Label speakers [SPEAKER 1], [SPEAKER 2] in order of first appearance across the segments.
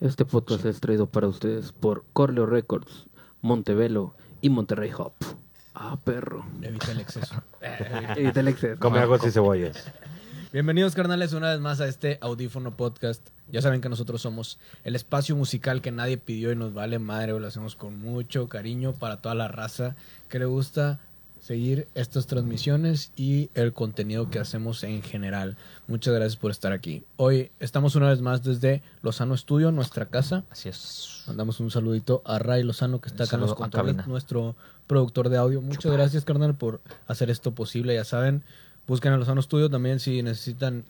[SPEAKER 1] Este podcast es traído para ustedes por Corleo Records, Montevelo y Monterrey Hop. Ah, perro.
[SPEAKER 2] Evita el exceso.
[SPEAKER 1] Evita el exceso.
[SPEAKER 3] Come arroz y cebollas.
[SPEAKER 2] Bienvenidos, carnales, una vez más a este Audífono Podcast. Ya saben que nosotros somos el espacio musical que nadie pidió y nos vale madre. Lo hacemos con mucho cariño para toda la raza que le gusta seguir estas transmisiones y el contenido que hacemos en general. Muchas gracias por estar aquí. Hoy estamos una vez más desde Lozano Estudio, nuestra casa.
[SPEAKER 4] Así es.
[SPEAKER 2] Mandamos un saludito a Ray Lozano que está
[SPEAKER 4] Un
[SPEAKER 2] acá en los
[SPEAKER 4] saludo a
[SPEAKER 2] controles,
[SPEAKER 4] cabina.
[SPEAKER 2] nuestro productor de audio. Muchas gracias, carnal, por hacer esto posible. Ya saben, busquen a Lozano Studio también si necesitan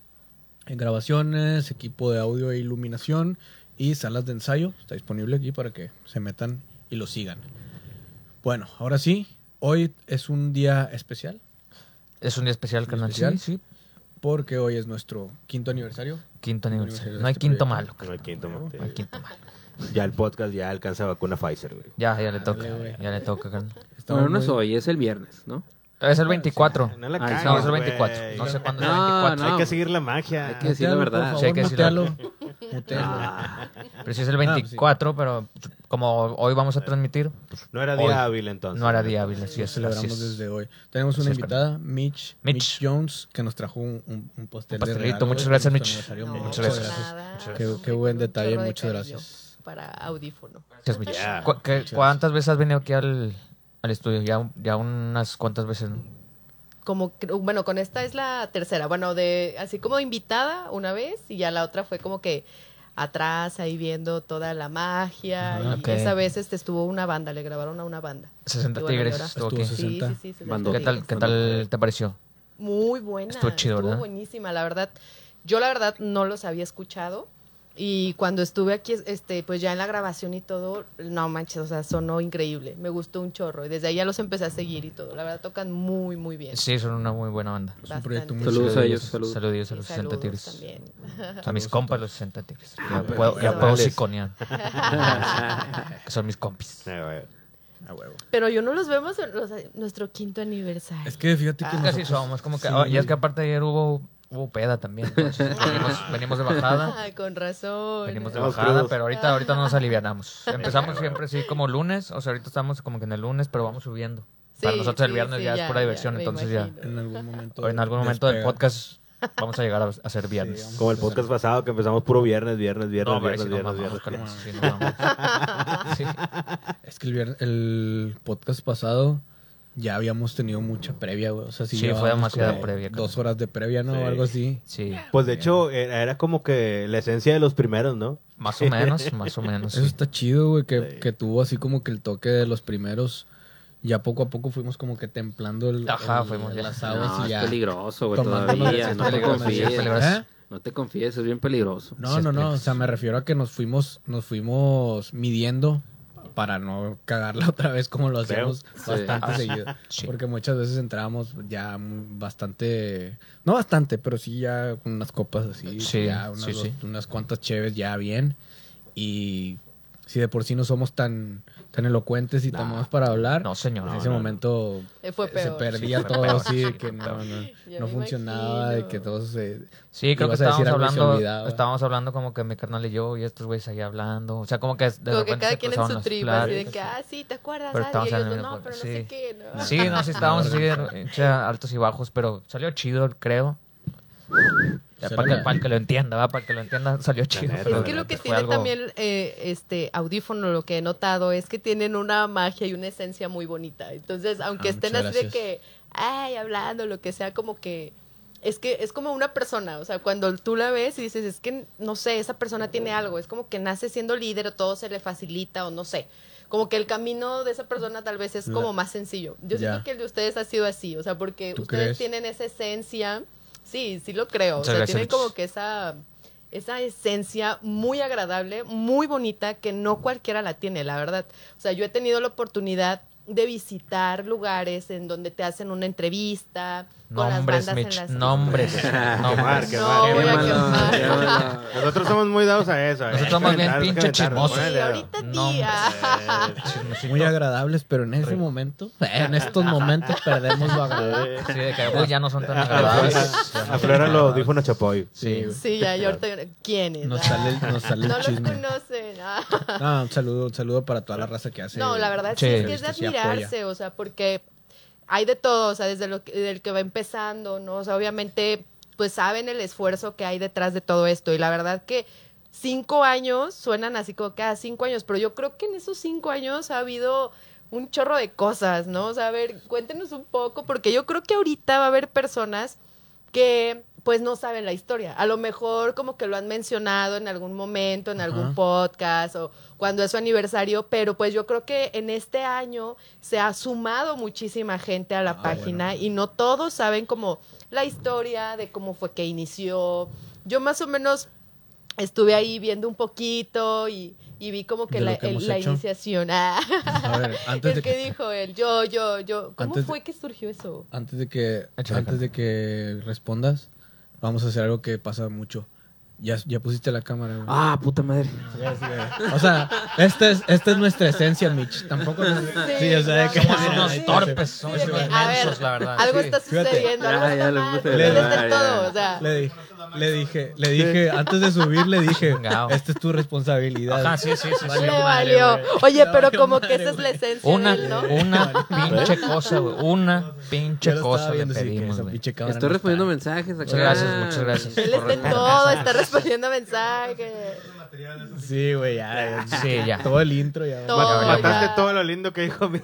[SPEAKER 2] eh, grabaciones, equipo de audio e iluminación y salas de ensayo. Está disponible aquí para que se metan y lo sigan. Bueno, ahora sí, hoy es un día especial
[SPEAKER 4] Es un día especial, carnal.
[SPEAKER 2] especial?
[SPEAKER 4] Sí, sí.
[SPEAKER 2] porque hoy es nuestro quinto aniversario.
[SPEAKER 4] Quinto
[SPEAKER 2] Aniversario
[SPEAKER 4] aniversario.
[SPEAKER 2] de
[SPEAKER 4] No hay
[SPEAKER 2] este
[SPEAKER 4] quinto
[SPEAKER 2] proyecto.
[SPEAKER 4] malo.
[SPEAKER 3] No hay quinto
[SPEAKER 4] carnal.
[SPEAKER 3] mate.
[SPEAKER 4] No hay quinto malo.
[SPEAKER 3] Ya el podcast ya alcanza vacuna Pfizer, güey.
[SPEAKER 4] Ya, ya le
[SPEAKER 2] Ándale, güey.
[SPEAKER 4] toca. Ya le toca, carnal.
[SPEAKER 2] Estamos
[SPEAKER 1] Bueno, no
[SPEAKER 2] muy-
[SPEAKER 1] es hoy, es el viernes, ¿no?
[SPEAKER 4] Es el 24.
[SPEAKER 3] No la
[SPEAKER 1] Ah,
[SPEAKER 3] cagues,
[SPEAKER 4] No, es el
[SPEAKER 3] güey.
[SPEAKER 4] 24. No sé cuándo es el
[SPEAKER 1] No,
[SPEAKER 4] 24.
[SPEAKER 3] Hay
[SPEAKER 1] no.
[SPEAKER 3] que seguir la magia.
[SPEAKER 1] Hay que decir la
[SPEAKER 2] Mutealo,
[SPEAKER 1] verdad.
[SPEAKER 2] por
[SPEAKER 4] Sí, hay que
[SPEAKER 2] favor,
[SPEAKER 4] decir la Ah.
[SPEAKER 2] mutealo. Mutealo.
[SPEAKER 4] Pero si es el
[SPEAKER 2] pues sí.
[SPEAKER 4] 24, pero como hoy vamos a transmitir, pues,
[SPEAKER 3] No era
[SPEAKER 4] Hoy.
[SPEAKER 3] día hábil entonces.
[SPEAKER 4] no hará día hábil. Así
[SPEAKER 2] Lo
[SPEAKER 4] es. así
[SPEAKER 2] celebramos
[SPEAKER 4] es.
[SPEAKER 2] desde hoy. Tenemos una
[SPEAKER 4] Así es,
[SPEAKER 2] invitada, Mitch,
[SPEAKER 4] Mitch.
[SPEAKER 2] Mitch Jones, que nos trajo un, un- un pastel
[SPEAKER 4] Un
[SPEAKER 2] de
[SPEAKER 4] pastelito.
[SPEAKER 2] regalo
[SPEAKER 4] Muchas
[SPEAKER 2] de nuestro
[SPEAKER 4] gracias, Mitch.
[SPEAKER 2] aniversario.
[SPEAKER 4] No,
[SPEAKER 2] Muchas
[SPEAKER 4] por
[SPEAKER 2] gracias.
[SPEAKER 4] nada. Muchas gracias.
[SPEAKER 2] Qué, qué buen detalle, muchas gracias.
[SPEAKER 5] Para audífono.
[SPEAKER 4] Gracias, Mitch.
[SPEAKER 3] Ya.
[SPEAKER 4] ¿Cu- qué- ¿Cuántas veces has venido aquí al, al estudio? Ya, ya unas cuantas veces. ¿no?
[SPEAKER 5] Como, cre- bueno, con esta es la tercera. Bueno, de así como invitada una vez y ya la otra fue como que atrás ahí viendo toda la magia.
[SPEAKER 4] Ah,
[SPEAKER 5] y
[SPEAKER 4] ok.
[SPEAKER 5] esa vez este estuvo una banda, le grabaron a una banda.
[SPEAKER 4] 60
[SPEAKER 5] Y bueno,
[SPEAKER 4] tigres
[SPEAKER 5] y ahora-
[SPEAKER 4] estuvo
[SPEAKER 2] Estuvo
[SPEAKER 4] aquí.
[SPEAKER 2] sus-
[SPEAKER 5] Sí,
[SPEAKER 2] 60.
[SPEAKER 5] sí, sí, sí,
[SPEAKER 1] Bandota.
[SPEAKER 4] ¿Qué tal, qué tal te pareció?
[SPEAKER 5] Muy buena.
[SPEAKER 4] Estuvo chido, ¿verdad?
[SPEAKER 5] buenísima, la verdad. Yo la verdad no los había escuchado y cuando estuve aquí este pues ya en la grabación y todo, no manches, o sea, sonó increíble. Me gustó un chorro y desde ahí ya los empecé a seguir y todo. La verdad tocan muy muy bien.
[SPEAKER 4] Sí, son una muy buena banda.
[SPEAKER 2] Es un proyecto muy
[SPEAKER 1] Saludos
[SPEAKER 2] chido.
[SPEAKER 1] a ellos, saludos.
[SPEAKER 4] Saludos a
[SPEAKER 5] Y
[SPEAKER 4] los 60
[SPEAKER 5] saludos
[SPEAKER 4] Tigres.
[SPEAKER 5] también.
[SPEAKER 4] A mis compas los 60 Tigres. Ya
[SPEAKER 3] pero
[SPEAKER 4] puedo, ya
[SPEAKER 5] bueno,
[SPEAKER 4] puedo
[SPEAKER 3] vale.
[SPEAKER 4] siconear. Que son mis compis.
[SPEAKER 3] Eh, güey.
[SPEAKER 2] A huevo.
[SPEAKER 5] Pero yo no los vemos en los- nuestro quinto aniversario.
[SPEAKER 2] Es que fíjate que
[SPEAKER 4] Es que así
[SPEAKER 2] nosotros-
[SPEAKER 4] Ah, somos. Como que,
[SPEAKER 2] Sí.
[SPEAKER 4] oh, y es que aparte ayer hubo, hubo peda también. entonces, venimos, venimos de bajada.
[SPEAKER 5] Ah, con razón.
[SPEAKER 4] Venimos de
[SPEAKER 3] Estamos
[SPEAKER 4] bajada,
[SPEAKER 3] crudos.
[SPEAKER 4] pero ahorita, ahorita no nos alivianamos. Empezamos siempre así como lunes. O sea, ahorita estamos como que en el lunes, pero vamos subiendo. Para
[SPEAKER 5] Sí,
[SPEAKER 4] nosotros el
[SPEAKER 5] sí,
[SPEAKER 4] viernes
[SPEAKER 5] sí,
[SPEAKER 4] ya, es pura diversión.
[SPEAKER 5] me
[SPEAKER 4] entonces
[SPEAKER 5] imagino.
[SPEAKER 2] en algún momento.
[SPEAKER 4] ya. En algún momento del
[SPEAKER 2] despega.
[SPEAKER 4] podcast vamos a llegar a, a ser viernes.
[SPEAKER 2] vamos
[SPEAKER 3] Como el podcast pasado que empezamos puro viernes, viernes, viernes,
[SPEAKER 4] No, pero
[SPEAKER 3] viernes,
[SPEAKER 4] si nos
[SPEAKER 3] viernes,
[SPEAKER 4] mamamos,
[SPEAKER 3] viernes.
[SPEAKER 4] Carlos, sí nos mamamos. Sí.
[SPEAKER 2] Es que el, vier- el podcast pasado ya habíamos tenido mucha previa, güey. O sea, sí,
[SPEAKER 4] Sí, fue
[SPEAKER 2] llevábamos
[SPEAKER 4] demasiada
[SPEAKER 2] como
[SPEAKER 4] previa, creo.
[SPEAKER 2] Dos horas de previa, ¿no?
[SPEAKER 3] Sí.
[SPEAKER 2] O algo así.
[SPEAKER 4] Sí,
[SPEAKER 3] Pues de hecho, era era como que la esencia de los primeros, ¿no?
[SPEAKER 4] más o menos, más o menos.
[SPEAKER 2] Eso
[SPEAKER 4] sí.
[SPEAKER 2] está chido, güey, que,
[SPEAKER 3] Sí.
[SPEAKER 2] que tuvo así como que el toque de los primeros. Ya poco a poco fuimos como que templando el,
[SPEAKER 4] Ajá,
[SPEAKER 2] el-
[SPEAKER 4] fuimos ya.
[SPEAKER 2] las aguas
[SPEAKER 1] No,
[SPEAKER 2] y
[SPEAKER 1] es
[SPEAKER 2] ya.
[SPEAKER 1] peligroso, güey,
[SPEAKER 2] tomando
[SPEAKER 1] todavía.
[SPEAKER 2] unas
[SPEAKER 1] No te
[SPEAKER 2] decisiones.
[SPEAKER 1] confíes.
[SPEAKER 4] peligrosas.
[SPEAKER 2] ¿Eh?
[SPEAKER 1] No te confíes, es bien peligroso.
[SPEAKER 2] No, no, no. O sea, me refiero a que nos fuimos, nos fuimos midiendo para no cagarla otra vez como lo
[SPEAKER 3] Creo.
[SPEAKER 2] hacíamos bastante
[SPEAKER 4] Sí.
[SPEAKER 2] seguido.
[SPEAKER 4] Sí.
[SPEAKER 2] Porque muchas veces entrábamos ya muy- bastante, no bastante, pero sí ya con unas copas así,
[SPEAKER 4] Sí,
[SPEAKER 2] ya unas,
[SPEAKER 4] sí,
[SPEAKER 2] dos-
[SPEAKER 4] sí.
[SPEAKER 2] unas cuantas chéves ya bien. Y si de por sí no somos tan, tan elocuentes y tan
[SPEAKER 1] Nah.
[SPEAKER 2] más para hablar,
[SPEAKER 4] No, señor.
[SPEAKER 2] en
[SPEAKER 3] No,
[SPEAKER 2] ese
[SPEAKER 3] no, no.
[SPEAKER 2] momento
[SPEAKER 5] Eh, Fue
[SPEAKER 2] se
[SPEAKER 5] peor.
[SPEAKER 2] perdía
[SPEAKER 4] Sí, fue
[SPEAKER 2] todo,
[SPEAKER 4] peor.
[SPEAKER 2] sí,
[SPEAKER 4] Sí,
[SPEAKER 2] que
[SPEAKER 4] fue
[SPEAKER 2] no,
[SPEAKER 4] peor.
[SPEAKER 2] no,
[SPEAKER 5] Ya
[SPEAKER 2] no
[SPEAKER 5] me
[SPEAKER 2] funcionaba, de
[SPEAKER 5] imagino.
[SPEAKER 2] que todos se...
[SPEAKER 4] Sí, creo que
[SPEAKER 2] ibas a decir algo
[SPEAKER 4] estábamos
[SPEAKER 2] y se
[SPEAKER 4] hablando,
[SPEAKER 2] olvidaba.
[SPEAKER 4] estábamos hablando como que mi carnal y yo y estos güeyes ahí hablando. O sea, como que de
[SPEAKER 5] Como que
[SPEAKER 4] repente
[SPEAKER 5] cada
[SPEAKER 4] se
[SPEAKER 5] quien en
[SPEAKER 4] cruzaban
[SPEAKER 5] su
[SPEAKER 4] las
[SPEAKER 5] tribu, así de
[SPEAKER 4] pláticas.
[SPEAKER 5] que, ah, sí, ¿te acuerdas?
[SPEAKER 4] Pero
[SPEAKER 5] Ah,
[SPEAKER 4] estamos
[SPEAKER 5] y ellos,
[SPEAKER 4] en el
[SPEAKER 5] no,
[SPEAKER 4] mismo
[SPEAKER 5] pero no
[SPEAKER 4] sí.
[SPEAKER 5] sé qué, ¿no?
[SPEAKER 4] Sí, no, sí, estábamos así, de- che, altos y bajos, pero salió chido, creo. Ya,
[SPEAKER 2] Salió.
[SPEAKER 4] Para que, para el que lo entienda, ¿va? para el que lo entienda, salió chido.
[SPEAKER 3] neta,
[SPEAKER 4] pero
[SPEAKER 5] Es que lo que
[SPEAKER 4] fue
[SPEAKER 5] tiene
[SPEAKER 4] algo-
[SPEAKER 5] también eh, este audífono, lo que he notado es que tienen una magia y una esencia muy bonita. Entonces, aunque
[SPEAKER 2] Ah,
[SPEAKER 5] estén así
[SPEAKER 2] muchas
[SPEAKER 5] de
[SPEAKER 2] gracias.
[SPEAKER 5] que, ay, hablando, lo que sea, como que es que es como una persona, o sea, cuando tú la ves y dices, es que no sé, esa persona tiene algo, es como que nace siendo líder o todo se le facilita o no sé. Como que el camino de esa persona tal vez es
[SPEAKER 2] La-
[SPEAKER 5] como más sencillo.
[SPEAKER 2] Ya.
[SPEAKER 5] Yo siento que el de ustedes ha sido así, o sea, porque
[SPEAKER 2] ¿Tú
[SPEAKER 5] ustedes
[SPEAKER 2] crees?
[SPEAKER 5] tienen esa esencia. Sí, sí lo creo. O
[SPEAKER 4] Muchas
[SPEAKER 5] sea,
[SPEAKER 4] gracias, Rich.
[SPEAKER 5] tienen como que esa esa esencia muy agradable, muy bonita, que no cualquiera la tiene, la verdad. O sea, yo he tenido la oportunidad de visitar lugares en donde te hacen una entrevista, con las
[SPEAKER 4] Nombres,
[SPEAKER 5] bandas en
[SPEAKER 4] Mitch,
[SPEAKER 5] las
[SPEAKER 4] nombres,
[SPEAKER 2] Ah,
[SPEAKER 3] Quemar,
[SPEAKER 4] nombres.
[SPEAKER 5] No,
[SPEAKER 3] quemar,
[SPEAKER 5] voy a
[SPEAKER 3] quemar.
[SPEAKER 1] Ah,
[SPEAKER 5] quemar.
[SPEAKER 3] Nosotros somos muy dados a eso. eh.
[SPEAKER 4] Nosotros somos bien
[SPEAKER 3] Comentar, comentar,
[SPEAKER 4] pinche chismosos.
[SPEAKER 3] ponle
[SPEAKER 5] Sí,
[SPEAKER 3] dedo.
[SPEAKER 5] ahorita
[SPEAKER 4] Nombres.
[SPEAKER 5] tía.
[SPEAKER 4] Chismosito.
[SPEAKER 2] muy agradables, pero en ese momento, en estos momentos perdemos lo agradable.
[SPEAKER 3] Eh,
[SPEAKER 4] Sí, de que uy, ya no son
[SPEAKER 2] Ah,
[SPEAKER 4] tan agradables.
[SPEAKER 3] aflora- Afloran los audífonos chapoy.
[SPEAKER 2] Sí,
[SPEAKER 5] Sí, ya, y ahorita, ¿quiénes?
[SPEAKER 2] nos
[SPEAKER 5] Ah,
[SPEAKER 2] sale, el- nos sale
[SPEAKER 5] no
[SPEAKER 2] el
[SPEAKER 5] los
[SPEAKER 2] chisme.
[SPEAKER 5] conocen. Ah.
[SPEAKER 2] Ah, un saludo, un saludo para toda la raza que hace.
[SPEAKER 5] No, la verdad
[SPEAKER 4] Sí.
[SPEAKER 5] sí, es que es de
[SPEAKER 2] entrevistas y apoya.
[SPEAKER 5] admirarse, o sea, porque hay de todo, o sea, desde lo que, del que va empezando, ¿no? O sea, obviamente, pues saben el esfuerzo que hay detrás de todo esto. Y la verdad que cinco años suenan así como cada cinco años, pero yo creo que en esos cinco años ha habido un chorro de cosas, ¿no? O sea, a ver, cuéntenos un poco, porque yo creo que ahorita va a haber personas que pues no saben la historia. A lo mejor como que lo han mencionado en algún momento, en algún
[SPEAKER 2] Ajá.
[SPEAKER 5] podcast o cuando es su aniversario, pero pues yo creo que en este año se ha sumado muchísima gente a la
[SPEAKER 2] Ah,
[SPEAKER 5] página
[SPEAKER 2] bueno.
[SPEAKER 5] y no todos saben como la historia de cómo fue que inició. Yo más o menos estuve ahí viendo un poquito y, y vi como que
[SPEAKER 2] De lo
[SPEAKER 5] la,
[SPEAKER 2] que
[SPEAKER 5] el-
[SPEAKER 2] hemos
[SPEAKER 5] la
[SPEAKER 2] hecho.
[SPEAKER 5] iniciación. Ah.
[SPEAKER 2] A ver, antes de
[SPEAKER 5] el que
[SPEAKER 2] que,
[SPEAKER 5] dijo él, yo, yo, yo. ¿Cómo
[SPEAKER 2] Antes de-
[SPEAKER 5] fue que surgió eso?
[SPEAKER 2] antes de que,
[SPEAKER 4] Échale,
[SPEAKER 2] antes de que respondas, vamos a hacer algo que pasa mucho. Ya, ya pusiste la cámara. güey.
[SPEAKER 1] Ah, puta madre.
[SPEAKER 2] O sea, esta es, esta es nuestra esencia, Mitch. Tampoco nos-
[SPEAKER 5] Sí,
[SPEAKER 2] o sea,
[SPEAKER 5] no,
[SPEAKER 2] que-
[SPEAKER 5] no,
[SPEAKER 4] Somos
[SPEAKER 5] no,
[SPEAKER 4] unos
[SPEAKER 5] sí.
[SPEAKER 4] torpes,
[SPEAKER 5] Sí,
[SPEAKER 4] somos
[SPEAKER 5] de que,
[SPEAKER 4] unos
[SPEAKER 5] a ver,
[SPEAKER 4] mensos, la verdad,
[SPEAKER 5] Algo
[SPEAKER 4] Ah, sí.
[SPEAKER 5] está
[SPEAKER 2] Fíjate.
[SPEAKER 5] sucediendo, algo
[SPEAKER 1] Ah,
[SPEAKER 5] está
[SPEAKER 1] ya lo
[SPEAKER 5] mal,
[SPEAKER 1] puse
[SPEAKER 5] no
[SPEAKER 1] de
[SPEAKER 5] debe
[SPEAKER 1] la-
[SPEAKER 5] ser
[SPEAKER 1] ya,
[SPEAKER 5] todo,
[SPEAKER 1] ya.
[SPEAKER 5] o sea.
[SPEAKER 2] Le dije, le dije, le dije, antes de subir le dije,
[SPEAKER 4] Chingao.
[SPEAKER 2] esta es tu responsabilidad.
[SPEAKER 4] Ajá, sí, sí, sí, sí.
[SPEAKER 5] Le
[SPEAKER 2] madre,
[SPEAKER 5] valió.
[SPEAKER 2] güey.
[SPEAKER 5] Oye,
[SPEAKER 2] Le
[SPEAKER 5] pero
[SPEAKER 2] valió
[SPEAKER 5] como que
[SPEAKER 2] madre,
[SPEAKER 5] esa es la
[SPEAKER 2] güey.
[SPEAKER 5] esencia
[SPEAKER 4] Una,
[SPEAKER 5] de él, ¿no?
[SPEAKER 4] una pinche cosa, güey. Una
[SPEAKER 2] Ya
[SPEAKER 4] pinche
[SPEAKER 2] lo
[SPEAKER 4] cosa
[SPEAKER 2] estaba
[SPEAKER 4] le
[SPEAKER 2] viendo, sí, que
[SPEAKER 4] pedimos,
[SPEAKER 2] esa
[SPEAKER 4] güey.
[SPEAKER 2] pinche cámara
[SPEAKER 1] Estoy
[SPEAKER 2] no
[SPEAKER 1] respondiendo
[SPEAKER 2] está.
[SPEAKER 1] mensajes acá.
[SPEAKER 4] Muchas gracias, muchas gracias.
[SPEAKER 5] Él está en
[SPEAKER 4] Correcto.
[SPEAKER 5] todo, está respondiendo mensajes.
[SPEAKER 2] Sí, güey, ya, ya.
[SPEAKER 4] Sí, ya.
[SPEAKER 2] Todo el intro ya.
[SPEAKER 5] Todo.
[SPEAKER 4] Oiga.
[SPEAKER 3] Mataste todo lo lindo que dijo mi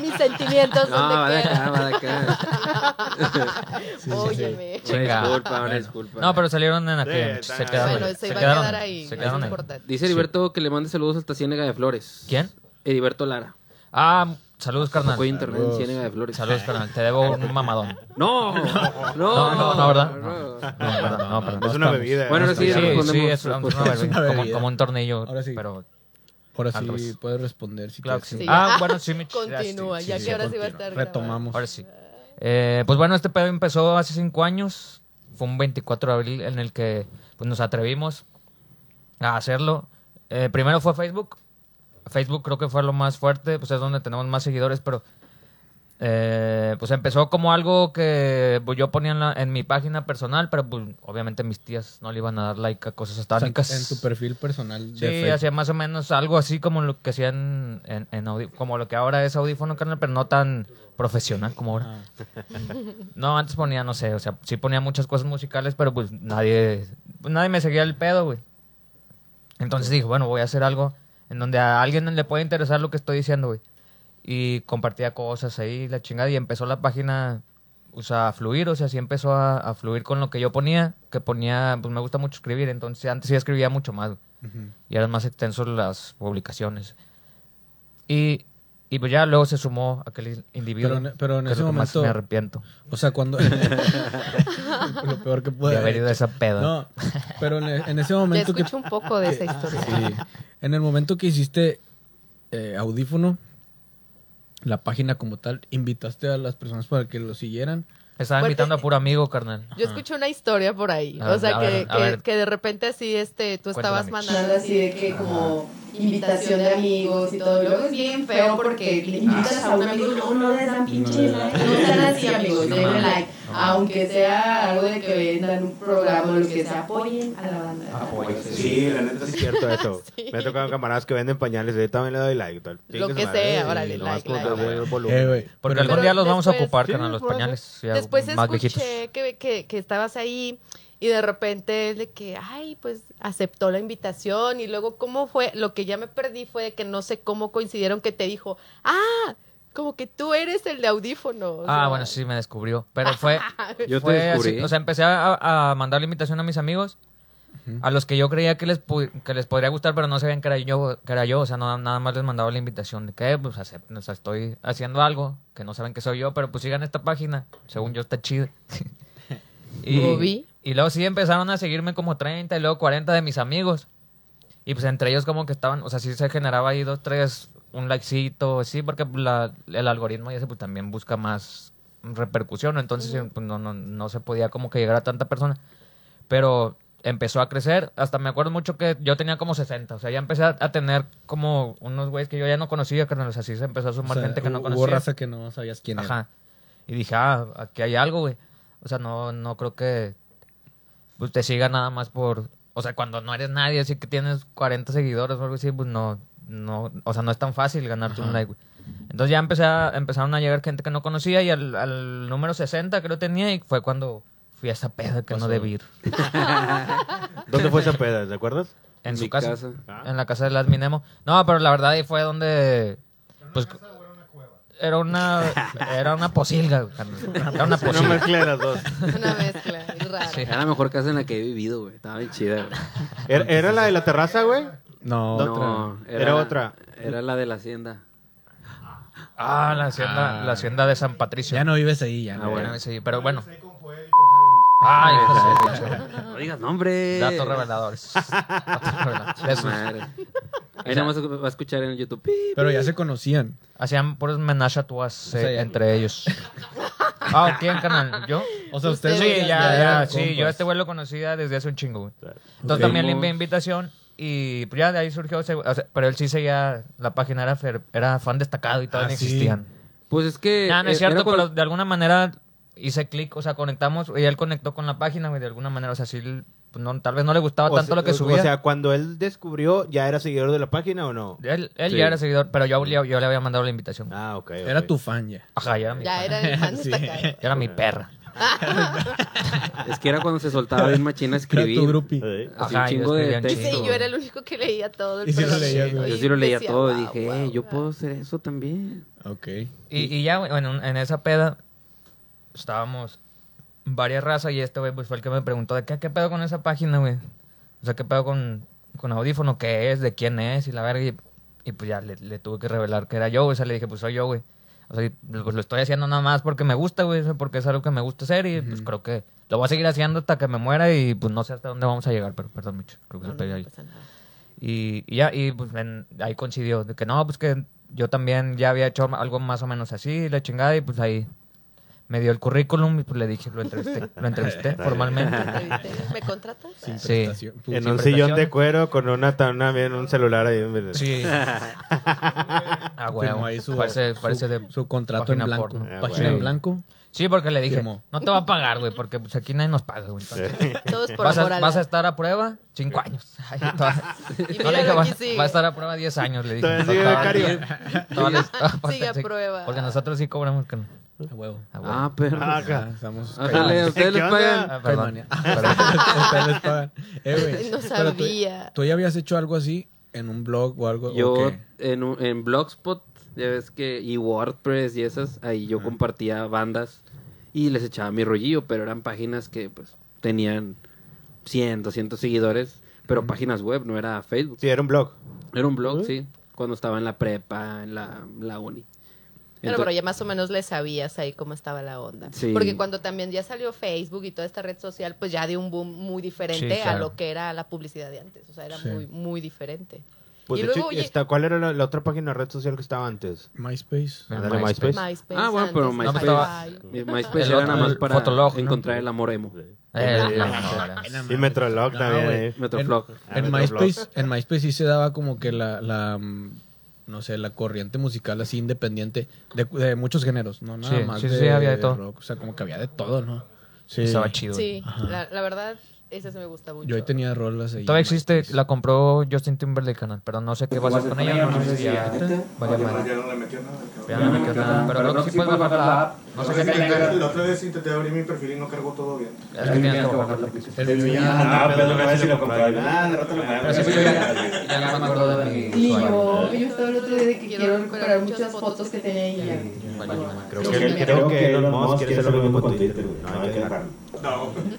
[SPEAKER 5] Mis sentimientos,
[SPEAKER 1] No, va de
[SPEAKER 5] ¿dónde
[SPEAKER 1] acá,
[SPEAKER 5] quedan?
[SPEAKER 1] va de acá.
[SPEAKER 2] sí, sí.
[SPEAKER 5] Óyeme.
[SPEAKER 1] Una
[SPEAKER 4] Chinga. Ah,
[SPEAKER 1] disculpa, una
[SPEAKER 4] Bueno.
[SPEAKER 1] disculpa.
[SPEAKER 4] No, pero salieron en aquel.
[SPEAKER 3] Sí,
[SPEAKER 4] se
[SPEAKER 3] está-
[SPEAKER 4] quedaron.
[SPEAKER 5] Bueno,
[SPEAKER 4] ahí,
[SPEAKER 5] se, va
[SPEAKER 4] quedaron
[SPEAKER 5] a quedar
[SPEAKER 4] ahí,
[SPEAKER 5] ahí.
[SPEAKER 4] Se
[SPEAKER 5] es
[SPEAKER 4] quedaron ahí.
[SPEAKER 5] importante.
[SPEAKER 1] Dice Heriberto que le mande saludos hasta Ciénega de Flores.
[SPEAKER 4] ¿Quién?
[SPEAKER 1] Heriberto Lara.
[SPEAKER 4] Ah, saludos, carnal.
[SPEAKER 1] Fue internet en
[SPEAKER 2] Saludos.
[SPEAKER 1] Ciénega de Flores.
[SPEAKER 4] Saludos, carnal. Te debo un mamadón.
[SPEAKER 1] No, no,
[SPEAKER 4] No, no, no, ¿verdad?
[SPEAKER 1] Ah.
[SPEAKER 4] No,
[SPEAKER 2] Ah,
[SPEAKER 4] perdón, no, perdón.
[SPEAKER 3] Es una bebida.
[SPEAKER 1] Bueno, ahora sí,
[SPEAKER 4] Sí,
[SPEAKER 1] ya respondemos.
[SPEAKER 4] sí, es una
[SPEAKER 1] respuesta.
[SPEAKER 2] Es una
[SPEAKER 4] bebida, como-
[SPEAKER 2] bebida.
[SPEAKER 4] Como un tornillo.
[SPEAKER 2] Ahora sí.
[SPEAKER 4] Pero
[SPEAKER 2] Ahora
[SPEAKER 4] Al
[SPEAKER 2] sí
[SPEAKER 4] revés.
[SPEAKER 2] puedes responder si
[SPEAKER 4] Claro que
[SPEAKER 2] quieres.
[SPEAKER 4] sí.
[SPEAKER 5] Sí.
[SPEAKER 4] Ah, bueno, sí, Mitch.
[SPEAKER 5] Continúa, ya
[SPEAKER 2] sí,
[SPEAKER 5] que ahora sí va
[SPEAKER 2] continúa.
[SPEAKER 5] a estar grabado.
[SPEAKER 2] Retomamos.
[SPEAKER 4] Ahora sí. Eh, pues bueno, este pedo empezó hace cinco años. Fue un 24 de abril en el que pues, nos atrevimos a hacerlo. Eh, primero fue Facebook. Facebook creo que fue lo más fuerte, pues es donde tenemos más seguidores, pero eh, pues empezó como algo que pues, yo ponía en, la- en mi página personal, pero pues obviamente mis tías no le iban a dar like a
[SPEAKER 2] O
[SPEAKER 4] cosas
[SPEAKER 2] sea,
[SPEAKER 4] satánicas.
[SPEAKER 2] en tu perfil personal de
[SPEAKER 4] Sí,
[SPEAKER 2] Facebook.
[SPEAKER 4] hacía más o menos algo así como lo que hacían en, en audi- como lo que ahora es audífono, carnal, pero no tan profesional como ahora.
[SPEAKER 2] Ah,
[SPEAKER 4] No, antes ponía, no sé, o sea, sí ponía muchas cosas musicales, pero pues nadie, pues, nadie me seguía el pedo, güey. Entonces dije, bueno, voy a hacer algo en donde a alguien le pueda interesar lo que estoy diciendo, güey. Y compartía cosas ahí, la chingada, y empezó la página, o sea, a fluir, o sea, sí empezó a, a fluir con lo que yo ponía, que ponía, pues me gusta mucho escribir, entonces antes sí escribía mucho más, güey
[SPEAKER 2] ujú.
[SPEAKER 4] y eran más extensos las publicaciones. Y, y pues ya luego se sumó aquel in- individuo.
[SPEAKER 2] Pero en- pero en
[SPEAKER 4] que es
[SPEAKER 2] ese
[SPEAKER 4] lo que más
[SPEAKER 2] momento-
[SPEAKER 4] me arrepiento
[SPEAKER 2] O sea, cuando... lo peor que puede
[SPEAKER 4] de haber ido a esa peda.
[SPEAKER 2] eh, No, pero en, e, en ese
[SPEAKER 5] Ya
[SPEAKER 2] momento que... Eh,
[SPEAKER 5] escuché un poco de esa historia.
[SPEAKER 2] Sí. En el momento que hiciste eh, audífono, la página como tal, invitaste a las personas para que lo siguieran.
[SPEAKER 4] Estaba
[SPEAKER 5] Porque-
[SPEAKER 4] invitando a puro amigo, carnal.
[SPEAKER 5] Yo escuché una historia por ahí,
[SPEAKER 4] A
[SPEAKER 5] o
[SPEAKER 4] ver,
[SPEAKER 5] sea,
[SPEAKER 4] a
[SPEAKER 5] que,
[SPEAKER 4] ver, a
[SPEAKER 5] que-
[SPEAKER 4] ver.
[SPEAKER 5] que de repente así, este, tú
[SPEAKER 4] Cuéntame,
[SPEAKER 5] estabas
[SPEAKER 4] Mitch.
[SPEAKER 5] mandando
[SPEAKER 6] mandando así de que como invitación de amigos y todo. Y luego es bien feo porque le invitas a Ah, un amigo y luego no le dan pinche like. No sean así amigos,
[SPEAKER 4] No
[SPEAKER 6] denle
[SPEAKER 4] mames.
[SPEAKER 6] like. Aunque sea algo de que vendan un programa o lo que sea, apoyen a la banda.
[SPEAKER 3] Sí, la neta sí es cierto eso. Me he tocado camaradas que venden pañales y yo también le doy like. Tal.
[SPEAKER 5] Lo
[SPEAKER 3] Chingue
[SPEAKER 5] que
[SPEAKER 3] su madre.
[SPEAKER 5] sea,
[SPEAKER 3] Sí,
[SPEAKER 5] órale,
[SPEAKER 3] nomás
[SPEAKER 5] like,
[SPEAKER 3] por
[SPEAKER 5] like,
[SPEAKER 3] darle
[SPEAKER 5] like.
[SPEAKER 3] el volumen.
[SPEAKER 2] Eh, güey.
[SPEAKER 4] Porque
[SPEAKER 2] Pero-
[SPEAKER 4] algún día los vamos a
[SPEAKER 5] después-
[SPEAKER 4] ocupar,
[SPEAKER 3] Sí,
[SPEAKER 4] carnal, los
[SPEAKER 3] por eso.
[SPEAKER 4] pañales ya
[SPEAKER 5] Después
[SPEAKER 4] más viejitos.
[SPEAKER 5] escuché que, que, que estabas ahí y de repente de que, ay, pues aceptó la invitación y luego cómo fue, lo que ya me perdí fue de que no sé cómo coincidieron que te dijo, ah, como que tú eres el de audífono. o
[SPEAKER 4] Ah,
[SPEAKER 5] sea,
[SPEAKER 4] bueno, sí, me descubrió. Pero fue,
[SPEAKER 1] Yo te
[SPEAKER 4] fue
[SPEAKER 1] descubrí.
[SPEAKER 4] así, O sea, empecé a, a mandar la invitación a mis amigos, a los que yo creía que les, pu- que les podría gustar, pero no sabían que era yo. Que era yo. O sea, no- nada más les mandaba la invitación de que, pues, acepten, o sea, estoy haciendo algo que no saben que soy yo, pero pues sigan esta página. Según yo, está chida. y,
[SPEAKER 5] Bobby.
[SPEAKER 4] y luego sí empezaron a seguirme como 30 y luego 40 de mis amigos. Y pues entre ellos como que estaban, o sea, sí se generaba ahí dos, tres, un likecito, sí, porque la- el algoritmo y ese pues también busca más repercusión, entonces pues, no, no, no se podía como que llegar a tanta persona. Pero empezó a crecer, hasta me acuerdo mucho que yo tenía como 60, o sea, ya empecé a, a tener como unos güeyes que yo ya no conocía, carnal, o sea, sí se empezó a
[SPEAKER 2] o
[SPEAKER 4] sumar
[SPEAKER 2] sea,
[SPEAKER 4] gente que no
[SPEAKER 2] hubo
[SPEAKER 4] conocía.
[SPEAKER 2] raza que no sabías quién era.
[SPEAKER 4] Ajá. Y dije, ah, aquí hay algo, güey. O sea, no, no creo que pues, te siga nada más por... O sea, cuando no eres nadie, así que tienes 40 seguidores o algo así, pues no, no, o sea, no es tan fácil ganarte un like, güey. Entonces ya empecé a- empezaron a llegar gente que no conocía y al, al número 60 creo tenía y fue cuando fui a esa peda que no debí ir.
[SPEAKER 3] ¿Dónde fue esa peda? ¿Te acuerdas?
[SPEAKER 4] En
[SPEAKER 1] Mi
[SPEAKER 4] su casa.
[SPEAKER 1] casa.
[SPEAKER 3] Ah.
[SPEAKER 4] En la casa de las Minemo. No, pero la verdad ahí fue donde... Pues, era una Era una posilga, güey, carnal. Era una
[SPEAKER 3] No
[SPEAKER 4] posilga.
[SPEAKER 3] mezclé las dos.
[SPEAKER 5] Una mezcla, es raro.
[SPEAKER 4] Sí.
[SPEAKER 1] Era la mejor casa en la que he vivido, güey. Estaba bien chida, güey.
[SPEAKER 3] ¿Era, era la de la terraza, güey?
[SPEAKER 2] No, otra.
[SPEAKER 1] No,
[SPEAKER 3] Era otra.
[SPEAKER 1] Era la de la hacienda.
[SPEAKER 4] Ah, la hacienda,
[SPEAKER 2] Ah.
[SPEAKER 4] la hacienda de San Patricio.
[SPEAKER 2] Ya no vives ahí, ya.
[SPEAKER 1] Ah,
[SPEAKER 2] no.
[SPEAKER 1] bueno.
[SPEAKER 4] Bueno, sí, pero bueno. Ay, pues,
[SPEAKER 1] No digas nombre.
[SPEAKER 4] datos reveladores. Datos reveladores. De
[SPEAKER 1] Su
[SPEAKER 4] sus-
[SPEAKER 1] madre. Ahí nada más va a escuchar en el YouTube. Pi,
[SPEAKER 2] Pero ya se conocían.
[SPEAKER 4] Hacían puros menage a trois, eh,
[SPEAKER 2] O sea, ya-
[SPEAKER 4] entre ellos. Ah, ¿quién, canal? ¿Yo?
[SPEAKER 2] O sea,
[SPEAKER 5] ustedes
[SPEAKER 2] ustedes
[SPEAKER 4] Sí,
[SPEAKER 5] ya-
[SPEAKER 4] ya,
[SPEAKER 5] ya
[SPEAKER 4] ya, sí, yo a este güey lo conocía desde hace un chingo, güey. Entonces
[SPEAKER 1] Ok.
[SPEAKER 4] también le envié invitación y pues, ya de ahí surgió ese, o sea, pero él sí seguía, la página era, fer- era fan destacado y todavía
[SPEAKER 2] Ah,
[SPEAKER 4] no
[SPEAKER 2] sí.
[SPEAKER 4] existían.
[SPEAKER 1] Pues es que.
[SPEAKER 4] No, no
[SPEAKER 1] eh,
[SPEAKER 4] es cierto,
[SPEAKER 1] era cuando-
[SPEAKER 4] pero de alguna manera hice clic, o sea, conectamos y él conectó con la página, güey, de alguna manera, o sea, sí, pues, no, tal vez no le gustaba
[SPEAKER 3] O
[SPEAKER 4] tanto
[SPEAKER 3] sea-
[SPEAKER 4] lo que subía.
[SPEAKER 3] O sea, cuando él descubrió, ¿ya era seguidor de la página o no?
[SPEAKER 4] él él
[SPEAKER 1] Sí.
[SPEAKER 4] ya era seguidor, pero yo, le- yo le había mandado la invitación.
[SPEAKER 3] Ah, ok. ok.
[SPEAKER 2] Era tu fan ya.
[SPEAKER 4] Ajá, ya era mi,
[SPEAKER 5] Ya
[SPEAKER 4] fan.
[SPEAKER 5] era el fan
[SPEAKER 2] Sí.
[SPEAKER 5] destacado.
[SPEAKER 4] Ya era mi perra.
[SPEAKER 1] Es que era cuando se soltaba bien machina a
[SPEAKER 2] Era
[SPEAKER 1] escribir.
[SPEAKER 2] tu grupi.
[SPEAKER 3] Eh,
[SPEAKER 1] Así
[SPEAKER 4] Ajá,
[SPEAKER 1] un
[SPEAKER 4] yo
[SPEAKER 1] chingo de
[SPEAKER 4] escribía un
[SPEAKER 5] Y
[SPEAKER 1] texto.
[SPEAKER 4] chingo.
[SPEAKER 5] sí, yo era el único que leía todo el
[SPEAKER 2] Y sí lo
[SPEAKER 5] programa.
[SPEAKER 2] leías, güey.
[SPEAKER 1] Yo
[SPEAKER 5] Y
[SPEAKER 1] sí lo leía
[SPEAKER 5] decía,
[SPEAKER 1] todo y
[SPEAKER 5] "Wow,
[SPEAKER 1] dije,
[SPEAKER 5] wow,
[SPEAKER 1] "Eh, yo
[SPEAKER 5] wow".
[SPEAKER 1] puedo hacer eso también.
[SPEAKER 2] Ok.
[SPEAKER 4] Y, y ya, güey, bueno, en esa peda estábamos varias razas y este güey pues, fue el que me preguntó de qué, qué pedo con esa página, güey. O sea, qué pedo con, con audífono, qué es, de quién es y la verga. Y, y, pues ya le, le tuve que revelar que era yo, güey. O sea, le dije, pues soy yo, güey. O sea, y, pues lo estoy haciendo nada más porque me gusta, güey. o sea, Porque es algo que me gusta hacer y pues creo que lo voy a seguir haciendo hasta que me muera y pues no sé hasta dónde vamos a llegar, pero perdón, mucho. Creo que
[SPEAKER 5] No,
[SPEAKER 4] se
[SPEAKER 5] no,
[SPEAKER 4] pegó
[SPEAKER 5] no
[SPEAKER 4] ahí.
[SPEAKER 5] pasa nada.
[SPEAKER 4] Y, y ya, y pues en- ahí coincidió, de que no, pues que yo también ya había hecho algo más o menos así, la chingada, y pues ahí me dio el currículum y pues le dije, lo entrevisté, lo entrevisté formalmente.
[SPEAKER 5] ¿Entrevisté? ¿Me contratas?
[SPEAKER 2] Sin
[SPEAKER 4] Sí.
[SPEAKER 2] prestación. Puta.
[SPEAKER 3] En
[SPEAKER 4] sin
[SPEAKER 3] un sillón
[SPEAKER 4] prestaciones.
[SPEAKER 3] de cuero con una tabla, bien, un celular ahí. en-
[SPEAKER 4] Sí. Ah, güey,
[SPEAKER 2] Firmó ahí su,
[SPEAKER 4] parece,
[SPEAKER 2] su-
[SPEAKER 4] parece de...
[SPEAKER 2] su contrato en
[SPEAKER 4] página
[SPEAKER 2] blanco.
[SPEAKER 4] porno.
[SPEAKER 3] Ah,
[SPEAKER 2] Página en
[SPEAKER 3] güey.
[SPEAKER 2] blanco.
[SPEAKER 4] Sí, porque le dije,
[SPEAKER 2] Firmó.
[SPEAKER 4] no te va a pagar, güey, porque pues aquí nadie nos paga, güey. entonces,
[SPEAKER 5] Todos por
[SPEAKER 4] Vas
[SPEAKER 5] amor
[SPEAKER 4] a,
[SPEAKER 5] al
[SPEAKER 4] vas a
[SPEAKER 5] arte.
[SPEAKER 4] estar a prueba cinco años. Ay, toda-
[SPEAKER 5] Y
[SPEAKER 4] no le dije,
[SPEAKER 5] míralo
[SPEAKER 4] va,
[SPEAKER 5] aquí sigue.
[SPEAKER 4] va a estar a prueba 10 años, le dije.
[SPEAKER 3] Todavía sigue
[SPEAKER 4] Todas-
[SPEAKER 3] becario.
[SPEAKER 4] todas las- porque
[SPEAKER 5] Sigue a
[SPEAKER 4] sí-
[SPEAKER 5] prueba.
[SPEAKER 4] Porque nosotros sí cobramos. que no.
[SPEAKER 2] A huevo.
[SPEAKER 4] Ah, güey.
[SPEAKER 1] Ah, pero.
[SPEAKER 3] Ah,
[SPEAKER 2] Ah,
[SPEAKER 3] acá.
[SPEAKER 2] estamos
[SPEAKER 1] Ájale, a
[SPEAKER 2] caimanes.
[SPEAKER 1] ustedes
[SPEAKER 3] ¿Qué
[SPEAKER 1] les
[SPEAKER 3] onda?
[SPEAKER 1] pagan.
[SPEAKER 4] Ah, perdón.
[SPEAKER 2] Caimania.
[SPEAKER 4] Perdón.
[SPEAKER 2] Ustedes les pagan. Eh, güey.
[SPEAKER 5] No
[SPEAKER 2] Pero tú-
[SPEAKER 5] sabía.
[SPEAKER 2] ¿Tú ya habías hecho algo así en un blog o algo?
[SPEAKER 1] Yo
[SPEAKER 2] ¿o qué?
[SPEAKER 1] en, un- en Blogspot, ya ves que, y WordPress y esas, ahí yo compartía bandas y les echaba mi rollillo, pero eran páginas que pues tenían 100, 200 seguidores, pero páginas web, no era Facebook.
[SPEAKER 3] Sí, era un blog.
[SPEAKER 1] Era un blog, sí, cuando estaba en la prepa, en la, la uni.
[SPEAKER 5] Bueno,
[SPEAKER 1] Entonces-
[SPEAKER 5] pero ya más o menos le sabías ahí cómo estaba la onda.
[SPEAKER 1] Sí.
[SPEAKER 5] Porque cuando también ya salió Facebook y toda esta red social, pues ya dio un boom muy diferente
[SPEAKER 4] Sí, claro.
[SPEAKER 5] a lo que era la publicidad de antes. O sea, era
[SPEAKER 2] Sí.
[SPEAKER 5] muy, muy diferente.
[SPEAKER 3] Pues
[SPEAKER 5] y
[SPEAKER 3] de hecho,
[SPEAKER 5] luego, oye,
[SPEAKER 3] esta- ¿cuál era la, la otra página red social que estaba antes?
[SPEAKER 2] MySpace.
[SPEAKER 4] El
[SPEAKER 3] Ándale,
[SPEAKER 4] MySpace.
[SPEAKER 3] MySpace.
[SPEAKER 5] MySpace.
[SPEAKER 1] Ah, bueno, pero
[SPEAKER 5] antes,
[SPEAKER 1] MySpace,
[SPEAKER 4] estaba-
[SPEAKER 5] Hi-Fi.
[SPEAKER 1] mi- MySpace
[SPEAKER 4] El
[SPEAKER 1] era
[SPEAKER 4] otro,
[SPEAKER 1] nada más
[SPEAKER 4] el
[SPEAKER 1] para
[SPEAKER 4] Fotolog, ¿no?
[SPEAKER 1] encontrar el amor emo.
[SPEAKER 4] Eh, no, no, no.
[SPEAKER 3] Y Metrolog también.
[SPEAKER 2] güey.
[SPEAKER 3] eh.
[SPEAKER 1] Metroflog.
[SPEAKER 3] Ah,
[SPEAKER 2] En
[SPEAKER 3] Metroflog.
[SPEAKER 2] MySpace, en MySpace sí se daba como que la, la, mm, no sé, la corriente musical así independiente de, de muchos géneros, ¿no? Nada
[SPEAKER 4] Sí,
[SPEAKER 2] más
[SPEAKER 4] sí,
[SPEAKER 2] de,
[SPEAKER 4] sí, había de todo.
[SPEAKER 2] rock, o sea, como que había de todo, ¿no? Sí.
[SPEAKER 4] Estaba chido.
[SPEAKER 5] Sí, la, la verdad, esa se me gusta mucho.
[SPEAKER 2] Yo ahí tenía rolas ahí.
[SPEAKER 4] Todavía existe, la compró Justin Timberlake, canal, pero no sé qué va a hacer con ella. No sé si ya. Vale, madre.
[SPEAKER 7] Ya no le metió nada. cabrón.
[SPEAKER 4] Ya no me quedó nada, Pero creo que sí puedes bajar la app. No sé qué tenga.
[SPEAKER 7] La otra vez intenté abrir mi perfil y no cargó todo bien.
[SPEAKER 4] Es que tienes que bajar la aplicación.
[SPEAKER 2] El mío ya-
[SPEAKER 7] Ah, pero no sé si lo compré. Ah, de rato lo
[SPEAKER 4] Ya no me acuerdo de mi
[SPEAKER 6] Sí,
[SPEAKER 4] usuario.
[SPEAKER 6] yo, yo estaba el otro día de que quiero recuperar muchas fotos que tenía ahí.
[SPEAKER 3] Creo que, creo que Elon Musk quiere hacer lo mismo con Twitter. güey. No, hay que dejarlo.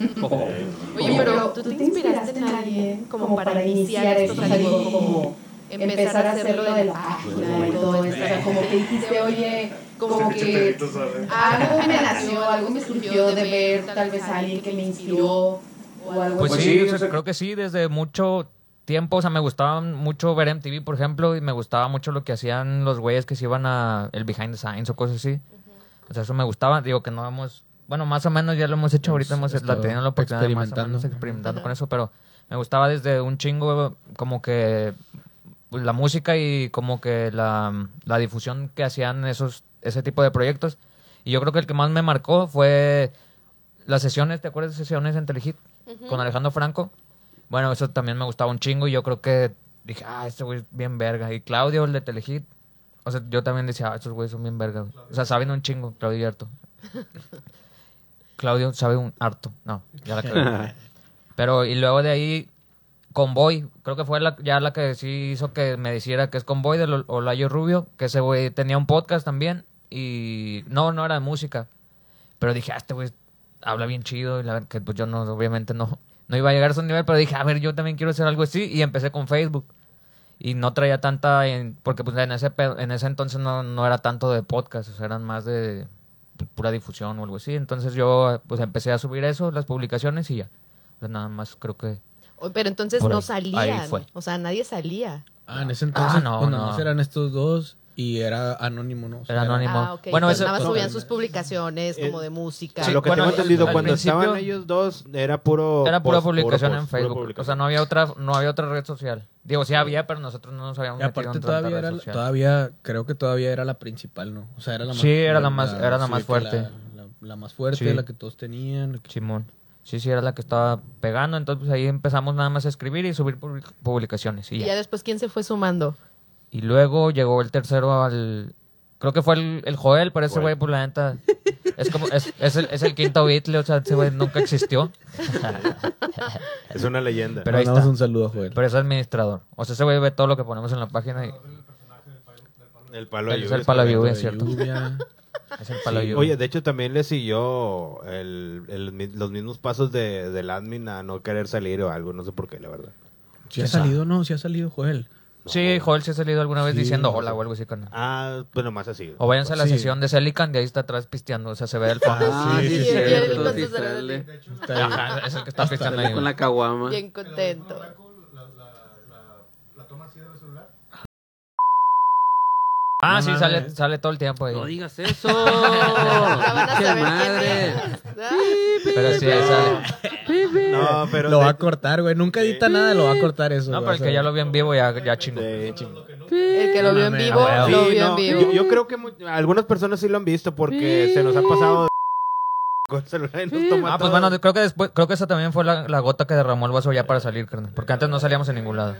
[SPEAKER 5] Oye, pero ¿tú te inspiraste en alguien como para iniciar esto?
[SPEAKER 6] esto,
[SPEAKER 5] algo
[SPEAKER 6] algo como empezar a hacerlo de la página y todo esto, o sea, como que dijiste, oye, como que algo me nació, algo me surgió de ver tal vez a alguien que me inspiró o algo
[SPEAKER 4] Pues
[SPEAKER 6] así.
[SPEAKER 4] sí, o sea, creo que sí, desde mucho tiempo, o sea, me gustaba mucho ver MTV, por ejemplo, y me gustaba mucho lo que hacían los güeyes que se iban a el behind the scenes o cosas así. O sea, eso me gustaba, digo que no hemos, bueno, más o menos ya lo hemos hecho, ahorita hemos la
[SPEAKER 2] estado
[SPEAKER 4] tenido la oportunidad de más o
[SPEAKER 2] experimentando.
[SPEAKER 4] menos experimentando con eso, pero me gustaba desde un chingo como que pues, la música y como que la, la difusión que hacían esos ese tipo de proyectos. Y yo creo que el que más me marcó fue las sesiones, ¿te acuerdas de sesiones en Telehit? Con Alejandro Franco. Bueno, eso también me gustaba un chingo y yo creo que dije, ah, este güey es bien verga. Y Claudio, el de Telehit, o sea, yo también decía, ah, estos güeyes son bien verga. güey. O sea, saben un chingo, Claudio y harto. Claudio sabe un harto. No, ya la cagué. Pero, y luego de ahí, Convoy, creo que fue la, ya la que sí hizo que me decidiera que es Convoy de Lo- Olayo Rubio, que ese güey tenía un podcast también y no, no era de música. Pero dije, ah, este güey habla bien chido y la verdad que pues yo no, obviamente no, no iba a llegar a su nivel, pero dije, a ver, yo también quiero hacer algo así y empecé con Facebook. Y no traía tanta, en- porque pues en ese, pe- en ese entonces no, no era tanto de podcast, o sea, eran más de pues, pura difusión o algo así. Entonces yo pues empecé a subir eso, las publicaciones y ya. O sea, nada más creo que...
[SPEAKER 5] O- Oh, Pero entonces
[SPEAKER 4] Por
[SPEAKER 5] no
[SPEAKER 4] ahí-
[SPEAKER 5] salían.
[SPEAKER 4] ahí fue.
[SPEAKER 5] O sea, nadie salía.
[SPEAKER 2] Ah, en ese entonces.
[SPEAKER 4] Ah, no,
[SPEAKER 2] bueno,
[SPEAKER 4] no.
[SPEAKER 2] eran estos dos y era anónimo, ¿no? O sea,
[SPEAKER 4] Era anónimo.
[SPEAKER 5] Ah, ok.
[SPEAKER 4] Bueno,
[SPEAKER 5] Entonces
[SPEAKER 4] eso-
[SPEAKER 5] nada más
[SPEAKER 2] no,
[SPEAKER 5] subían
[SPEAKER 2] no,
[SPEAKER 5] sus publicaciones como de música.
[SPEAKER 4] Sí,
[SPEAKER 3] lo que
[SPEAKER 4] bueno,
[SPEAKER 3] tengo
[SPEAKER 4] al-
[SPEAKER 3] entendido,
[SPEAKER 4] al
[SPEAKER 3] cuando estaban
[SPEAKER 4] principio-
[SPEAKER 3] ellos dos, era puro.
[SPEAKER 4] Era pura
[SPEAKER 3] post, puro
[SPEAKER 4] publicación
[SPEAKER 3] post,
[SPEAKER 4] en
[SPEAKER 3] pura
[SPEAKER 4] Facebook. O sea,
[SPEAKER 3] publicación.
[SPEAKER 4] no había otra, no había otra red social. Digo, sí había, pero nosotros no nos habíamos
[SPEAKER 2] Y
[SPEAKER 4] metido
[SPEAKER 2] aparte
[SPEAKER 4] en tanta
[SPEAKER 2] todavía
[SPEAKER 4] red
[SPEAKER 2] era,
[SPEAKER 4] social.
[SPEAKER 2] todavía, creo que todavía era la principal, ¿no? O sea, era la más
[SPEAKER 4] Sí, era la más- era la
[SPEAKER 2] sí,
[SPEAKER 4] más
[SPEAKER 2] que
[SPEAKER 4] fuerte.
[SPEAKER 2] La, la- la más fuerte,
[SPEAKER 4] Sí.
[SPEAKER 2] la que todos tenían. la que-
[SPEAKER 4] Simón. Sí, sí, era la que estaba pegando. Entonces pues, ahí empezamos nada más a escribir y subir public- publicaciones. Y,
[SPEAKER 5] Y
[SPEAKER 4] ya.
[SPEAKER 5] ya después, ¿quién se fue sumando?
[SPEAKER 4] Y luego llegó el tercero al... Creo que fue el, el Joel, pero ese
[SPEAKER 3] Joel.
[SPEAKER 4] güey, por la neta... Es, como, es, es el, es el quinto Beatle, o sea, ese güey nunca existió.
[SPEAKER 3] Es una leyenda.
[SPEAKER 4] Pero ahí
[SPEAKER 2] Mandamos
[SPEAKER 4] está.
[SPEAKER 2] un saludo a Joel.
[SPEAKER 4] Pero es administrador. O sea, ese güey ve todo lo que ponemos en la página y
[SPEAKER 3] el palo de
[SPEAKER 4] el-
[SPEAKER 3] lluvia
[SPEAKER 4] el palo de
[SPEAKER 3] también.
[SPEAKER 4] lluvia.
[SPEAKER 2] De
[SPEAKER 4] cierto.
[SPEAKER 2] lluvia.
[SPEAKER 4] es el palo de
[SPEAKER 3] Sí,
[SPEAKER 4] lluvia.
[SPEAKER 3] Oye, de hecho también le siguió el- el mi- los mismos pasos de, del admin a no querer salir o algo, no sé por qué, la verdad.
[SPEAKER 2] Sí ha salido, no, sí ha salido Joel.
[SPEAKER 4] Sí, Joel se ha salido alguna vez
[SPEAKER 2] Sí.
[SPEAKER 4] diciendo hola o algo así con él.
[SPEAKER 3] Ah, pues nomás así.
[SPEAKER 4] O váyanse a la
[SPEAKER 2] Sí.
[SPEAKER 4] sesión de Celican, de ahí está atrás pisteando, o sea, se ve el fondo.
[SPEAKER 1] Ah, sí,
[SPEAKER 2] sí,
[SPEAKER 1] es
[SPEAKER 2] sí,
[SPEAKER 1] cierto,
[SPEAKER 5] sí,
[SPEAKER 1] sí
[SPEAKER 5] sí,
[SPEAKER 1] sale.
[SPEAKER 2] Está bien.
[SPEAKER 1] Ah,
[SPEAKER 4] Ajá, es el que está pisteando
[SPEAKER 1] Sale
[SPEAKER 4] ahí.
[SPEAKER 1] con la caguama.
[SPEAKER 5] Bien contento.
[SPEAKER 4] Ah,
[SPEAKER 2] No
[SPEAKER 4] sí,
[SPEAKER 2] mames.
[SPEAKER 4] sale, sale todo el tiempo
[SPEAKER 1] No
[SPEAKER 4] ahí.
[SPEAKER 1] digas eso.
[SPEAKER 5] Ya van a
[SPEAKER 1] ¡Qué
[SPEAKER 5] saber
[SPEAKER 1] madre!
[SPEAKER 5] quién es, ¿verdad?
[SPEAKER 4] Pero sí, ahí sale.
[SPEAKER 3] No, pero...
[SPEAKER 2] Lo va
[SPEAKER 3] de-
[SPEAKER 2] a cortar, güey. Nunca edita nada, lo va a cortar eso.
[SPEAKER 4] No,
[SPEAKER 2] güey.
[SPEAKER 4] pero el que ya lo vio en vivo ya, ya chingó.
[SPEAKER 3] de- sí,
[SPEAKER 5] El que lo vio en
[SPEAKER 2] Mames,
[SPEAKER 5] vivo,
[SPEAKER 4] a
[SPEAKER 5] lo vio
[SPEAKER 3] no,
[SPEAKER 5] en vivo.
[SPEAKER 3] yo, yo creo que mu- algunas personas sí lo han visto porque se nos ha pasado de- con el celular y nos toma
[SPEAKER 4] Ah, pues
[SPEAKER 3] todo.
[SPEAKER 4] bueno, creo que después, creo que esa también fue la, la gota que derramó el vaso ya para salir, carnal. Porque antes no salíamos en ningún lado.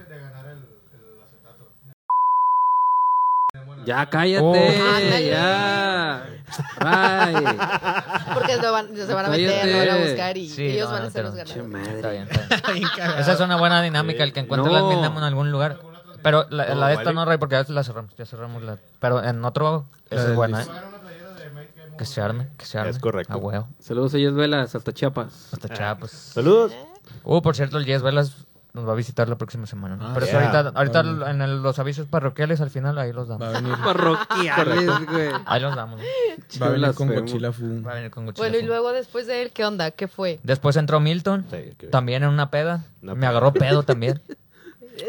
[SPEAKER 1] Ya cállate,
[SPEAKER 4] Oh.
[SPEAKER 5] Ándale.
[SPEAKER 1] ya. Ay,
[SPEAKER 5] Porque lo van- se van a
[SPEAKER 1] Cállate.
[SPEAKER 5] meter, lo van a buscar y
[SPEAKER 4] Sí,
[SPEAKER 5] y ellos
[SPEAKER 4] no,
[SPEAKER 5] van a
[SPEAKER 4] no,
[SPEAKER 5] ser
[SPEAKER 4] te
[SPEAKER 5] los
[SPEAKER 4] lo-
[SPEAKER 1] che
[SPEAKER 5] ganadores.
[SPEAKER 1] madre.
[SPEAKER 4] Está bien, está bien.
[SPEAKER 2] Está bien cagado.
[SPEAKER 4] Esa es una buena dinámica, el que encuentre
[SPEAKER 1] No.
[SPEAKER 4] la mina en algún lugar. Pero la, la
[SPEAKER 3] No,
[SPEAKER 4] de esta
[SPEAKER 3] vale.
[SPEAKER 4] no, Ray, porque ya la cerramos, ya cerramos la. Pero en otro,
[SPEAKER 2] La
[SPEAKER 4] esa es
[SPEAKER 2] del
[SPEAKER 4] buena, ¿eh?
[SPEAKER 2] disco.
[SPEAKER 4] Que se arme, que se arme.
[SPEAKER 3] Es correcto.
[SPEAKER 4] A huevo.
[SPEAKER 1] Saludos a ellos velas hasta Chiapas.
[SPEAKER 4] Hasta Chiapas.
[SPEAKER 3] Saludos.
[SPEAKER 4] Uh, por cierto, el Jess Velas nos va a visitar la próxima semana. ¿no?
[SPEAKER 2] Ah,
[SPEAKER 4] Pero eso
[SPEAKER 3] yeah.
[SPEAKER 4] ahorita, ahorita en el- los avisos parroquiales al final ahí los
[SPEAKER 2] Va
[SPEAKER 4] damos.
[SPEAKER 2] a venir,
[SPEAKER 1] Parroquiales, güey.
[SPEAKER 4] Ahí los damos. ¿no?
[SPEAKER 2] va a venir con
[SPEAKER 1] Blasfemo.
[SPEAKER 2] Godzilla Fu.
[SPEAKER 4] Va a venir con Godzilla
[SPEAKER 5] Bueno, y
[SPEAKER 4] Fu.
[SPEAKER 5] luego después de él, ¿qué onda? ¿Qué fue?
[SPEAKER 4] Después entró Milton,
[SPEAKER 3] Sí, qué bien.
[SPEAKER 4] también en una peda.
[SPEAKER 3] Una
[SPEAKER 4] Me
[SPEAKER 3] peda.
[SPEAKER 4] agarró pedo también.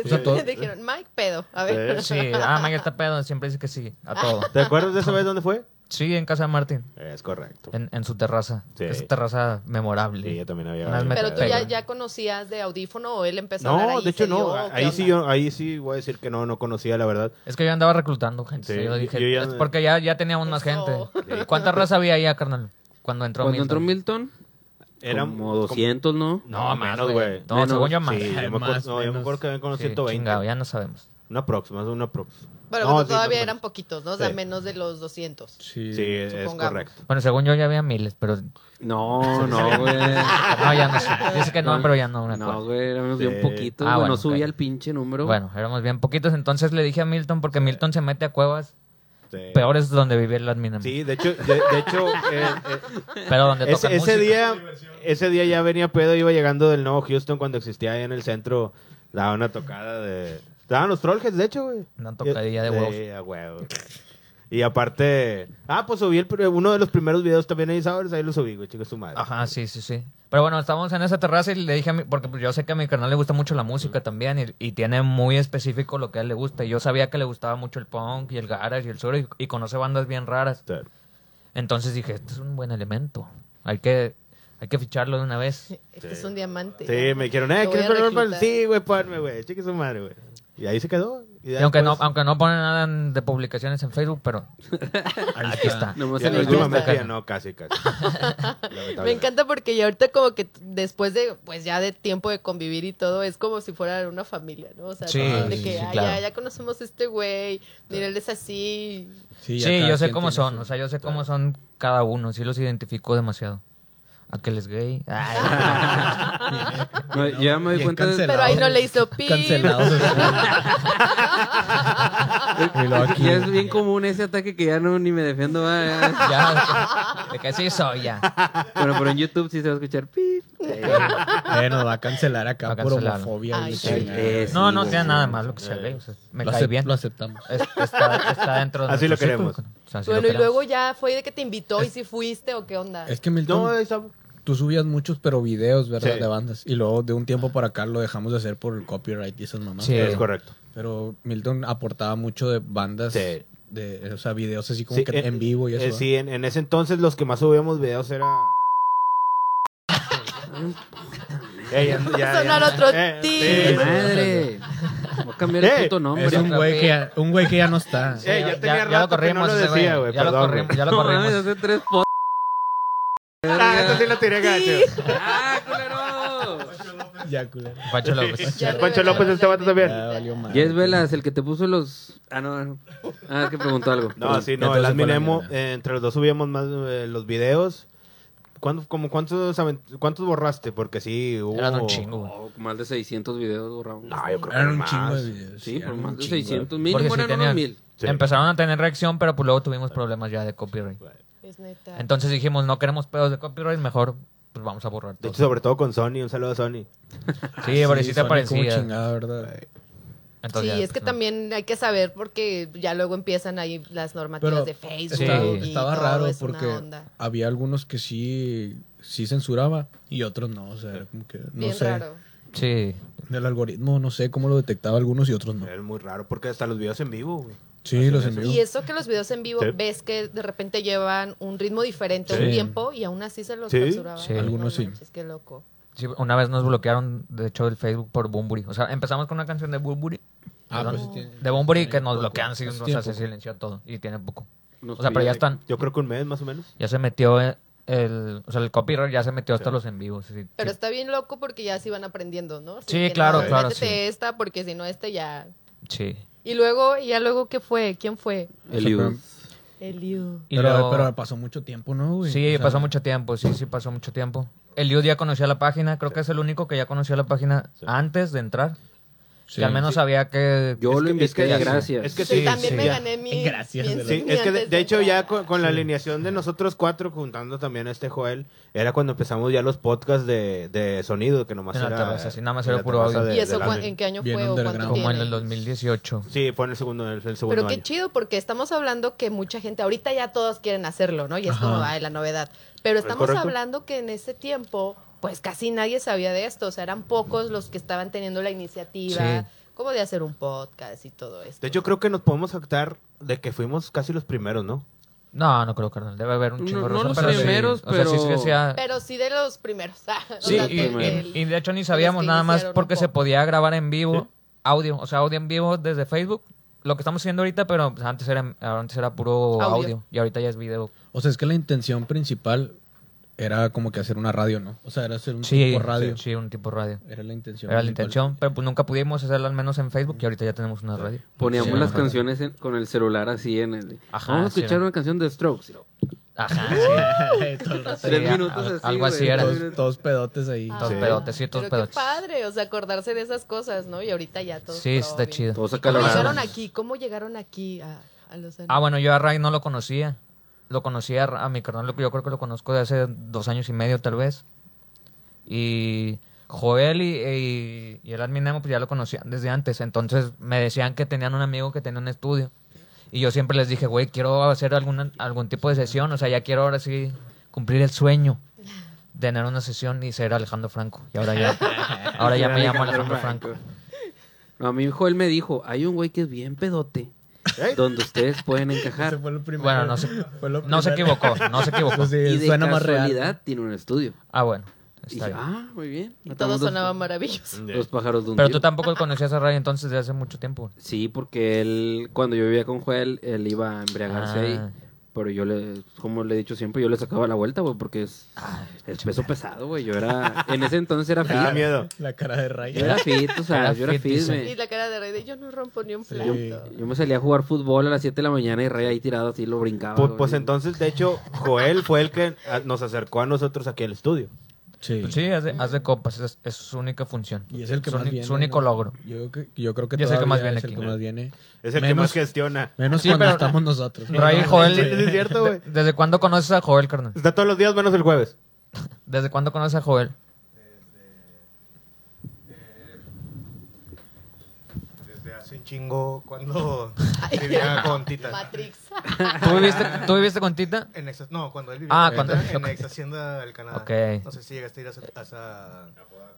[SPEAKER 2] todo-
[SPEAKER 5] Dijeron, Mike, pedo. A ver.
[SPEAKER 3] Eh,
[SPEAKER 4] Sí, ah, Mike está pedo, siempre dice que sí, a todo.
[SPEAKER 3] ¿Te acuerdas de esa vez dónde fue?
[SPEAKER 4] Sí, en casa de Martín,
[SPEAKER 3] Es correcto.
[SPEAKER 4] en, en su terraza.
[SPEAKER 3] Sí.
[SPEAKER 4] Esa terraza
[SPEAKER 3] Sí,
[SPEAKER 4] memorable.
[SPEAKER 3] yo también había...
[SPEAKER 4] Unas
[SPEAKER 5] Pero tú
[SPEAKER 4] Pega.
[SPEAKER 5] ya, ya conocías de audífono o él empezó a hablar
[SPEAKER 3] No,
[SPEAKER 5] ahí,
[SPEAKER 3] de
[SPEAKER 5] se
[SPEAKER 3] hecho no.
[SPEAKER 5] dio, ¿qué
[SPEAKER 3] Ahí sí,
[SPEAKER 5] onda?
[SPEAKER 3] yo, ahí sí voy a decir que no, no conocía la verdad.
[SPEAKER 4] Es que yo andaba reclutando gente.
[SPEAKER 3] Sí,
[SPEAKER 4] yo dije,
[SPEAKER 3] yo ya-
[SPEAKER 4] es porque ya, ya teníamos más
[SPEAKER 5] Eso.
[SPEAKER 4] gente. ¿Cuánta raza había allá, carnal? Cuando entró
[SPEAKER 1] Cuando entró
[SPEAKER 4] Milton.
[SPEAKER 1] Milton,
[SPEAKER 3] Era
[SPEAKER 1] como 200, ¿no?
[SPEAKER 3] No,
[SPEAKER 4] Ah,
[SPEAKER 3] menos, güey.
[SPEAKER 4] No,
[SPEAKER 1] Menos,
[SPEAKER 4] según yo pues, más.
[SPEAKER 3] Sí, yo me acuerdo,
[SPEAKER 2] Más,
[SPEAKER 3] no, yo me
[SPEAKER 2] menos.
[SPEAKER 3] acuerdo que habían con
[SPEAKER 4] Sí,
[SPEAKER 3] 120.
[SPEAKER 4] chingado, ya no sabemos.
[SPEAKER 3] Una prox, más de una prox.
[SPEAKER 5] Pero
[SPEAKER 3] No,
[SPEAKER 5] bueno,
[SPEAKER 3] sí,
[SPEAKER 5] todavía
[SPEAKER 3] más o
[SPEAKER 5] eran
[SPEAKER 3] menos.
[SPEAKER 5] poquitos, ¿no? O sea,
[SPEAKER 3] Sí.
[SPEAKER 5] menos de los 200.
[SPEAKER 2] Sí.
[SPEAKER 3] Sí, es es
[SPEAKER 5] supongamos.
[SPEAKER 3] correcto.
[SPEAKER 4] Bueno, según yo ya había miles, pero
[SPEAKER 1] No, no, güey.
[SPEAKER 3] Ah.
[SPEAKER 4] no, ya no sé. Dice que no, pero ya no me
[SPEAKER 1] No,
[SPEAKER 4] acuerdo.
[SPEAKER 1] güey, éramos bien
[SPEAKER 3] Sí.
[SPEAKER 1] poquitos,
[SPEAKER 4] Ah,
[SPEAKER 1] güey,
[SPEAKER 4] bueno,
[SPEAKER 1] no subía
[SPEAKER 4] ok.
[SPEAKER 1] el pinche número.
[SPEAKER 4] Bueno, éramos bien poquitos, entonces le dije a Milton, porque Milton se mete a cuevas
[SPEAKER 3] Sí.
[SPEAKER 4] peores donde vivía el admin.
[SPEAKER 3] Sí, de hecho, de, de hecho eh, eh,
[SPEAKER 4] Pero donde
[SPEAKER 3] ese,
[SPEAKER 4] tocan
[SPEAKER 3] ese
[SPEAKER 4] música.
[SPEAKER 3] día, ese día ya venía pedo, iba llegando del nuevo Houston cuando existía ahí en el centro, daba una tocada de... Daban los trollheads, de hecho, güey.
[SPEAKER 4] Una tocadilla de huevos.
[SPEAKER 3] Sí, a huevo. Y aparte, ah, pues subí el pri- uno de los primeros videos también ahí, ¿sabes? Ahí lo subí, güey, chicos, su madre.
[SPEAKER 4] Ajá, sí, sí, sí. Pero bueno, estábamos en esa terraza y le dije a mi, porque pues yo sé que a mi canal le gusta mucho la música también y, y tiene muy específico lo que a él le gusta. Y yo sabía que le gustaba mucho el punk y el garage y el sur y, y conoce bandas bien raras.
[SPEAKER 3] Sí.
[SPEAKER 4] Entonces dije, este es un buen elemento. Hay que, hay que ficharlo de una vez.
[SPEAKER 5] Este es un diamante.
[SPEAKER 3] Sí, me dijeron, eh,
[SPEAKER 5] Lo voy
[SPEAKER 3] ¿quieres
[SPEAKER 5] a
[SPEAKER 3] probar
[SPEAKER 5] reclutar.
[SPEAKER 3] para el- Sí, güey, ponme, güey, chica su madre, güey. Y ahí se quedó. Y
[SPEAKER 4] Y
[SPEAKER 3] ya
[SPEAKER 4] aunque, no,
[SPEAKER 3] después-
[SPEAKER 4] aunque no ponen nada en- de publicaciones en Facebook, pero
[SPEAKER 2] Ahí
[SPEAKER 4] aquí está.
[SPEAKER 1] Nomás
[SPEAKER 3] ya
[SPEAKER 1] en
[SPEAKER 3] la
[SPEAKER 1] el
[SPEAKER 3] última
[SPEAKER 1] Insta.
[SPEAKER 3] vez ya no, casi, casi. Lamentablemente.
[SPEAKER 5] Me encanta porque ya ahorita como que t- después de, pues ya de tiempo de convivir y todo, es como si fuera una familia, ¿no? O sea,
[SPEAKER 4] Sí,
[SPEAKER 5] de
[SPEAKER 4] sí,
[SPEAKER 5] que,
[SPEAKER 4] sí,
[SPEAKER 5] "Ay,
[SPEAKER 4] claro.
[SPEAKER 5] ya, ya conocemos a este güey, mira, él es así.
[SPEAKER 2] ya
[SPEAKER 4] sí,
[SPEAKER 2] cada
[SPEAKER 4] yo sé
[SPEAKER 2] quien
[SPEAKER 4] cómo
[SPEAKER 2] tiene
[SPEAKER 4] son,
[SPEAKER 2] su-
[SPEAKER 4] o sea, yo sé cómo son cada uno, sí los identifico demasiado. Aquel es gay. Ay.
[SPEAKER 1] No, yo ya me doy
[SPEAKER 2] Bien
[SPEAKER 1] cuenta. de-
[SPEAKER 2] cancelado.
[SPEAKER 5] Pero ahí no le hizo pip.
[SPEAKER 2] Cancelados. Y luego aquí-
[SPEAKER 1] Ya es bien común ese ataque que ya no ni me defiendo. va, ya.
[SPEAKER 4] ya, de que sí soy ya.
[SPEAKER 1] Bueno, pero en YouTube sí se va a escuchar. pip.
[SPEAKER 2] Eh, nos va a cancelar acá
[SPEAKER 4] Va a
[SPEAKER 2] por
[SPEAKER 4] cancelar.
[SPEAKER 2] homofobia.
[SPEAKER 5] Ay,
[SPEAKER 2] güey,
[SPEAKER 5] sí.
[SPEAKER 2] chingada.
[SPEAKER 1] Eh, sí,
[SPEAKER 4] No, no
[SPEAKER 1] güey.
[SPEAKER 4] tiene nada de malo que sea gay, o sea, me
[SPEAKER 2] lo,
[SPEAKER 4] cae
[SPEAKER 2] acep-
[SPEAKER 4] bien.
[SPEAKER 2] lo aceptamos.
[SPEAKER 4] Es- está, está dentro de
[SPEAKER 3] Así lo
[SPEAKER 4] nuestro círculo.
[SPEAKER 3] queremos.
[SPEAKER 4] O sea, así
[SPEAKER 5] Bueno,
[SPEAKER 4] lo
[SPEAKER 5] y luego
[SPEAKER 4] queremos.
[SPEAKER 5] ya fue de que te invitó y si fuiste o qué onda.
[SPEAKER 2] Es que Milton,
[SPEAKER 3] No, esa-
[SPEAKER 2] tú subías muchos, pero videos, ¿verdad?
[SPEAKER 3] Sí.
[SPEAKER 2] De bandas. Y luego de un tiempo para acá lo dejamos de hacer por el copyright y esas mamás.
[SPEAKER 4] Sí.
[SPEAKER 3] es correcto.
[SPEAKER 2] Pero Milton aportaba mucho de bandas,
[SPEAKER 3] Sí.
[SPEAKER 2] de, o sea, videos así como
[SPEAKER 3] Sí,
[SPEAKER 2] que
[SPEAKER 3] eh,
[SPEAKER 2] en vivo y eso.
[SPEAKER 3] eh,
[SPEAKER 2] ¿va?
[SPEAKER 3] sí, en, en ese entonces los que más subíamos videos era... Eh, ya- ya- ya-
[SPEAKER 5] Sonar otro
[SPEAKER 3] Eh,
[SPEAKER 5] tin.
[SPEAKER 3] sí.
[SPEAKER 1] Madre. Voy a cambiar el
[SPEAKER 3] Eh,
[SPEAKER 1] puto
[SPEAKER 2] Es
[SPEAKER 1] nombre.
[SPEAKER 2] un güey, que ya, un güey que ya no está.
[SPEAKER 3] Eh, ya tenía rato
[SPEAKER 4] lo
[SPEAKER 3] que
[SPEAKER 4] corrimos,
[SPEAKER 3] no lo
[SPEAKER 4] ese güey.
[SPEAKER 3] decía, güey,
[SPEAKER 4] Ya lo
[SPEAKER 3] perdón,
[SPEAKER 4] corrimos,
[SPEAKER 3] güey.
[SPEAKER 4] ya lo
[SPEAKER 1] No
[SPEAKER 4] corrimos.
[SPEAKER 1] mames, hace tres po-
[SPEAKER 3] Ah, esta sí la tiré gacho.
[SPEAKER 1] ¡Ah, culero!
[SPEAKER 2] Ya, culero.
[SPEAKER 4] Pancho López.
[SPEAKER 5] Ya
[SPEAKER 3] Pancho López,
[SPEAKER 5] revelaron
[SPEAKER 3] este
[SPEAKER 5] la
[SPEAKER 3] vato también.
[SPEAKER 5] neta.
[SPEAKER 2] Ya valió madre.
[SPEAKER 1] Jess Velas, el que te puso los. Ah, no. no. Ah, es que preguntó algo.
[SPEAKER 3] No,
[SPEAKER 2] Entonces
[SPEAKER 3] sí, no, el
[SPEAKER 2] fue la
[SPEAKER 3] Adminemo,
[SPEAKER 2] mierda.
[SPEAKER 3] eh, entre los dos subíamos más eh, los videos. ¿Cuándo- como cuántos, avent- ¿Cuántos borraste? Porque sí hubo...
[SPEAKER 4] Eran un chingo, güey.
[SPEAKER 1] Oh, más de 600 videos borramos.
[SPEAKER 3] No, yo creo que
[SPEAKER 2] Eran un
[SPEAKER 3] más.
[SPEAKER 2] chingo de videos.
[SPEAKER 1] sí, por
[SPEAKER 2] eran
[SPEAKER 1] más
[SPEAKER 2] un
[SPEAKER 1] de
[SPEAKER 2] chingo de-
[SPEAKER 1] 600.
[SPEAKER 4] Porque
[SPEAKER 1] Mínimo
[SPEAKER 4] sí
[SPEAKER 1] eran
[SPEAKER 4] tenían-
[SPEAKER 1] unos 1000.
[SPEAKER 3] Sí.
[SPEAKER 4] Empezaron a tener reacción, pero pues luego tuvimos problemas ya de copyright.
[SPEAKER 5] Es neta.
[SPEAKER 4] Entonces dijimos, no queremos pedos de copyright, mejor pues vamos a borrar
[SPEAKER 3] De
[SPEAKER 4] todo.
[SPEAKER 3] hecho, sobre todo con Sony. Un saludo a Sony.
[SPEAKER 4] sí, pero
[SPEAKER 2] suena
[SPEAKER 4] sí te
[SPEAKER 2] Ah, como
[SPEAKER 4] parecía.
[SPEAKER 2] chingada, ¿verdad?
[SPEAKER 4] Entonces,
[SPEAKER 5] sí,
[SPEAKER 4] ya,
[SPEAKER 5] es que
[SPEAKER 4] pues, no.
[SPEAKER 5] también hay que saber porque ya luego empiezan ahí las normativas
[SPEAKER 2] Pero
[SPEAKER 5] de Facebook.
[SPEAKER 2] estaba,
[SPEAKER 5] y
[SPEAKER 2] estaba
[SPEAKER 5] todo
[SPEAKER 2] raro
[SPEAKER 5] es una
[SPEAKER 2] porque
[SPEAKER 5] onda.
[SPEAKER 2] había algunos que sí, sí censuraba y otros no. O sea, era como que, no
[SPEAKER 5] Bien
[SPEAKER 2] sé,
[SPEAKER 5] raro.
[SPEAKER 4] Sí.
[SPEAKER 2] del algoritmo, no sé cómo lo detectaba algunos y otros no.
[SPEAKER 4] Eh,
[SPEAKER 3] Es muy raro porque hasta los videos en vivo, güey.
[SPEAKER 2] Sí, los envió.
[SPEAKER 5] Y eso que los videos en vivo
[SPEAKER 3] Sí.
[SPEAKER 5] ves que de repente llevan un ritmo diferente,
[SPEAKER 2] Sí.
[SPEAKER 5] un tiempo, y aún así se los
[SPEAKER 3] Sí.
[SPEAKER 5] censuraban.
[SPEAKER 4] Sí.
[SPEAKER 2] Algunos sí.
[SPEAKER 5] Es que loco.
[SPEAKER 4] Sí, una vez nos bloquearon, de hecho, el Facebook por Bumburi. O sea, empezamos con una canción de Bumburi.
[SPEAKER 2] Ah,
[SPEAKER 4] perdón,
[SPEAKER 2] pues sí tiene-
[SPEAKER 4] de Bumburi que
[SPEAKER 2] tiene
[SPEAKER 4] nos
[SPEAKER 2] poco.
[SPEAKER 4] bloquean, sí,
[SPEAKER 2] Hace
[SPEAKER 4] o sea,
[SPEAKER 2] tiempo. Pues
[SPEAKER 4] se silenció todo. Y tiene poco.
[SPEAKER 1] Nos
[SPEAKER 4] O sea, pero ya
[SPEAKER 1] pidieron-
[SPEAKER 4] están.
[SPEAKER 3] Yo creo que un mes más o menos.
[SPEAKER 4] Ya se metió eh, el. O sea, el copyright ya se metió hasta los en vivos. sí,
[SPEAKER 5] Pero
[SPEAKER 4] sí.
[SPEAKER 5] está bien loco porque ya se van aprendiendo, ¿no? Así
[SPEAKER 4] Sí,
[SPEAKER 5] que
[SPEAKER 4] claro,
[SPEAKER 5] no,
[SPEAKER 4] claro,
[SPEAKER 5] métete
[SPEAKER 4] sí.
[SPEAKER 5] esta porque si no, este ya.
[SPEAKER 4] Sí.
[SPEAKER 5] Y luego, ¿y ya luego qué fue? ¿Quién fue?
[SPEAKER 1] Eliud.
[SPEAKER 5] Eliu.
[SPEAKER 4] Y
[SPEAKER 2] Pero,
[SPEAKER 4] luego-
[SPEAKER 2] pero pasó mucho tiempo, ¿no, güey?
[SPEAKER 4] Sí,
[SPEAKER 2] O sea,
[SPEAKER 4] pasó mucho tiempo, sí, sí, pasó mucho tiempo. Eliud ya conocía la página, creo que es el único que ya conocía la página antes de entrar.
[SPEAKER 2] sí.
[SPEAKER 4] Que al menos sabía que...
[SPEAKER 1] Yo lo invité,
[SPEAKER 3] es que ya-
[SPEAKER 1] gracias.
[SPEAKER 3] es que
[SPEAKER 5] Sí,
[SPEAKER 3] sí,
[SPEAKER 5] también
[SPEAKER 3] sí,
[SPEAKER 5] me
[SPEAKER 3] ya.
[SPEAKER 5] gané mi.
[SPEAKER 2] Gracias,
[SPEAKER 5] mi-
[SPEAKER 2] de
[SPEAKER 3] Sí,
[SPEAKER 5] mi
[SPEAKER 3] es que de,
[SPEAKER 5] antes
[SPEAKER 3] de hecho
[SPEAKER 5] entrar.
[SPEAKER 3] ya con, con la alineación de nosotros cuatro, juntando también a este Joel, era cuando empezamos ya los podcasts de, de sonido, que nomás
[SPEAKER 4] En la
[SPEAKER 3] era...
[SPEAKER 4] terraza, sí, nada más
[SPEAKER 3] en
[SPEAKER 4] era
[SPEAKER 3] la
[SPEAKER 4] puro
[SPEAKER 3] terraza
[SPEAKER 4] audio.
[SPEAKER 3] de-
[SPEAKER 5] ¿Y eso
[SPEAKER 3] del
[SPEAKER 5] cuán-
[SPEAKER 3] admin.
[SPEAKER 5] en qué año
[SPEAKER 2] Bien
[SPEAKER 5] fue o cuánto
[SPEAKER 2] underground.
[SPEAKER 4] Como en el
[SPEAKER 5] tiene?
[SPEAKER 4] 2018.
[SPEAKER 3] Sí, fue en el segundo, el, el segundo
[SPEAKER 5] Pero qué
[SPEAKER 3] año.
[SPEAKER 5] chido, porque estamos hablando que mucha gente, ahorita ya todos quieren hacerlo, ¿no? Y es
[SPEAKER 2] Ajá.
[SPEAKER 5] como, ay, la novedad. Pero
[SPEAKER 3] ¿Es
[SPEAKER 5] estamos
[SPEAKER 3] correcto?
[SPEAKER 5] hablando que en ese tiempo, pues casi nadie sabía de esto. O sea, eran pocos los que estaban teniendo la iniciativa,
[SPEAKER 4] Sí.
[SPEAKER 5] como de hacer un podcast y todo esto.
[SPEAKER 3] De hecho, creo que nos podemos jactar de que fuimos casi los primeros, ¿no?
[SPEAKER 4] No, no creo, carnal. Debe haber un
[SPEAKER 1] No,
[SPEAKER 4] chingo de
[SPEAKER 1] no
[SPEAKER 4] razón,
[SPEAKER 1] los
[SPEAKER 4] pero sí,
[SPEAKER 1] primeros,
[SPEAKER 4] o sea, sí, sí,
[SPEAKER 1] pero-
[SPEAKER 4] hacía-
[SPEAKER 5] Pero sí de los primeros. o
[SPEAKER 4] Sí,
[SPEAKER 5] sea,
[SPEAKER 4] y,
[SPEAKER 5] del-
[SPEAKER 4] y- y de hecho ni
[SPEAKER 5] los
[SPEAKER 4] sabíamos
[SPEAKER 5] que
[SPEAKER 4] nada más
[SPEAKER 5] iniciaron un
[SPEAKER 4] porque se
[SPEAKER 5] poco.
[SPEAKER 4] podía grabar en vivo audio, o sea, audio en vivo desde Facebook, lo que estamos haciendo ahorita, pero pues, antes era, antes era puro audio.
[SPEAKER 5] Audio.
[SPEAKER 4] y ahorita ya es video.
[SPEAKER 2] O sea, es que la intención principal era como que hacer una radio, ¿no? O sea, era hacer un
[SPEAKER 4] Sí,
[SPEAKER 2] tipo radio.
[SPEAKER 4] sí, un tipo radio.
[SPEAKER 2] Era la intención.
[SPEAKER 4] Era la
[SPEAKER 2] principal.
[SPEAKER 4] intención, pero pues nunca pudimos hacerla al menos en Facebook y ahorita ya tenemos una radio.
[SPEAKER 1] Poníamos
[SPEAKER 4] Sí,
[SPEAKER 1] las
[SPEAKER 4] ajá.
[SPEAKER 1] canciones en- con el celular así en el.
[SPEAKER 4] Ajá,
[SPEAKER 1] Vamos a
[SPEAKER 4] sí,
[SPEAKER 1] escuchar
[SPEAKER 4] era.
[SPEAKER 1] una canción de Strokes.
[SPEAKER 4] Ajá, sí.
[SPEAKER 2] Todo el rato.
[SPEAKER 4] Sí,
[SPEAKER 1] Tres
[SPEAKER 4] a-
[SPEAKER 1] minutos
[SPEAKER 4] al-
[SPEAKER 1] así,
[SPEAKER 4] algo así
[SPEAKER 1] güey,
[SPEAKER 4] era.
[SPEAKER 1] dos
[SPEAKER 2] Todos, todos pedotes ahí.
[SPEAKER 4] Todos pedotes, sí, todos
[SPEAKER 5] Ah. Pero qué
[SPEAKER 4] pedotes.
[SPEAKER 5] padre, o sea, acordarse de esas cosas, ¿no? Y ahorita ya todo.
[SPEAKER 4] Sí, está chido.
[SPEAKER 1] Todos
[SPEAKER 5] ¿Cómo
[SPEAKER 1] acalorados.
[SPEAKER 5] llegaron aquí? ¿Cómo llegaron aquí a, a Los Ángeles?
[SPEAKER 4] Ah, bueno, yo a Ray no lo conocía. Lo conocía a Ra- a mi carnal, lo que yo creo que lo conozco de hace dos años y medio, tal vez. Y Joel y, y, y el Adminemo, pues ya lo conocían desde antes. Entonces me decían que tenían un amigo que tenía un estudio. Y yo siempre les dije, güey, quiero hacer alguna, algún tipo de sesión. O sea, ya quiero ahora sí cumplir el sueño de tener una sesión y ser Alejandro Franco. Y ahora ya, ahora ya me llamo Alejandro Franco.
[SPEAKER 1] No, a mí Joel me dijo, hay un güey que es bien pedote,
[SPEAKER 3] ¿Eh?
[SPEAKER 1] donde ustedes pueden
[SPEAKER 2] Ese
[SPEAKER 1] encajar.
[SPEAKER 2] fue lo primero.
[SPEAKER 4] Bueno, no se,
[SPEAKER 2] Fue lo
[SPEAKER 4] no se
[SPEAKER 2] primero.
[SPEAKER 4] equivocó, no se equivocó.
[SPEAKER 2] Sí,
[SPEAKER 1] Y de
[SPEAKER 2] suena más
[SPEAKER 1] casualidad
[SPEAKER 2] real.
[SPEAKER 1] tiene un estudio.
[SPEAKER 4] Ah, bueno.
[SPEAKER 1] Y
[SPEAKER 4] Está
[SPEAKER 1] dije,
[SPEAKER 4] bien.
[SPEAKER 1] ah, muy bien.
[SPEAKER 5] Y todo
[SPEAKER 1] Matamos dos-
[SPEAKER 5] sonaba maravilloso.
[SPEAKER 1] Dos pájaros de un
[SPEAKER 4] Pero
[SPEAKER 1] tiro.
[SPEAKER 4] tú tampoco conocías a Ray entonces desde hace mucho tiempo.
[SPEAKER 1] Sí, porque él, cuando yo vivía con Joel, él iba a embriagarse
[SPEAKER 4] Ah.
[SPEAKER 1] ahí. Pero yo le, como le he dicho siempre, yo le sacaba la vuelta, güey, porque es,
[SPEAKER 4] Ah,
[SPEAKER 1] es peso pesado, güey. Yo era, en ese entonces era
[SPEAKER 3] Me da
[SPEAKER 1] fit.
[SPEAKER 3] miedo.
[SPEAKER 2] La cara de
[SPEAKER 1] Yo
[SPEAKER 2] Ray.
[SPEAKER 1] era fit, o sea,
[SPEAKER 4] Era
[SPEAKER 1] yo era
[SPEAKER 4] fit,
[SPEAKER 1] fit,
[SPEAKER 4] dice.
[SPEAKER 1] güey.
[SPEAKER 5] Y la cara de Rey de yo no rompo ni un
[SPEAKER 2] Sí.
[SPEAKER 5] plato.
[SPEAKER 1] Yo me salía a jugar fútbol a las 7 de la mañana y Rey ahí tirado así lo
[SPEAKER 4] Ah,
[SPEAKER 1] brincaba.
[SPEAKER 3] Pues,
[SPEAKER 1] güey.
[SPEAKER 3] pues entonces, de hecho, Joel fue el que a- nos acercó a nosotros aquí al estudio.
[SPEAKER 2] Sí.
[SPEAKER 4] Pues sí, haz de, haz de copas, esa es, esa es su única función.
[SPEAKER 2] Y es el que
[SPEAKER 4] su,
[SPEAKER 2] más
[SPEAKER 4] uni-
[SPEAKER 2] viene.
[SPEAKER 4] su único
[SPEAKER 2] ¿no?
[SPEAKER 4] logro.
[SPEAKER 2] Yo, que- yo creo que
[SPEAKER 4] Y es el que
[SPEAKER 2] todavía
[SPEAKER 4] más viene
[SPEAKER 2] es el
[SPEAKER 4] aquí,
[SPEAKER 2] que
[SPEAKER 4] ¿no?
[SPEAKER 2] más viene.
[SPEAKER 3] Es el que
[SPEAKER 2] Menos-
[SPEAKER 3] más gestiona.
[SPEAKER 2] Menos
[SPEAKER 4] Sí,
[SPEAKER 2] cuando
[SPEAKER 4] pero-
[SPEAKER 2] estamos nosotros.
[SPEAKER 3] Sí,
[SPEAKER 4] Ray y
[SPEAKER 3] sí, es
[SPEAKER 4] Joel.
[SPEAKER 3] cierto, güey.
[SPEAKER 4] ¿Desde cuándo conoces a Joel, carnal?
[SPEAKER 3] Está todos los días menos el jueves.
[SPEAKER 4] ¿Desde cuándo conoces a Joel?
[SPEAKER 7] Desde hace un chingo, cuando
[SPEAKER 5] Ay,
[SPEAKER 7] vivía con Tita.
[SPEAKER 5] Matrix.
[SPEAKER 4] ¿Tú viviste, tú viviste con Tita?
[SPEAKER 7] En ex, no, cuando él vivía
[SPEAKER 4] Ah,
[SPEAKER 7] con
[SPEAKER 4] cuando
[SPEAKER 7] Tita,
[SPEAKER 4] vivió
[SPEAKER 7] en
[SPEAKER 4] con
[SPEAKER 7] ex Hacienda del Canadá.
[SPEAKER 4] Ok.
[SPEAKER 7] No sé si llegaste a ir a esa, a esa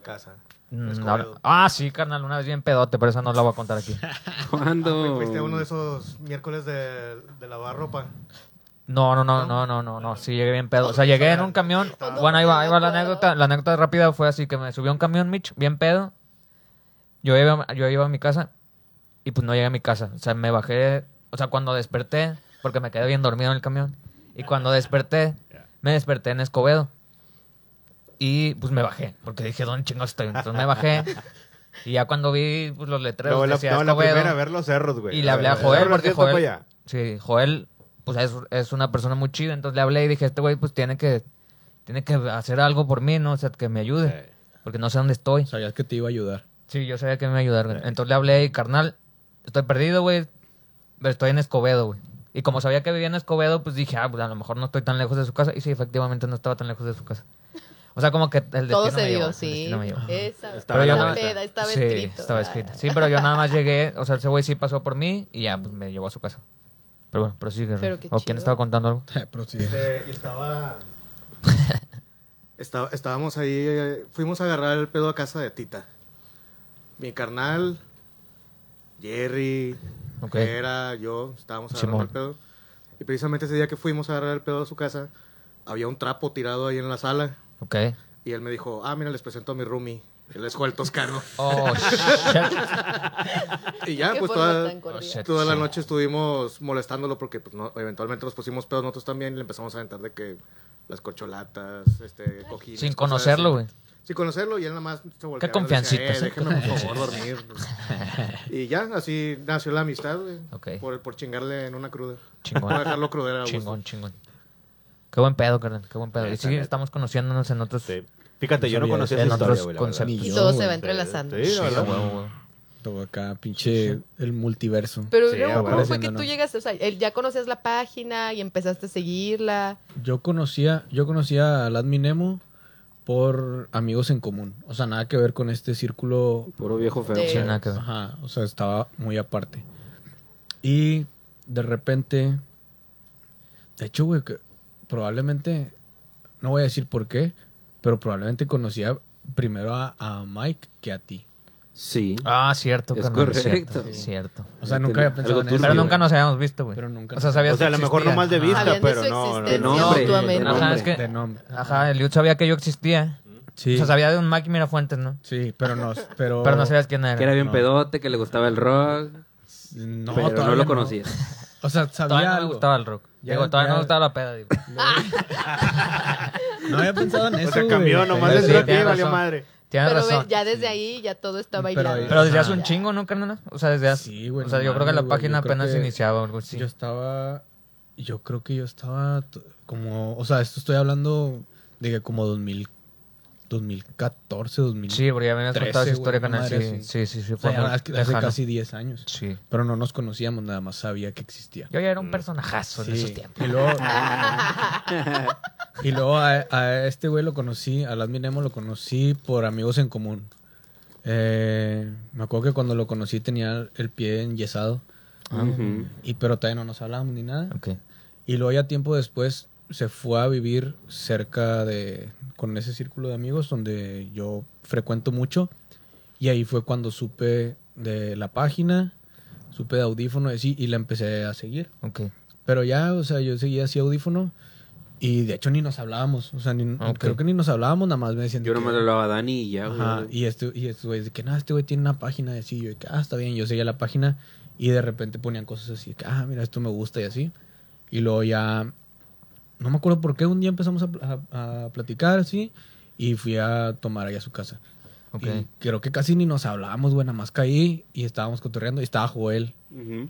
[SPEAKER 7] casa. Pues,
[SPEAKER 4] Mm,
[SPEAKER 7] Escobedo.
[SPEAKER 4] ahora- ah, sí, carnal, una vez bien pedote, pero esa no la voy a contar aquí.
[SPEAKER 3] Ah,
[SPEAKER 1] ¿Cuándo?
[SPEAKER 7] Fuiste a uno de esos miércoles de, de lavar ropa.
[SPEAKER 4] No, no, no, no, no, no, no, sí llegué bien pedo. O sea, llegué en un camión. Bueno, ahí va, ahí va la anécdota. La anécdota rápida fue así que me subió a un camión, Mitch, bien pedo. Yo iba, yo iba a mi casa y pues no llegué a mi casa. O sea, me bajé, o sea, cuando desperté, porque me quedé bien dormido en el camión. Y cuando desperté, me desperté en Escobedo. Y pues me bajé, porque dije, ¿dónde chingados estoy? Entonces me bajé. Y ya cuando vi pues, los letreros,
[SPEAKER 3] No, la,
[SPEAKER 4] decía
[SPEAKER 3] no, la
[SPEAKER 4] Escobedo.
[SPEAKER 3] primera, ver los cerros, güey. eh,
[SPEAKER 4] Y le hablé a
[SPEAKER 3] Los
[SPEAKER 4] Joel
[SPEAKER 3] cerros,
[SPEAKER 4] porque
[SPEAKER 3] ¿sí está
[SPEAKER 4] Joel,
[SPEAKER 3] pa' allá?
[SPEAKER 4] sí, Joel, pues es, es una persona muy chida, entonces le hablé y dije, este güey pues tiene que tiene que hacer algo por mí, no, o sea, que me ayude, porque no sé dónde estoy.
[SPEAKER 2] Sabías que te iba a ayudar.
[SPEAKER 4] Sí, yo sabía que me iba a ayudar, güey. Entonces le hablé y carnal, estoy perdido, güey, pero estoy en Escobedo, güey. Y como sabía que vivía en Escobedo, pues dije, ah, pues a lo mejor no estoy tan lejos de su casa. Y sí, efectivamente no estaba tan lejos de su casa. O sea, como que el destino
[SPEAKER 5] Todo se
[SPEAKER 4] me llevó,
[SPEAKER 5] dio,
[SPEAKER 4] el
[SPEAKER 5] sí.
[SPEAKER 4] destino me llevó.
[SPEAKER 5] Esa,
[SPEAKER 3] Estaba
[SPEAKER 5] esa
[SPEAKER 4] llamada.
[SPEAKER 5] peda estaba
[SPEAKER 4] sí,
[SPEAKER 5] escrito. Ah.
[SPEAKER 4] Estaba
[SPEAKER 5] Ay.
[SPEAKER 4] escrito. Sí, pero yo nada más llegué, o sea, ese güey sí pasó por mí y ya pues, me llevó a su casa. Pero bueno, prosigue.
[SPEAKER 5] Pero
[SPEAKER 4] Rafa.
[SPEAKER 5] qué
[SPEAKER 4] ¿O quién
[SPEAKER 5] chido.
[SPEAKER 4] estaba contando algo?
[SPEAKER 2] Pero sí.
[SPEAKER 7] Este, y estaba... Esta- estábamos ahí, eh, fuimos a agarrar el pedo a casa de Tita. Mi carnal, Jerry,
[SPEAKER 4] Ok.
[SPEAKER 7] era yo, estábamos agarrando
[SPEAKER 4] Simón.
[SPEAKER 7] el pedo. Y precisamente ese día que fuimos a agarrar el pedo a su casa, había un trapo tirado ahí en la sala.
[SPEAKER 4] Ok.
[SPEAKER 7] Y él me dijo, ah, mira, les presento a mi roomie. Él es Joel Toscano.
[SPEAKER 4] Oh, shit.
[SPEAKER 7] y ya,
[SPEAKER 3] Ah,
[SPEAKER 5] Qué
[SPEAKER 7] pues
[SPEAKER 5] forma
[SPEAKER 7] toda,
[SPEAKER 5] tan cordial.
[SPEAKER 4] Oh, shit.
[SPEAKER 7] toda la
[SPEAKER 4] Sí.
[SPEAKER 7] noche estuvimos molestándolo porque pues, no- eventualmente nos pusimos pedos nosotros también y le empezamos a aventar de que las cocholatas, este, cojines.
[SPEAKER 4] Sin
[SPEAKER 7] cosas
[SPEAKER 4] conocerlo,
[SPEAKER 7] así.
[SPEAKER 4] güey.
[SPEAKER 7] Sin conocerlo y él nada más
[SPEAKER 4] Qué
[SPEAKER 7] se volteaba. y le decía,
[SPEAKER 4] confiancita,
[SPEAKER 7] "Eh, déjame por favor dormir. y ya, así nació la amistad, güey.
[SPEAKER 4] Ok.
[SPEAKER 7] Por, por chingarle en una cruda. Por
[SPEAKER 4] Chingón.
[SPEAKER 7] dejarlo crudera a gusto.
[SPEAKER 4] chingón, chingón. Qué buen pedo, carnal. Qué buen pedo. Y sí, estamos conociéndonos en otros.
[SPEAKER 3] Sí. Fíjate, yo no
[SPEAKER 2] Sabía
[SPEAKER 3] conocía esa
[SPEAKER 4] eso. En
[SPEAKER 3] historia,
[SPEAKER 4] otros
[SPEAKER 3] güey. la verdad.
[SPEAKER 2] conceptos.
[SPEAKER 5] Y
[SPEAKER 2] Yo,
[SPEAKER 5] todo
[SPEAKER 2] güey,
[SPEAKER 5] se va entrelazando.
[SPEAKER 3] Sí, la
[SPEAKER 4] Sí,
[SPEAKER 3] verdad.
[SPEAKER 4] güey, güey.
[SPEAKER 2] Todo acá, pinche el multiverso.
[SPEAKER 5] Pero
[SPEAKER 3] Sí,
[SPEAKER 5] luego,
[SPEAKER 3] güey.
[SPEAKER 5] ¿cómo fue que
[SPEAKER 2] Haciendo,
[SPEAKER 5] tú
[SPEAKER 2] ¿no?
[SPEAKER 5] llegaste? O sea, él ya conocías la página y empezaste a seguirla.
[SPEAKER 2] Yo conocía, yo conocía al Admin Nemo por amigos en común. O sea, nada que ver con este círculo
[SPEAKER 1] Puro viejo feo.
[SPEAKER 5] De-
[SPEAKER 4] Sí, nada que ver.
[SPEAKER 2] Ajá, o sea, estaba muy aparte. Y de repente, de hecho, güey, que probablemente, no voy a decir por qué, pero probablemente conocía primero a, a Mike que a ti.
[SPEAKER 1] Sí.
[SPEAKER 4] Ah, cierto,
[SPEAKER 1] Es
[SPEAKER 4] carnal.
[SPEAKER 1] correcto.
[SPEAKER 4] Cierto. cierto.
[SPEAKER 2] O sea,
[SPEAKER 1] Sí,
[SPEAKER 2] nunca
[SPEAKER 1] tiene
[SPEAKER 2] había pensado
[SPEAKER 1] algo
[SPEAKER 2] en eso.
[SPEAKER 1] turbio,
[SPEAKER 4] Pero
[SPEAKER 1] Sí,
[SPEAKER 4] nunca
[SPEAKER 1] güey.
[SPEAKER 4] nos habíamos visto, güey.
[SPEAKER 2] Pero nunca
[SPEAKER 4] O sea, sabías
[SPEAKER 3] O sea, a
[SPEAKER 4] que
[SPEAKER 3] lo mejor nomás de
[SPEAKER 4] existía.
[SPEAKER 3] vista,
[SPEAKER 5] Sabían de
[SPEAKER 3] pero
[SPEAKER 5] su
[SPEAKER 3] no, no.
[SPEAKER 1] De
[SPEAKER 5] existencia
[SPEAKER 1] nombre.
[SPEAKER 5] mutuamente.
[SPEAKER 1] De
[SPEAKER 4] Ajá,
[SPEAKER 1] nombre.
[SPEAKER 4] es que-
[SPEAKER 2] De nombre.
[SPEAKER 4] Ajá, el Eliud sabía que yo existía.
[SPEAKER 2] Sí, Oh.
[SPEAKER 4] O sea, sabía de un Mike Mirafuentes, ¿no?
[SPEAKER 2] sí, pero no, pero...
[SPEAKER 4] Pero no sabías quién era.
[SPEAKER 1] Que era bien
[SPEAKER 2] No.
[SPEAKER 1] pedote, que le gustaba el rock,
[SPEAKER 2] No,
[SPEAKER 1] pero no
[SPEAKER 2] todavía
[SPEAKER 1] lo conocía.
[SPEAKER 2] O sea, sabía
[SPEAKER 4] Todavía no
[SPEAKER 2] algo.
[SPEAKER 4] me gustaba el rock.
[SPEAKER 2] Ya,
[SPEAKER 4] Digo, todavía
[SPEAKER 2] ya.
[SPEAKER 4] no me gustaba la peda, digo.
[SPEAKER 2] No había pensado en eso,
[SPEAKER 3] O sea,
[SPEAKER 2] güey.
[SPEAKER 3] cambió nomás
[SPEAKER 4] Sí,
[SPEAKER 3] de aquí,
[SPEAKER 4] tienes
[SPEAKER 3] valió
[SPEAKER 4] razón.
[SPEAKER 3] madre.
[SPEAKER 4] Tienes
[SPEAKER 5] Pero
[SPEAKER 4] razón.
[SPEAKER 5] ve, ya desde ahí ya todo está
[SPEAKER 2] Pero-
[SPEAKER 5] bailado.
[SPEAKER 4] Pero desde hace un
[SPEAKER 5] Ya.
[SPEAKER 4] chingo, ¿no, carnal? O sea, desde hace...
[SPEAKER 2] Sí, güey,
[SPEAKER 4] o sea,
[SPEAKER 2] no
[SPEAKER 4] yo creo que la
[SPEAKER 2] mames, güey,
[SPEAKER 4] página
[SPEAKER 2] yo creo
[SPEAKER 4] apenas
[SPEAKER 2] que-
[SPEAKER 4] iniciaba o algo así.
[SPEAKER 2] Yo estaba. Yo creo que yo estaba t- como. O sea, esto estoy hablando de que como 2000, 2014, 2000.
[SPEAKER 4] Sí, porque ya me habías
[SPEAKER 2] 13,
[SPEAKER 4] contado esa
[SPEAKER 2] güey,
[SPEAKER 4] historia, carnal.
[SPEAKER 2] madre,
[SPEAKER 4] Sí,
[SPEAKER 2] sí.
[SPEAKER 4] sí, sí, sí,
[SPEAKER 2] O sea,
[SPEAKER 4] fue
[SPEAKER 2] ya
[SPEAKER 4] muy
[SPEAKER 2] hace hace
[SPEAKER 4] lejano.
[SPEAKER 2] casi 10 años.
[SPEAKER 4] Sí.
[SPEAKER 2] Pero no nos conocíamos, nada más sabía que existía.
[SPEAKER 4] Yo ya era un personajazo en
[SPEAKER 2] Sí,
[SPEAKER 4] esos tiempos.
[SPEAKER 2] Y luego, y luego a, a este güey lo conocí, al Adminemo lo conocí por amigos en común. Eh, me acuerdo que cuando lo conocí tenía el pie enyesado,
[SPEAKER 1] Ujú.
[SPEAKER 2] y, pero todavía no nos hablábamos ni nada.
[SPEAKER 4] Ok.
[SPEAKER 2] Y luego ya tiempo después se fue a vivir cerca de, con ese círculo de amigos donde yo frecuento mucho. Y ahí fue cuando supe de la página, supe de audífono y, sí, y la empecé a seguir.
[SPEAKER 4] Ok.
[SPEAKER 2] Pero ya, o sea, yo seguía así audífono Y de hecho ni nos hablábamos, o sea, ni-
[SPEAKER 4] Ah, Ok.
[SPEAKER 2] creo que ni nos hablábamos, nada más me decían... de
[SPEAKER 1] Yo
[SPEAKER 2] que-
[SPEAKER 1] nomás le hablaba a Dani y ya, güey.
[SPEAKER 2] Ajá, y este, y este güey, de que no, este güey tiene una página de así, yo de que, ah, está bien, yo seguía la página y de repente ponían cosas así, de que, ah, mira, esto me gusta y así. Y luego ya, no me acuerdo por qué, un día empezamos a, pl- a- a platicar así y fui a tomar allá a su casa.
[SPEAKER 4] Ok.
[SPEAKER 2] Y creo que casi ni nos hablábamos, güey, nada más caí y estábamos cotorreando y estaba Joel.
[SPEAKER 1] Ujú.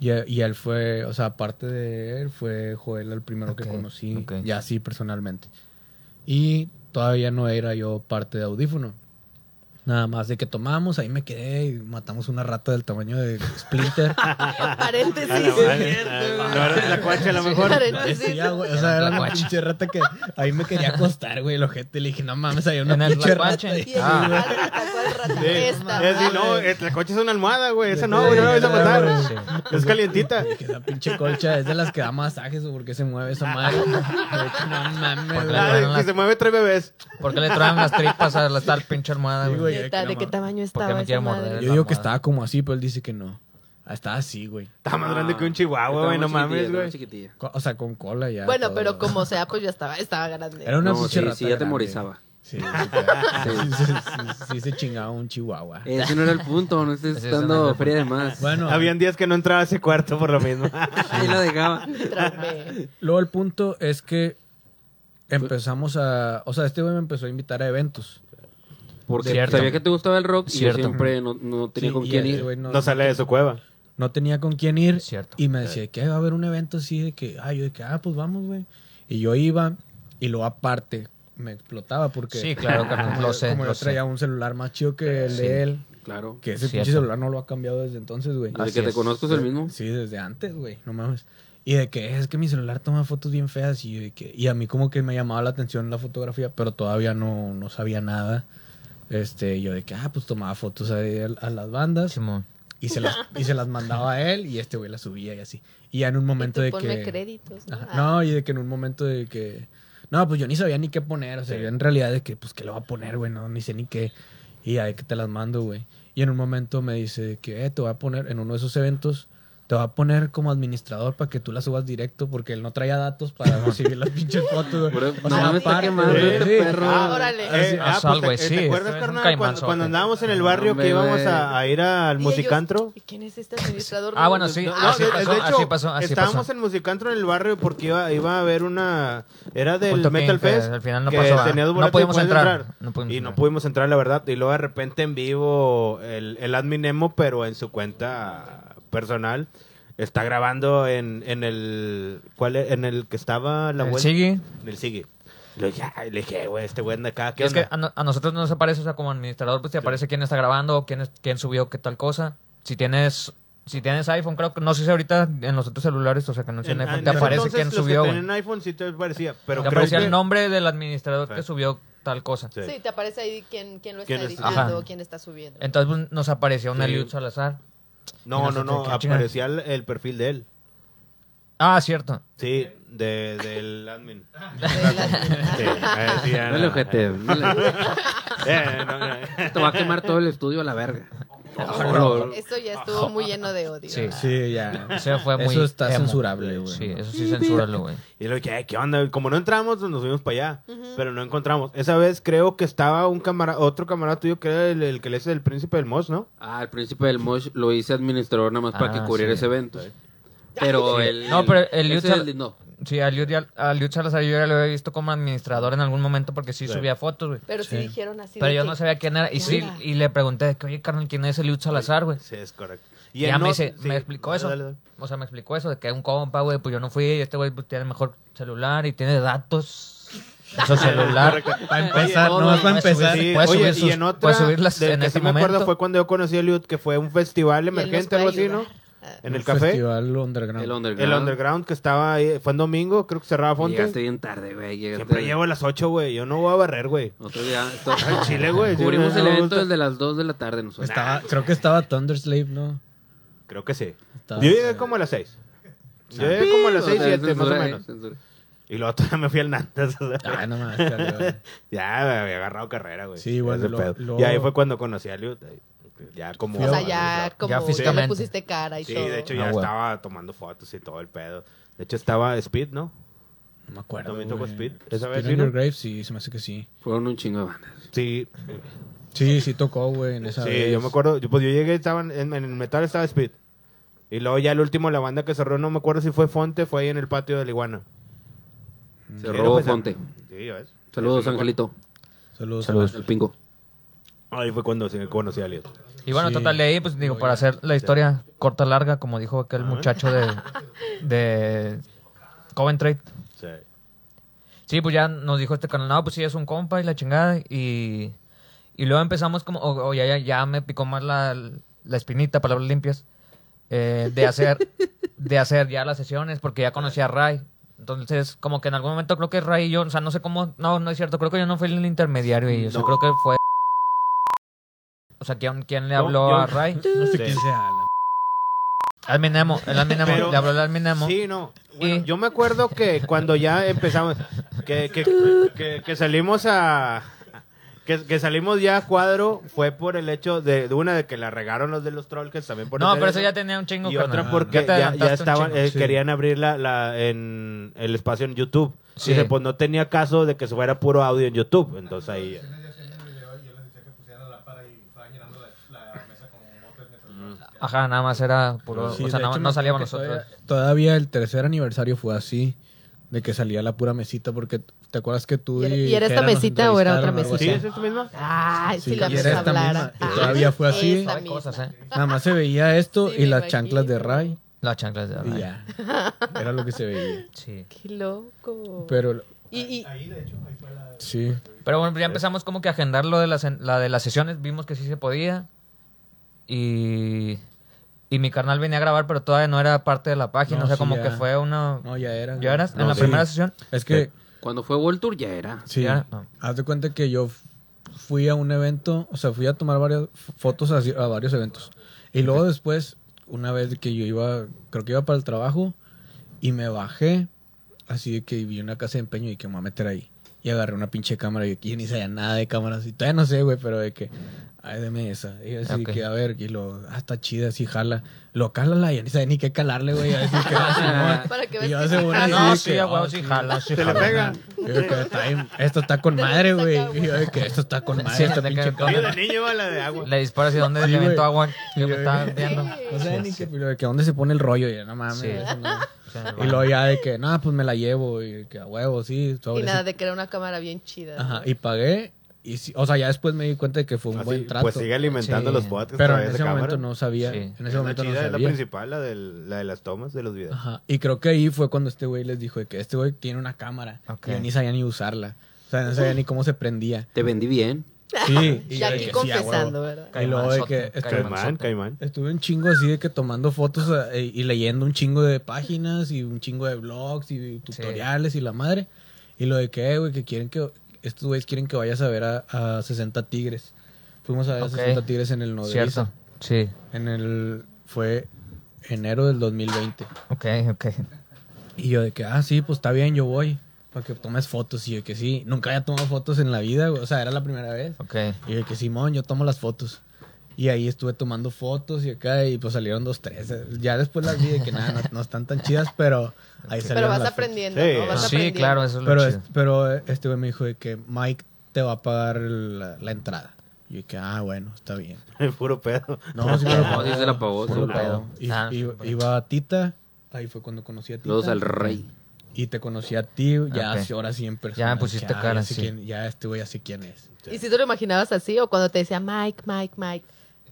[SPEAKER 2] Y, y él fue, o sea, aparte de él, fue Joel el primero
[SPEAKER 4] Ok,
[SPEAKER 2] que conocí,
[SPEAKER 4] ok.
[SPEAKER 2] ya así personalmente. Y todavía no era yo parte de audífono. Nada más de que tomamos, ahí me quedé y matamos una rata del tamaño de Splinter.
[SPEAKER 5] Ah, Paréntesis.
[SPEAKER 3] A la madre. Ah, No era de la cuacha, a lo mejor.
[SPEAKER 5] Paréntesis.
[SPEAKER 2] Sí, ya, güey, o sea,
[SPEAKER 4] Era
[SPEAKER 2] era
[SPEAKER 4] la
[SPEAKER 2] una
[SPEAKER 4] guacha.
[SPEAKER 2] pinche rata que ahí me quería acostar, güey, el ojete. Le dije, no mames, hay una
[SPEAKER 4] En el
[SPEAKER 2] pinche
[SPEAKER 4] tlacuache.
[SPEAKER 2] rata. ahí.
[SPEAKER 5] Y el
[SPEAKER 4] Ah.
[SPEAKER 5] rata, ¿cuál rata?
[SPEAKER 3] Sí.
[SPEAKER 5] Esta.
[SPEAKER 3] Es decir, no, eh, la coche es una almohada, güey. Esa no, güey, no la vais a matar. Es calientita.
[SPEAKER 2] Que esa pinche colcha es de las que da masajes o porque se mueve esa madre. De hecho, no mames,
[SPEAKER 4] Porque
[SPEAKER 2] güey.
[SPEAKER 4] la-
[SPEAKER 3] Ah, Que se mueve tres bebés.
[SPEAKER 4] ¿Por qué le traen las tripas a la tal pinche armada,
[SPEAKER 2] Sí,
[SPEAKER 4] güey?
[SPEAKER 2] güey,
[SPEAKER 5] ¿Qué tal? ¿De qué tamaño
[SPEAKER 4] ¿Por
[SPEAKER 5] estaba
[SPEAKER 4] qué me
[SPEAKER 5] esa
[SPEAKER 4] quiere morder?
[SPEAKER 5] madre?
[SPEAKER 2] Yo digo que
[SPEAKER 4] mamada.
[SPEAKER 2] estaba como así, pero él dice que no. Ah, Estaba así, güey.
[SPEAKER 3] Está más
[SPEAKER 1] Ah,
[SPEAKER 3] grande que un chihuahua,
[SPEAKER 1] estaba muy
[SPEAKER 3] güey. No
[SPEAKER 1] chiquitilla,
[SPEAKER 3] mames,
[SPEAKER 1] estaba muy
[SPEAKER 3] güey.
[SPEAKER 1] chiquitilla.
[SPEAKER 2] Co- O sea, con cola ya.
[SPEAKER 5] Bueno,
[SPEAKER 2] todo.
[SPEAKER 5] pero como sea, pues ya estaba, estaba grande.
[SPEAKER 2] Era una
[SPEAKER 1] No,
[SPEAKER 2] pinche
[SPEAKER 1] sí,
[SPEAKER 2] rata
[SPEAKER 1] sí, ya te
[SPEAKER 2] grande.
[SPEAKER 1] morizaba.
[SPEAKER 2] Sí, sí, sí, sí, sí, sí, sí se chingaba un chihuahua.
[SPEAKER 1] Ese no era el punto, no estés
[SPEAKER 4] Ese es
[SPEAKER 1] dando
[SPEAKER 4] una-
[SPEAKER 1] feria de más.
[SPEAKER 2] Bueno,
[SPEAKER 4] Ah,
[SPEAKER 3] Habían días que no entraba a ese cuarto por lo mismo.
[SPEAKER 1] Ahí lo dejaba.
[SPEAKER 5] Traumé.
[SPEAKER 2] luego el punto es que empezamos a... O sea, este güey me empezó a invitar a eventos.
[SPEAKER 1] Porque
[SPEAKER 4] Cierto.
[SPEAKER 1] sabía que te gustaba el rock y
[SPEAKER 4] Cierto.
[SPEAKER 1] yo siempre no, no tenía
[SPEAKER 2] Sí,
[SPEAKER 1] con
[SPEAKER 2] y
[SPEAKER 1] quién
[SPEAKER 2] este
[SPEAKER 1] ir.
[SPEAKER 2] güey no,
[SPEAKER 3] No sale de su cueva.
[SPEAKER 2] no tenía con quién ir.
[SPEAKER 4] Cierto.
[SPEAKER 2] Y me decía que va a haber un evento así de que... Ah, yo de que, ah, pues vamos, güey. Y yo iba y luego aparte me explotaba porque...
[SPEAKER 4] Sí, claro, carnal,
[SPEAKER 2] como
[SPEAKER 4] lo
[SPEAKER 2] yo-
[SPEAKER 4] sé,
[SPEAKER 2] Como
[SPEAKER 4] lo
[SPEAKER 2] yo traía
[SPEAKER 4] sé.
[SPEAKER 2] un celular más chido que el de él.
[SPEAKER 1] Claro.
[SPEAKER 2] Que ese
[SPEAKER 4] Cierto.
[SPEAKER 2] pinche celular no lo ha cambiado desde entonces, güey.
[SPEAKER 1] Desde
[SPEAKER 4] Así
[SPEAKER 1] que te
[SPEAKER 4] es.
[SPEAKER 1] conozco es el mismo.
[SPEAKER 2] Sí, desde antes, güey, no mames. Y de que es que mi celular toma fotos bien feas y, de que, y a mí como que me llamaba la atención la fotografía, pero todavía no, no sabía nada. Este, yo de que, ah, pues tomaba fotos ahí a, a las bandas
[SPEAKER 4] Simón.
[SPEAKER 2] y se las, y se las mandaba a él y este güey las subía y así. Y ya en un momento
[SPEAKER 5] Tú
[SPEAKER 2] de
[SPEAKER 5] ponme
[SPEAKER 2] que...
[SPEAKER 5] créditos. ¿no?
[SPEAKER 2] Ajá,
[SPEAKER 5] Ah,
[SPEAKER 2] No, y de que en un momento de que. No, pues yo ni sabía ni qué poner. O sea, yo en realidad de que, pues, ¿qué le voy a poner, güey? No, ni sé ni qué. Y ahí que te las mando, güey. Y en un momento me dice de que, eh, te voy a poner en uno de esos eventos. Te voy a poner como administrador para que tú las subas directo porque él no traía datos para recibir las pinches fotos, güey.
[SPEAKER 1] Pero,
[SPEAKER 2] O
[SPEAKER 1] no
[SPEAKER 2] sea,
[SPEAKER 1] me está
[SPEAKER 2] aparte,
[SPEAKER 1] quemando
[SPEAKER 2] güey,
[SPEAKER 1] este
[SPEAKER 2] sí.
[SPEAKER 1] perro.
[SPEAKER 5] Ah, órale.
[SPEAKER 3] Eh, ah, pues, te-
[SPEAKER 4] sal, güey,
[SPEAKER 3] eh,
[SPEAKER 4] sí,
[SPEAKER 3] ¿Te
[SPEAKER 4] este
[SPEAKER 3] acuerdas,
[SPEAKER 4] es un
[SPEAKER 3] carnal, cuando,
[SPEAKER 4] caimanzote.
[SPEAKER 3] cuando andábamos en el barrio
[SPEAKER 1] hombre,
[SPEAKER 3] que íbamos
[SPEAKER 1] güey.
[SPEAKER 3] a, a ir al
[SPEAKER 5] y ellos,
[SPEAKER 3] musicantro?
[SPEAKER 5] ¿y ¿Quién es este administrador?
[SPEAKER 4] Ah, bueno, sí.
[SPEAKER 5] No,
[SPEAKER 3] No,
[SPEAKER 4] así
[SPEAKER 3] de,
[SPEAKER 4] pasó,
[SPEAKER 3] de hecho,
[SPEAKER 4] así pasó, así
[SPEAKER 3] estábamos
[SPEAKER 4] pasó.
[SPEAKER 3] en Musicantro en el barrio porque iba, iba a haber una... Era del
[SPEAKER 4] Un toquín
[SPEAKER 3] Metal
[SPEAKER 4] que
[SPEAKER 3] Fest.
[SPEAKER 4] al final no
[SPEAKER 3] que
[SPEAKER 4] pasó, ¿verdad?
[SPEAKER 3] tenía dos
[SPEAKER 4] No
[SPEAKER 3] boletos y
[SPEAKER 4] pudimos
[SPEAKER 3] puedes
[SPEAKER 4] entrar, no pudimos
[SPEAKER 3] y no
[SPEAKER 4] entrar.
[SPEAKER 3] pudimos entrar, la verdad. Y luego de repente en vivo el, el admin Emo, pero en su cuenta personal, está grabando en, en el... ¿Cuál es? En el que estaba la
[SPEAKER 4] El
[SPEAKER 3] vuelta.
[SPEAKER 4] Sigui.
[SPEAKER 3] En el Sigui. Le dije, "Ay", le dije, güey, este güey anda acá. ¿qué
[SPEAKER 4] Es que
[SPEAKER 3] onda?".
[SPEAKER 4] a, no- a nosotros no nos aparece, o sea, como administrador, pues te aparece quién está grabando, quién, es- quién subió qué tal cosa. Si tienes si tienes iPhone, creo que no sé si ahorita en los otros celulares, o sea, que no tienen
[SPEAKER 3] En-
[SPEAKER 4] iPhone,
[SPEAKER 3] en
[SPEAKER 4] te
[SPEAKER 3] ese
[SPEAKER 4] aparece
[SPEAKER 3] entonces,
[SPEAKER 4] quién
[SPEAKER 3] los que
[SPEAKER 4] subió, güey.
[SPEAKER 3] tenían iPhone sí te parecía, pero
[SPEAKER 4] Te
[SPEAKER 3] creo
[SPEAKER 4] aparecía
[SPEAKER 3] que-
[SPEAKER 4] el nombre del administrador
[SPEAKER 3] Sí.
[SPEAKER 4] que subió tal cosa.
[SPEAKER 3] Sí.
[SPEAKER 5] Sí, te aparece ahí quién, quién lo está
[SPEAKER 3] ¿Quién es?
[SPEAKER 5] editando,
[SPEAKER 4] Ajá.
[SPEAKER 5] quién está subiendo.
[SPEAKER 4] Entonces pues, nos apareció un
[SPEAKER 3] Sí.
[SPEAKER 4] Eliud Salazar.
[SPEAKER 3] No, no, no,
[SPEAKER 4] ¿Qué chingas?
[SPEAKER 3] aparecía el, el perfil de él.
[SPEAKER 4] Ah, cierto.
[SPEAKER 3] Sí, de, del admin.
[SPEAKER 5] Adelante.
[SPEAKER 3] Sí, eh,
[SPEAKER 5] Ah,
[SPEAKER 3] sí, ya,
[SPEAKER 1] Dale,
[SPEAKER 3] no.
[SPEAKER 1] ojete. dale.
[SPEAKER 3] Eh, no, no.
[SPEAKER 1] Te va a quemar todo el estudio a la verga. eh,
[SPEAKER 5] Eso ya estuvo muy lleno de odio.
[SPEAKER 4] Sí.
[SPEAKER 2] Sí, ya.
[SPEAKER 4] Eso fue muy
[SPEAKER 2] Eso está
[SPEAKER 4] emo.
[SPEAKER 2] censurable, güey.
[SPEAKER 4] Sí, eso sí censúralo, güey.
[SPEAKER 3] Y lo que, ¿qué onda? Como no entramos, pues, nos fuimos para allá. Pero no encontramos. Esa vez creo que estaba un camara otro camarada tuyo que era el, el que le es el príncipe del Moss, ¿no?
[SPEAKER 1] Ah, al principio del Mosh lo hice administrador nada más para
[SPEAKER 4] Ah,
[SPEAKER 1] que cubriera
[SPEAKER 4] sí.
[SPEAKER 1] ese evento. Pero el.
[SPEAKER 4] No, pero el
[SPEAKER 1] ese
[SPEAKER 4] Yutsal-
[SPEAKER 1] del- no.
[SPEAKER 4] Sí, a Eliud, y al- a Eliud Salazar yo ya lo había visto como administrador en algún momento porque sí,
[SPEAKER 3] Sí.
[SPEAKER 4] subía fotos, güey.
[SPEAKER 5] Pero sí, dijeron así.
[SPEAKER 4] Pero
[SPEAKER 5] de
[SPEAKER 4] yo
[SPEAKER 5] que-
[SPEAKER 4] no sabía quién era. Y sí,
[SPEAKER 5] Mira.
[SPEAKER 4] y le pregunté, de que, oye, carnal, ¿quién es Eliud Salazar, güey?
[SPEAKER 3] Sí, es correcto.
[SPEAKER 4] Y
[SPEAKER 3] él
[SPEAKER 4] ya me,
[SPEAKER 3] no-
[SPEAKER 4] dice-
[SPEAKER 3] sí.
[SPEAKER 4] me explicó
[SPEAKER 3] Dale,
[SPEAKER 4] eso.
[SPEAKER 3] dale, dale.
[SPEAKER 4] O sea, me explicó eso de que un compa, güey, pues yo no fui, y este güey pues, tiene mejor celular y tiene datos. en Su celular.
[SPEAKER 2] Para empezar,
[SPEAKER 4] todo,
[SPEAKER 2] no más para
[SPEAKER 4] güey, subir-
[SPEAKER 2] empezar.
[SPEAKER 3] Pues Sí,
[SPEAKER 4] puedes
[SPEAKER 3] oye,
[SPEAKER 4] subir sus-
[SPEAKER 3] y en este otra,
[SPEAKER 4] puedes subirlas
[SPEAKER 3] del
[SPEAKER 4] en
[SPEAKER 3] que
[SPEAKER 4] ese
[SPEAKER 3] sí me acuerdo
[SPEAKER 4] momento.
[SPEAKER 3] fue cuando yo conocí a Eliud, que fue un festival
[SPEAKER 5] nos
[SPEAKER 3] emergente,
[SPEAKER 5] puede
[SPEAKER 3] algo así, ¿no?
[SPEAKER 5] ayudar. Ah.
[SPEAKER 3] En el
[SPEAKER 2] Un
[SPEAKER 3] café.
[SPEAKER 2] Festival underground.
[SPEAKER 1] El underground.
[SPEAKER 3] El underground que estaba ahí, fue en domingo, creo que cerraba
[SPEAKER 1] Y este Llegaste
[SPEAKER 3] Fonte.
[SPEAKER 1] bien tarde, güey. llegaste-
[SPEAKER 3] Siempre llevo a las 8, güey. Yo no voy a barrer, güey.
[SPEAKER 1] Otro día. esto-
[SPEAKER 3] Al chile, güey.
[SPEAKER 1] Cubrimos
[SPEAKER 3] Sí,
[SPEAKER 1] el
[SPEAKER 3] no, no,
[SPEAKER 1] evento
[SPEAKER 3] no,
[SPEAKER 1] desde las 2 de la tarde nosotros.
[SPEAKER 2] Estaba, creo que estaba Thunderslave, ¿no?
[SPEAKER 3] Creo que sí.
[SPEAKER 2] Está-
[SPEAKER 3] Yo llegué como a las 6. Yo llegué como a las 6,
[SPEAKER 1] O sea,
[SPEAKER 3] 7, más o
[SPEAKER 1] censura, eh,
[SPEAKER 3] menos.
[SPEAKER 1] censura.
[SPEAKER 3] Y luego todavía me fui al Nantes. o sea,
[SPEAKER 2] Ah, no mames, carnal.
[SPEAKER 3] ya me había agarrado carrera, güey.
[SPEAKER 2] Sí, bueno,
[SPEAKER 3] Ese
[SPEAKER 2] lo-
[SPEAKER 3] pedo.
[SPEAKER 2] lo-
[SPEAKER 3] Y ahí fue cuando conocí a Eliud. ahí, Ya como...
[SPEAKER 5] Ah, O sea, ya como
[SPEAKER 4] Ya
[SPEAKER 5] ya
[SPEAKER 4] físicamente.
[SPEAKER 5] le pusiste cara y
[SPEAKER 3] Sí,
[SPEAKER 5] todo.
[SPEAKER 3] de hecho
[SPEAKER 4] Ah,
[SPEAKER 3] ya
[SPEAKER 4] bueno.
[SPEAKER 3] estaba tomando fotos y todo el pedo. De hecho estaba Speed, ¿no?
[SPEAKER 2] No me acuerdo.
[SPEAKER 3] ¿También tocó
[SPEAKER 2] güey.
[SPEAKER 3] Speed? ¿Esa vez
[SPEAKER 2] Speed on
[SPEAKER 3] vino?
[SPEAKER 2] Your Grave, sí, se me hace que sí.
[SPEAKER 1] Fueron un chingo de bandas.
[SPEAKER 3] Sí,
[SPEAKER 2] Sí, sí tocó, güey, en esa
[SPEAKER 3] sí,
[SPEAKER 2] vez.
[SPEAKER 3] yo me acuerdo. Yo, pues yo llegué, estaban en, en el metal estaba Speed. Y luego ya el último, la banda que cerró, no me acuerdo si fue Fonte, fue ahí en el patio de la iguana.
[SPEAKER 1] Se
[SPEAKER 3] Sí,
[SPEAKER 1] robó
[SPEAKER 3] pues,
[SPEAKER 1] Mm. Fonte.
[SPEAKER 3] Sí, ya ves.
[SPEAKER 1] Saludos,
[SPEAKER 3] Sí, me acuerdo.
[SPEAKER 1] Angelito.
[SPEAKER 2] Saludos.
[SPEAKER 4] Saludos.
[SPEAKER 1] El pingo.
[SPEAKER 3] Ahí fue cuando se conocí a Elliot.
[SPEAKER 4] Y bueno,
[SPEAKER 2] Sí.
[SPEAKER 4] total, de ahí, pues digo, para hacer la historia corta, larga, como dijo aquel muchacho de, de Coventry.
[SPEAKER 3] Sí.
[SPEAKER 4] Sí, pues ya nos dijo este canal, no, pues sí, es un compa y la chingada. Y, y luego empezamos como, o, o ya, ya, ya me picó más la, la espinita, palabras limpias, eh, de, hacer, de hacer ya las sesiones, porque ya conocía a Ray. Entonces, como que en algún momento creo que Ray y yo, o sea, no sé cómo, no, no es cierto, creo que yo no fui el intermediario y yo
[SPEAKER 3] No.
[SPEAKER 4] creo que fue... O sea, ¿quién, quién le
[SPEAKER 3] No,
[SPEAKER 4] habló
[SPEAKER 3] yo-
[SPEAKER 4] a Ray?
[SPEAKER 2] No sé
[SPEAKER 3] Sí.
[SPEAKER 2] quién sea. la-
[SPEAKER 4] Al Minemo, el Adminemo,
[SPEAKER 3] Pero-
[SPEAKER 4] le habló el Adminemo.
[SPEAKER 3] Sí, no. Bueno,
[SPEAKER 4] Y-
[SPEAKER 3] Yo me acuerdo que cuando ya empezamos, que, que, que- que salimos a... Que, que salimos ya a cuadro fue por el hecho de, de una de que la regaron los de los Trollkes también por
[SPEAKER 4] No,
[SPEAKER 3] hacer
[SPEAKER 4] pero eso ya tenía un chingo.
[SPEAKER 3] y
[SPEAKER 4] carnal.
[SPEAKER 3] otra porque
[SPEAKER 4] te
[SPEAKER 3] ya, ya
[SPEAKER 4] adelantaste un
[SPEAKER 3] estaban
[SPEAKER 4] chingo.
[SPEAKER 3] eh,
[SPEAKER 2] sí.
[SPEAKER 3] querían abrir la, la- en el espacio en YouTube
[SPEAKER 4] Sí.
[SPEAKER 3] Dice, pues no tenía caso de que se fuera puro audio en YouTube entonces ahí
[SPEAKER 4] Ajá, nada más era puro.
[SPEAKER 2] Sí,
[SPEAKER 4] o sea,
[SPEAKER 2] de
[SPEAKER 4] nada
[SPEAKER 2] hecho,
[SPEAKER 4] más
[SPEAKER 2] me
[SPEAKER 4] no salíamos
[SPEAKER 2] acuerdo que
[SPEAKER 4] nosotros.
[SPEAKER 2] Todavía, todavía el tercer aniversario fue así, de que salía la pura mesita, porque te acuerdas que tú...
[SPEAKER 5] ¿Y era- y era esta
[SPEAKER 2] Jera nos
[SPEAKER 5] mesita o era otra
[SPEAKER 2] entrevistaron algo
[SPEAKER 3] sí
[SPEAKER 5] mesita?
[SPEAKER 2] así?
[SPEAKER 3] es esto mismo
[SPEAKER 5] Ay,
[SPEAKER 2] Sí,
[SPEAKER 5] si la
[SPEAKER 2] y
[SPEAKER 5] mesa
[SPEAKER 2] era esta
[SPEAKER 5] hablara.
[SPEAKER 2] misma, y
[SPEAKER 5] Ay,
[SPEAKER 2] todavía fue así.
[SPEAKER 5] esa
[SPEAKER 4] Hay
[SPEAKER 5] misma.
[SPEAKER 4] cosas, ¿eh?
[SPEAKER 2] Nada más se veía esto
[SPEAKER 5] Sí,
[SPEAKER 2] y
[SPEAKER 5] me
[SPEAKER 2] las
[SPEAKER 5] imagino.
[SPEAKER 2] chanclas de Ray.
[SPEAKER 4] Las chanclas de
[SPEAKER 2] Y
[SPEAKER 4] Ray.
[SPEAKER 2] ya. Era lo que se veía.
[SPEAKER 4] Sí.
[SPEAKER 5] Qué loco.
[SPEAKER 2] Pero
[SPEAKER 5] y, y-
[SPEAKER 2] sí.
[SPEAKER 4] Pero bueno, ya empezamos como que a agendar lo de las, la de las sesiones. Vimos que sí se podía. Y. Y mi carnal venía a grabar, pero todavía no era parte de la página.
[SPEAKER 2] No,
[SPEAKER 4] o sea,
[SPEAKER 2] sí,
[SPEAKER 4] como
[SPEAKER 2] ya.
[SPEAKER 4] que fue una.
[SPEAKER 2] No, ya era.
[SPEAKER 4] ¿Ya eras?
[SPEAKER 2] No,
[SPEAKER 4] en la
[SPEAKER 2] sí.
[SPEAKER 4] primera sesión.
[SPEAKER 2] Es que,
[SPEAKER 1] Cuando fue World Tour ya era.
[SPEAKER 2] sí.
[SPEAKER 4] Ya, ah.
[SPEAKER 2] Haz de cuenta que yo f- fui a un evento, o sea, fui a tomar varias f- fotos a, a varios eventos. Y luego después, una vez que yo iba, creo que iba para el trabajo, y me bajé, así de que vi una casa de empeño y que me voy a meter ahí. Y agarré una pinche cámara y aquí yo ni sabía nada de cámaras. Y todavía no sé, güey, pero de que, ay, deme esa. Y yo así
[SPEAKER 4] Ok.
[SPEAKER 2] que, a ver, y lo, ah, está chida, así jala. Lo cálala y ya ni sabía ni qué calarle, güey. A decir que va a
[SPEAKER 5] Para que
[SPEAKER 2] Y
[SPEAKER 5] veas
[SPEAKER 2] yo
[SPEAKER 5] que
[SPEAKER 2] hace
[SPEAKER 5] sí
[SPEAKER 2] buena
[SPEAKER 4] Ah,
[SPEAKER 5] jala.
[SPEAKER 2] así
[SPEAKER 4] no,
[SPEAKER 2] de
[SPEAKER 4] sí,
[SPEAKER 2] que,
[SPEAKER 4] a huevo,
[SPEAKER 2] oh,
[SPEAKER 4] sí,
[SPEAKER 2] sí.
[SPEAKER 4] jala, sí,
[SPEAKER 3] se le
[SPEAKER 4] jala.
[SPEAKER 3] pega
[SPEAKER 2] yo de que está bien- esto está con madre, güey. Y yo de que esto está con madre,
[SPEAKER 4] Sí,
[SPEAKER 2] esta
[SPEAKER 4] de que-
[SPEAKER 2] pinche
[SPEAKER 3] Oye,
[SPEAKER 2] cámara.
[SPEAKER 3] de niño va la de agua
[SPEAKER 4] Le disparas y dónde
[SPEAKER 2] Sí,
[SPEAKER 4] le
[SPEAKER 2] güey.
[SPEAKER 4] aventó agua. Yo me
[SPEAKER 2] Sí,
[SPEAKER 4] estaba
[SPEAKER 2] güey.
[SPEAKER 4] viendo.
[SPEAKER 2] No sé ni qué, pero de que dónde se pone el rollo, y yo, no mames.
[SPEAKER 4] Sí.
[SPEAKER 2] eso no.
[SPEAKER 4] O sea,
[SPEAKER 2] Y luego ya de que, nada, pues me la llevo, y que a huevo, sí,
[SPEAKER 5] Y
[SPEAKER 2] sobre
[SPEAKER 5] nada,
[SPEAKER 2] sí.
[SPEAKER 5] de que era una cámara bien chida.
[SPEAKER 2] Ajá, y pagué, y sí, o sea, ya después me di cuenta de que fue un
[SPEAKER 3] Así,
[SPEAKER 2] buen trato.
[SPEAKER 3] pues sigue alimentando
[SPEAKER 4] Sí.
[SPEAKER 3] los podcasts
[SPEAKER 2] pero
[SPEAKER 3] todavía
[SPEAKER 2] en
[SPEAKER 3] esa
[SPEAKER 2] ese momento
[SPEAKER 3] cámara.
[SPEAKER 2] no sabía,
[SPEAKER 4] Sí.
[SPEAKER 2] en
[SPEAKER 3] Es
[SPEAKER 2] ese
[SPEAKER 3] la
[SPEAKER 2] momento
[SPEAKER 3] chida,
[SPEAKER 2] no
[SPEAKER 3] es la
[SPEAKER 2] sabía.
[SPEAKER 3] principal la, del- la de las tomas de los videos
[SPEAKER 2] Ajá, y creo que ahí fue cuando este güey les dijo de que este güey tiene una cámara,
[SPEAKER 4] Ok.
[SPEAKER 2] y yo ni sabía ni usarla, o sea, no sabía ni cómo se prendía.
[SPEAKER 1] Te vendí bien.
[SPEAKER 2] Sí, y
[SPEAKER 5] Ya
[SPEAKER 2] yo de
[SPEAKER 5] aquí
[SPEAKER 2] que sí, a huevo.
[SPEAKER 5] confesando, ¿verdad?
[SPEAKER 2] Y luego de que
[SPEAKER 4] Caimanzote,
[SPEAKER 2] estuve,
[SPEAKER 3] Caimán Caimán
[SPEAKER 2] estuve un chingo así de que tomando fotos eh, y leyendo un chingo de páginas y un chingo de blogs y tutoriales y la madre. Y lo de que, eh, güey, que quieren que estos güeyes quieren que vayas a ver a, a 60 Tigres. Fuimos a ver
[SPEAKER 4] Ok.
[SPEAKER 2] a 60 Tigres en el Nodriza.
[SPEAKER 4] Cierto. Sí.
[SPEAKER 2] En el fue enero del 2020.
[SPEAKER 4] Ok, ok.
[SPEAKER 2] Y yo de que, ah, sí, pues está bien, yo voy para que tomes fotos y yo de que sí, nunca había tomado fotos en la vida, güey. o sea, era la primera vez.
[SPEAKER 4] Ok.
[SPEAKER 2] Y de que Simón, yo tomo las fotos. Y ahí estuve tomando fotos y acá, y pues salieron dos, tres. Ya después las vi de que nada, no, no están tan chidas, pero ahí
[SPEAKER 5] Pero
[SPEAKER 2] salieron
[SPEAKER 5] vas
[SPEAKER 2] las
[SPEAKER 5] aprendiendo,
[SPEAKER 3] Sí.
[SPEAKER 5] ¿no? Vas
[SPEAKER 4] Sí,
[SPEAKER 5] aprendiendo.
[SPEAKER 4] claro, eso es
[SPEAKER 2] fotos.
[SPEAKER 4] lo
[SPEAKER 2] Pero,
[SPEAKER 4] chido.
[SPEAKER 2] es- pero eh, este güey me dijo de que Mike te va a pagar la, la entrada. Y yo que, ah, bueno, está bien.
[SPEAKER 3] puro pedo
[SPEAKER 2] No, sí me
[SPEAKER 1] No, sí se la pagó,
[SPEAKER 2] Sí
[SPEAKER 1] sí
[SPEAKER 2] me
[SPEAKER 1] la
[SPEAKER 2] lo
[SPEAKER 1] pagó.
[SPEAKER 2] pagó. Y-
[SPEAKER 4] Ah,
[SPEAKER 2] y-
[SPEAKER 4] bueno.
[SPEAKER 2] iba a Tita, ahí fue cuando conocí a Tita.
[SPEAKER 1] Saludos al rey.
[SPEAKER 2] Y te conocí a ti, ya
[SPEAKER 4] Ah, Ok.
[SPEAKER 2] hace ahora sí en persona.
[SPEAKER 4] me pusiste
[SPEAKER 2] que, ah,
[SPEAKER 4] cara,
[SPEAKER 2] ya sé
[SPEAKER 4] sí.
[SPEAKER 2] quién- ya este güey así quién es.
[SPEAKER 5] ¿Y si te lo imaginabas así o cuando te decía Mike, Mike, Mike?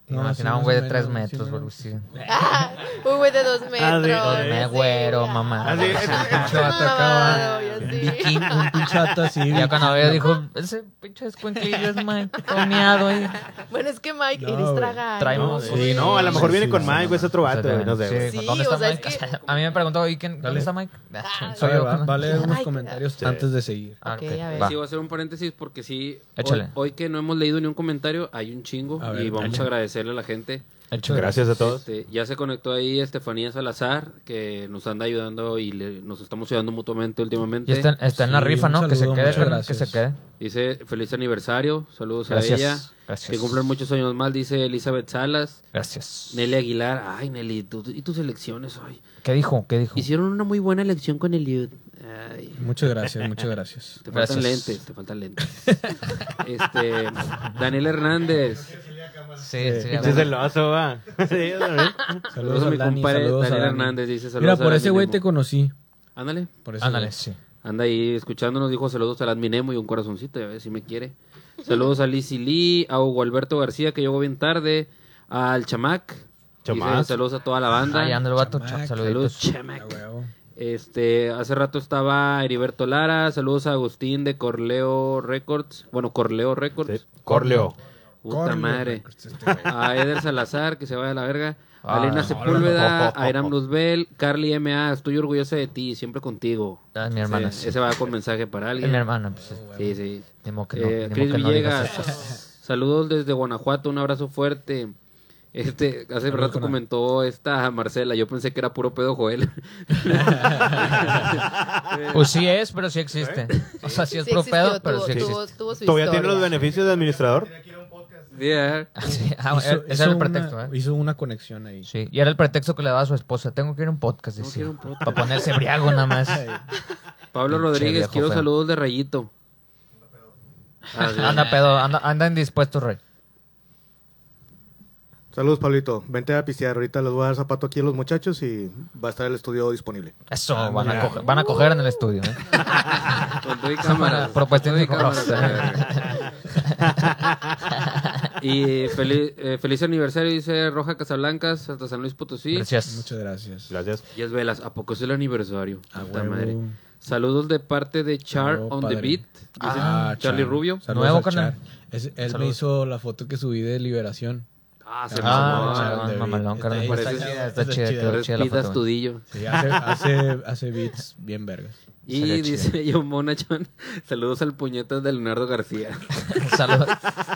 [SPEAKER 4] Me
[SPEAKER 2] No,
[SPEAKER 4] imaginaba
[SPEAKER 2] sí,
[SPEAKER 4] un güey de
[SPEAKER 2] más o
[SPEAKER 4] 3
[SPEAKER 2] menos, sí,
[SPEAKER 4] metros,
[SPEAKER 2] más o
[SPEAKER 4] güey. Sí.
[SPEAKER 5] Ah, un güey de dos
[SPEAKER 4] Ah,
[SPEAKER 5] metros.
[SPEAKER 3] de-
[SPEAKER 4] Me
[SPEAKER 5] sí,
[SPEAKER 4] güero,
[SPEAKER 5] ya.
[SPEAKER 4] mamá.
[SPEAKER 3] Así es.
[SPEAKER 2] Pinche
[SPEAKER 5] Ah,
[SPEAKER 2] vato acá,
[SPEAKER 5] no,
[SPEAKER 2] va.
[SPEAKER 5] yo sí.
[SPEAKER 2] Vikingo, un pinche vato así.
[SPEAKER 4] Y ya cuando
[SPEAKER 2] vikingo.
[SPEAKER 4] veo dijo, ese pinche escuinclillo es Mike, todo miado y
[SPEAKER 5] Bueno, es que Mike
[SPEAKER 2] No,
[SPEAKER 5] eres
[SPEAKER 2] güey.
[SPEAKER 5] traga.
[SPEAKER 4] trae
[SPEAKER 3] no,
[SPEAKER 4] mocos.
[SPEAKER 3] sí, no, a lo mejor
[SPEAKER 2] Sí,
[SPEAKER 3] viene
[SPEAKER 2] sí,
[SPEAKER 3] con
[SPEAKER 2] sí,
[SPEAKER 3] Mike,
[SPEAKER 2] no,
[SPEAKER 3] güey, es otro
[SPEAKER 4] O sea,
[SPEAKER 3] vato, güey, no sé. güey.
[SPEAKER 4] sí,
[SPEAKER 5] Sí,
[SPEAKER 4] ¿dónde
[SPEAKER 5] o
[SPEAKER 4] está
[SPEAKER 5] sea, es
[SPEAKER 4] Mike?
[SPEAKER 5] que-
[SPEAKER 4] A mí me preguntó, ¿y quién,
[SPEAKER 2] Dale.
[SPEAKER 4] dónde está Mike?
[SPEAKER 5] Ah,
[SPEAKER 4] Soy
[SPEAKER 2] Oye,
[SPEAKER 4] yo.
[SPEAKER 2] va, va a leer unos
[SPEAKER 5] Ay,
[SPEAKER 2] comentarios
[SPEAKER 3] sí.
[SPEAKER 2] antes de seguir.
[SPEAKER 4] Ah,
[SPEAKER 5] Ok, a ver.
[SPEAKER 4] va.
[SPEAKER 1] Eh, Sí, voy a hacer un paréntesis porque sí.
[SPEAKER 4] Échale.
[SPEAKER 1] Hoy, hoy que no hemos leído ni un comentario, hay un chingo.
[SPEAKER 2] A ver,
[SPEAKER 1] y vamos
[SPEAKER 2] échale.
[SPEAKER 1] a agradecerle a la gente.
[SPEAKER 3] Gracias a todos.
[SPEAKER 1] Este, ya se conectó ahí Estefanía Salazar, que nos anda ayudando y le- nos estamos ayudando mutuamente últimamente.
[SPEAKER 4] Y está, está en la
[SPEAKER 2] Sí,
[SPEAKER 4] rifa,
[SPEAKER 2] un
[SPEAKER 4] ¿no? Que se
[SPEAKER 2] saludo,
[SPEAKER 4] quede,
[SPEAKER 2] muchas
[SPEAKER 4] carnal, que
[SPEAKER 2] gracias.
[SPEAKER 4] se quede.
[SPEAKER 1] Dice, feliz aniversario, saludos
[SPEAKER 4] Gracias,
[SPEAKER 1] a ella.
[SPEAKER 4] gracias.
[SPEAKER 1] Pues, Que cumplan muchos años más, dice Elizabeth Salas.
[SPEAKER 4] Gracias.
[SPEAKER 1] Nelly Aguilar, ay Nelly, tú- y tus elecciones hoy.
[SPEAKER 4] ¿Qué dijo? ¿Qué dijo?
[SPEAKER 1] Hicieron una muy buena elección con Eliud. Ay,
[SPEAKER 2] Muchas gracias, muchas gracias.
[SPEAKER 1] te faltan
[SPEAKER 4] Gracias.
[SPEAKER 1] lentes, te faltan lentes. este, Daniel Hernández,
[SPEAKER 4] Sí,
[SPEAKER 2] Eh,
[SPEAKER 4] sí.
[SPEAKER 3] Este Es celoso, va. Sí, también.
[SPEAKER 1] saludos a mi
[SPEAKER 2] Dani,
[SPEAKER 1] compadre
[SPEAKER 2] saludos a
[SPEAKER 1] Daniel
[SPEAKER 2] Dani.
[SPEAKER 1] Hernández, dice saludos
[SPEAKER 2] Mira,
[SPEAKER 1] a
[SPEAKER 2] por
[SPEAKER 1] Dani
[SPEAKER 2] ese güey
[SPEAKER 1] Nemo".
[SPEAKER 2] te conocí.
[SPEAKER 1] Ándale,
[SPEAKER 2] Por ese
[SPEAKER 4] Ándale,
[SPEAKER 2] güey.
[SPEAKER 4] sí.
[SPEAKER 1] anda ahí escuchándonos, dijo saludos al adminemo y un corazoncito, a ver si me quiere. Saludos a Lizzy Lee, a Hugo Alberto García, que llegó bien tarde, al Chamac. dice,
[SPEAKER 3] Chamac.
[SPEAKER 1] saludos a toda la banda.
[SPEAKER 4] Ahí anda el vato.
[SPEAKER 2] Chamac,
[SPEAKER 4] cha-
[SPEAKER 1] Saludos,
[SPEAKER 4] Saluditos.
[SPEAKER 1] Chamac.
[SPEAKER 2] Ah, huevo.
[SPEAKER 1] Este, hace rato estaba Heriberto Lara, saludos a Agustín de Corleo Records, bueno, Corleo Records,
[SPEAKER 3] Sí. Corleo.
[SPEAKER 1] puta
[SPEAKER 2] Corleo
[SPEAKER 1] madre.
[SPEAKER 2] Records, este güey.
[SPEAKER 1] A Eder Salazar, que se vaya a la verga. A
[SPEAKER 4] Ah,
[SPEAKER 1] Elena
[SPEAKER 4] hola.
[SPEAKER 1] Sepúlveda, a Iram Luzbel, Carly MA, estoy orgullosa de ti, siempre contigo.
[SPEAKER 4] Ah, mi
[SPEAKER 1] Sí,
[SPEAKER 4] hermana. sí.
[SPEAKER 1] Ese va con mensaje para
[SPEAKER 4] Es
[SPEAKER 1] alguien.
[SPEAKER 4] mi hermana. Pues,
[SPEAKER 1] Sí, sí.
[SPEAKER 4] ni modo que no,
[SPEAKER 1] Eh,
[SPEAKER 4] ni modo
[SPEAKER 1] Cris
[SPEAKER 4] que no digas
[SPEAKER 1] Villegas, saludos desde Guanajuato, un abrazo fuerte. Este, hace
[SPEAKER 2] Saludos,
[SPEAKER 1] rato
[SPEAKER 2] Juana.
[SPEAKER 1] comentó esta Marcela, yo pensé que era puro pedo Joel.
[SPEAKER 4] Ah, Pues sí es, pero sí existe.
[SPEAKER 2] ¿Eh?
[SPEAKER 4] O sea, sí es pro
[SPEAKER 5] existió,
[SPEAKER 4] pedo, pero
[SPEAKER 5] tuvo-
[SPEAKER 4] sí
[SPEAKER 5] tuvo-
[SPEAKER 4] existe.
[SPEAKER 5] tuvo su
[SPEAKER 3] ¿Todavía tiene los
[SPEAKER 5] historia.
[SPEAKER 3] beneficios de administrador?
[SPEAKER 1] Yeah.
[SPEAKER 4] Sí, ah,
[SPEAKER 2] Hizo-
[SPEAKER 4] ese
[SPEAKER 2] hizo
[SPEAKER 4] era el
[SPEAKER 2] una-
[SPEAKER 4] pretexto, ¿eh?
[SPEAKER 2] Hizo una conexión ahí.
[SPEAKER 4] Sí, y era el pretexto que le daba a su esposa. Tengo que ir a un podcast,
[SPEAKER 1] Tengo que
[SPEAKER 4] decía.
[SPEAKER 1] ir a un podcast.
[SPEAKER 4] Para ponerse briago nada más.
[SPEAKER 1] Pablo
[SPEAKER 4] Pinche
[SPEAKER 1] Rodríguez,
[SPEAKER 4] viejo
[SPEAKER 1] quiero
[SPEAKER 4] feo.
[SPEAKER 1] saludos de Rayito. Ah, sí.
[SPEAKER 4] Anda pedo, anda, anda indispuesto, rey.
[SPEAKER 7] Saludos, Pablito. Vente a pistear. Ahorita les voy a dar zapato aquí a los muchachos y va a estar el estudio disponible.
[SPEAKER 4] Eso,
[SPEAKER 2] Ah,
[SPEAKER 4] van, a coger, van a coger en el estudio. ¿eh?
[SPEAKER 1] Con todo y cámara.
[SPEAKER 4] Propuesta
[SPEAKER 1] Con todo y
[SPEAKER 4] indecorosa.
[SPEAKER 1] cámara. Y feliz, eh, feliz aniversario, dice Roja Casablancas, hasta San Luis Potosí.
[SPEAKER 4] Gracias.
[SPEAKER 2] Muchas gracias.
[SPEAKER 3] Gracias.
[SPEAKER 1] Y es velas, ¿a poco es el aniversario?
[SPEAKER 2] A
[SPEAKER 1] Puta
[SPEAKER 2] huevo.
[SPEAKER 1] madre. Saludos de parte de Char
[SPEAKER 2] Oh,
[SPEAKER 1] on
[SPEAKER 2] padre.
[SPEAKER 1] the Beat, dice
[SPEAKER 2] Ah,
[SPEAKER 1] Charlie
[SPEAKER 2] Char.
[SPEAKER 1] Rubio.
[SPEAKER 2] Saludos
[SPEAKER 4] Nuevo
[SPEAKER 2] a Char.
[SPEAKER 4] canal.
[SPEAKER 2] Es- él me
[SPEAKER 4] Saludos.
[SPEAKER 2] hizo la foto que subí de Liberación.
[SPEAKER 1] Ah, se
[SPEAKER 2] Ah,
[SPEAKER 1] mamó.
[SPEAKER 2] Char
[SPEAKER 4] mamalón,
[SPEAKER 2] on the
[SPEAKER 4] mamalón,
[SPEAKER 2] beat.
[SPEAKER 4] carnal.
[SPEAKER 2] Está-
[SPEAKER 1] Parece-
[SPEAKER 2] está chida,
[SPEAKER 4] está
[SPEAKER 2] está
[SPEAKER 4] chida,
[SPEAKER 2] chida.
[SPEAKER 4] quedó
[SPEAKER 1] Tres
[SPEAKER 4] chida la
[SPEAKER 1] pidas
[SPEAKER 4] foto.
[SPEAKER 1] tudillo.
[SPEAKER 2] Sí, hace, hace, hace beats bien vergas.
[SPEAKER 1] Y
[SPEAKER 4] Estaría
[SPEAKER 1] dice yo, Monachon, saludos al puñetas de Leonardo García.
[SPEAKER 4] Salud-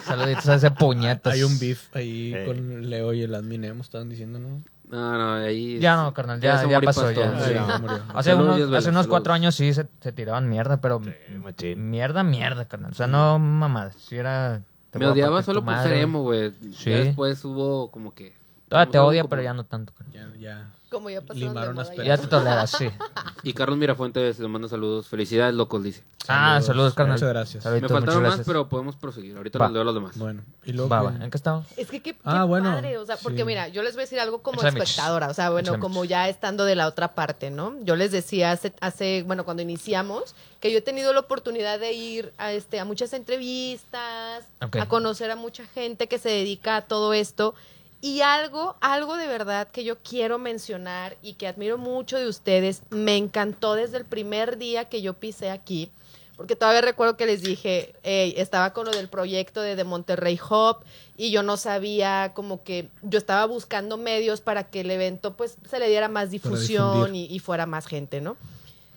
[SPEAKER 4] saluditos a ese puñetas.
[SPEAKER 2] Hay un beef ahí
[SPEAKER 3] Eh.
[SPEAKER 2] con Leo y el adminemo, estaban diciendo, ¿no?
[SPEAKER 1] No, no, ahí.
[SPEAKER 4] Ya no, carnal, ya,
[SPEAKER 1] es
[SPEAKER 4] ya
[SPEAKER 1] amor y
[SPEAKER 4] pasó.
[SPEAKER 1] pastor,
[SPEAKER 4] ya,
[SPEAKER 1] sí.
[SPEAKER 4] sí.
[SPEAKER 2] ya murió.
[SPEAKER 4] Hace
[SPEAKER 1] Saludos,
[SPEAKER 4] unos,
[SPEAKER 1] Dios
[SPEAKER 4] hace
[SPEAKER 1] velas,
[SPEAKER 4] unos cuatro
[SPEAKER 1] saludos.
[SPEAKER 4] años sí se, se tiraban mierda, pero
[SPEAKER 3] Eh, Machín.
[SPEAKER 4] mierda, mierda, carnal. O sea, no mamadas. Si era. te
[SPEAKER 1] Me
[SPEAKER 4] voy a
[SPEAKER 1] odiaba
[SPEAKER 4] partir
[SPEAKER 1] solo
[SPEAKER 4] tu
[SPEAKER 1] por
[SPEAKER 4] madre.
[SPEAKER 1] ser emo, güey.
[SPEAKER 4] Sí.
[SPEAKER 1] Ya después hubo como que.
[SPEAKER 4] Todavía te
[SPEAKER 1] hubo
[SPEAKER 4] odia,
[SPEAKER 1] como-
[SPEAKER 4] pero ya no tanto. carnal.
[SPEAKER 2] Ya, ya.
[SPEAKER 5] Como ya pasaron
[SPEAKER 2] Limaron
[SPEAKER 5] de moda
[SPEAKER 2] las
[SPEAKER 5] ya.
[SPEAKER 4] Ya te toleras, sí.
[SPEAKER 1] Y Carlos Mirafuente se le manda saludos. Felicidades, locos, dice.
[SPEAKER 4] Ah, saludos, carnal.
[SPEAKER 2] Muchas gracias.
[SPEAKER 1] Me
[SPEAKER 4] Saluditos,
[SPEAKER 1] faltaron
[SPEAKER 4] muchas
[SPEAKER 1] más,
[SPEAKER 4] gracias.
[SPEAKER 1] pero podemos proseguir. Ahorita
[SPEAKER 4] Va.
[SPEAKER 1] les leo a los demás.
[SPEAKER 2] Bueno, y luego...
[SPEAKER 4] Va,
[SPEAKER 2] que-
[SPEAKER 4] va. ¿En qué estamos?
[SPEAKER 5] Es que qué, qué
[SPEAKER 2] Ah, bueno,
[SPEAKER 5] padre, o sea, porque
[SPEAKER 2] sí.
[SPEAKER 5] mira, yo les voy a decir algo como
[SPEAKER 4] Échale, Mitch.
[SPEAKER 5] espectadora, o sea, bueno,
[SPEAKER 4] Échale,
[SPEAKER 5] como
[SPEAKER 4] Mitch.
[SPEAKER 5] ya estando de la otra parte, ¿no? Yo les decía hace, hace, bueno, cuando iniciamos, que yo he tenido la oportunidad de ir a, este, a muchas entrevistas,
[SPEAKER 4] Ok.
[SPEAKER 5] a conocer a mucha gente que se dedica a todo esto, y algo, algo de verdad que yo quiero mencionar y que admiro mucho de ustedes, me encantó desde el primer día que yo pisé aquí, porque todavía recuerdo que les dije, "Ey, estaba con lo del proyecto de, de Monterrey Hop y yo no sabía, como que yo estaba buscando medios para que el evento pues se le diera más difusión y,
[SPEAKER 2] difundir.
[SPEAKER 5] y fuera más gente, ¿no?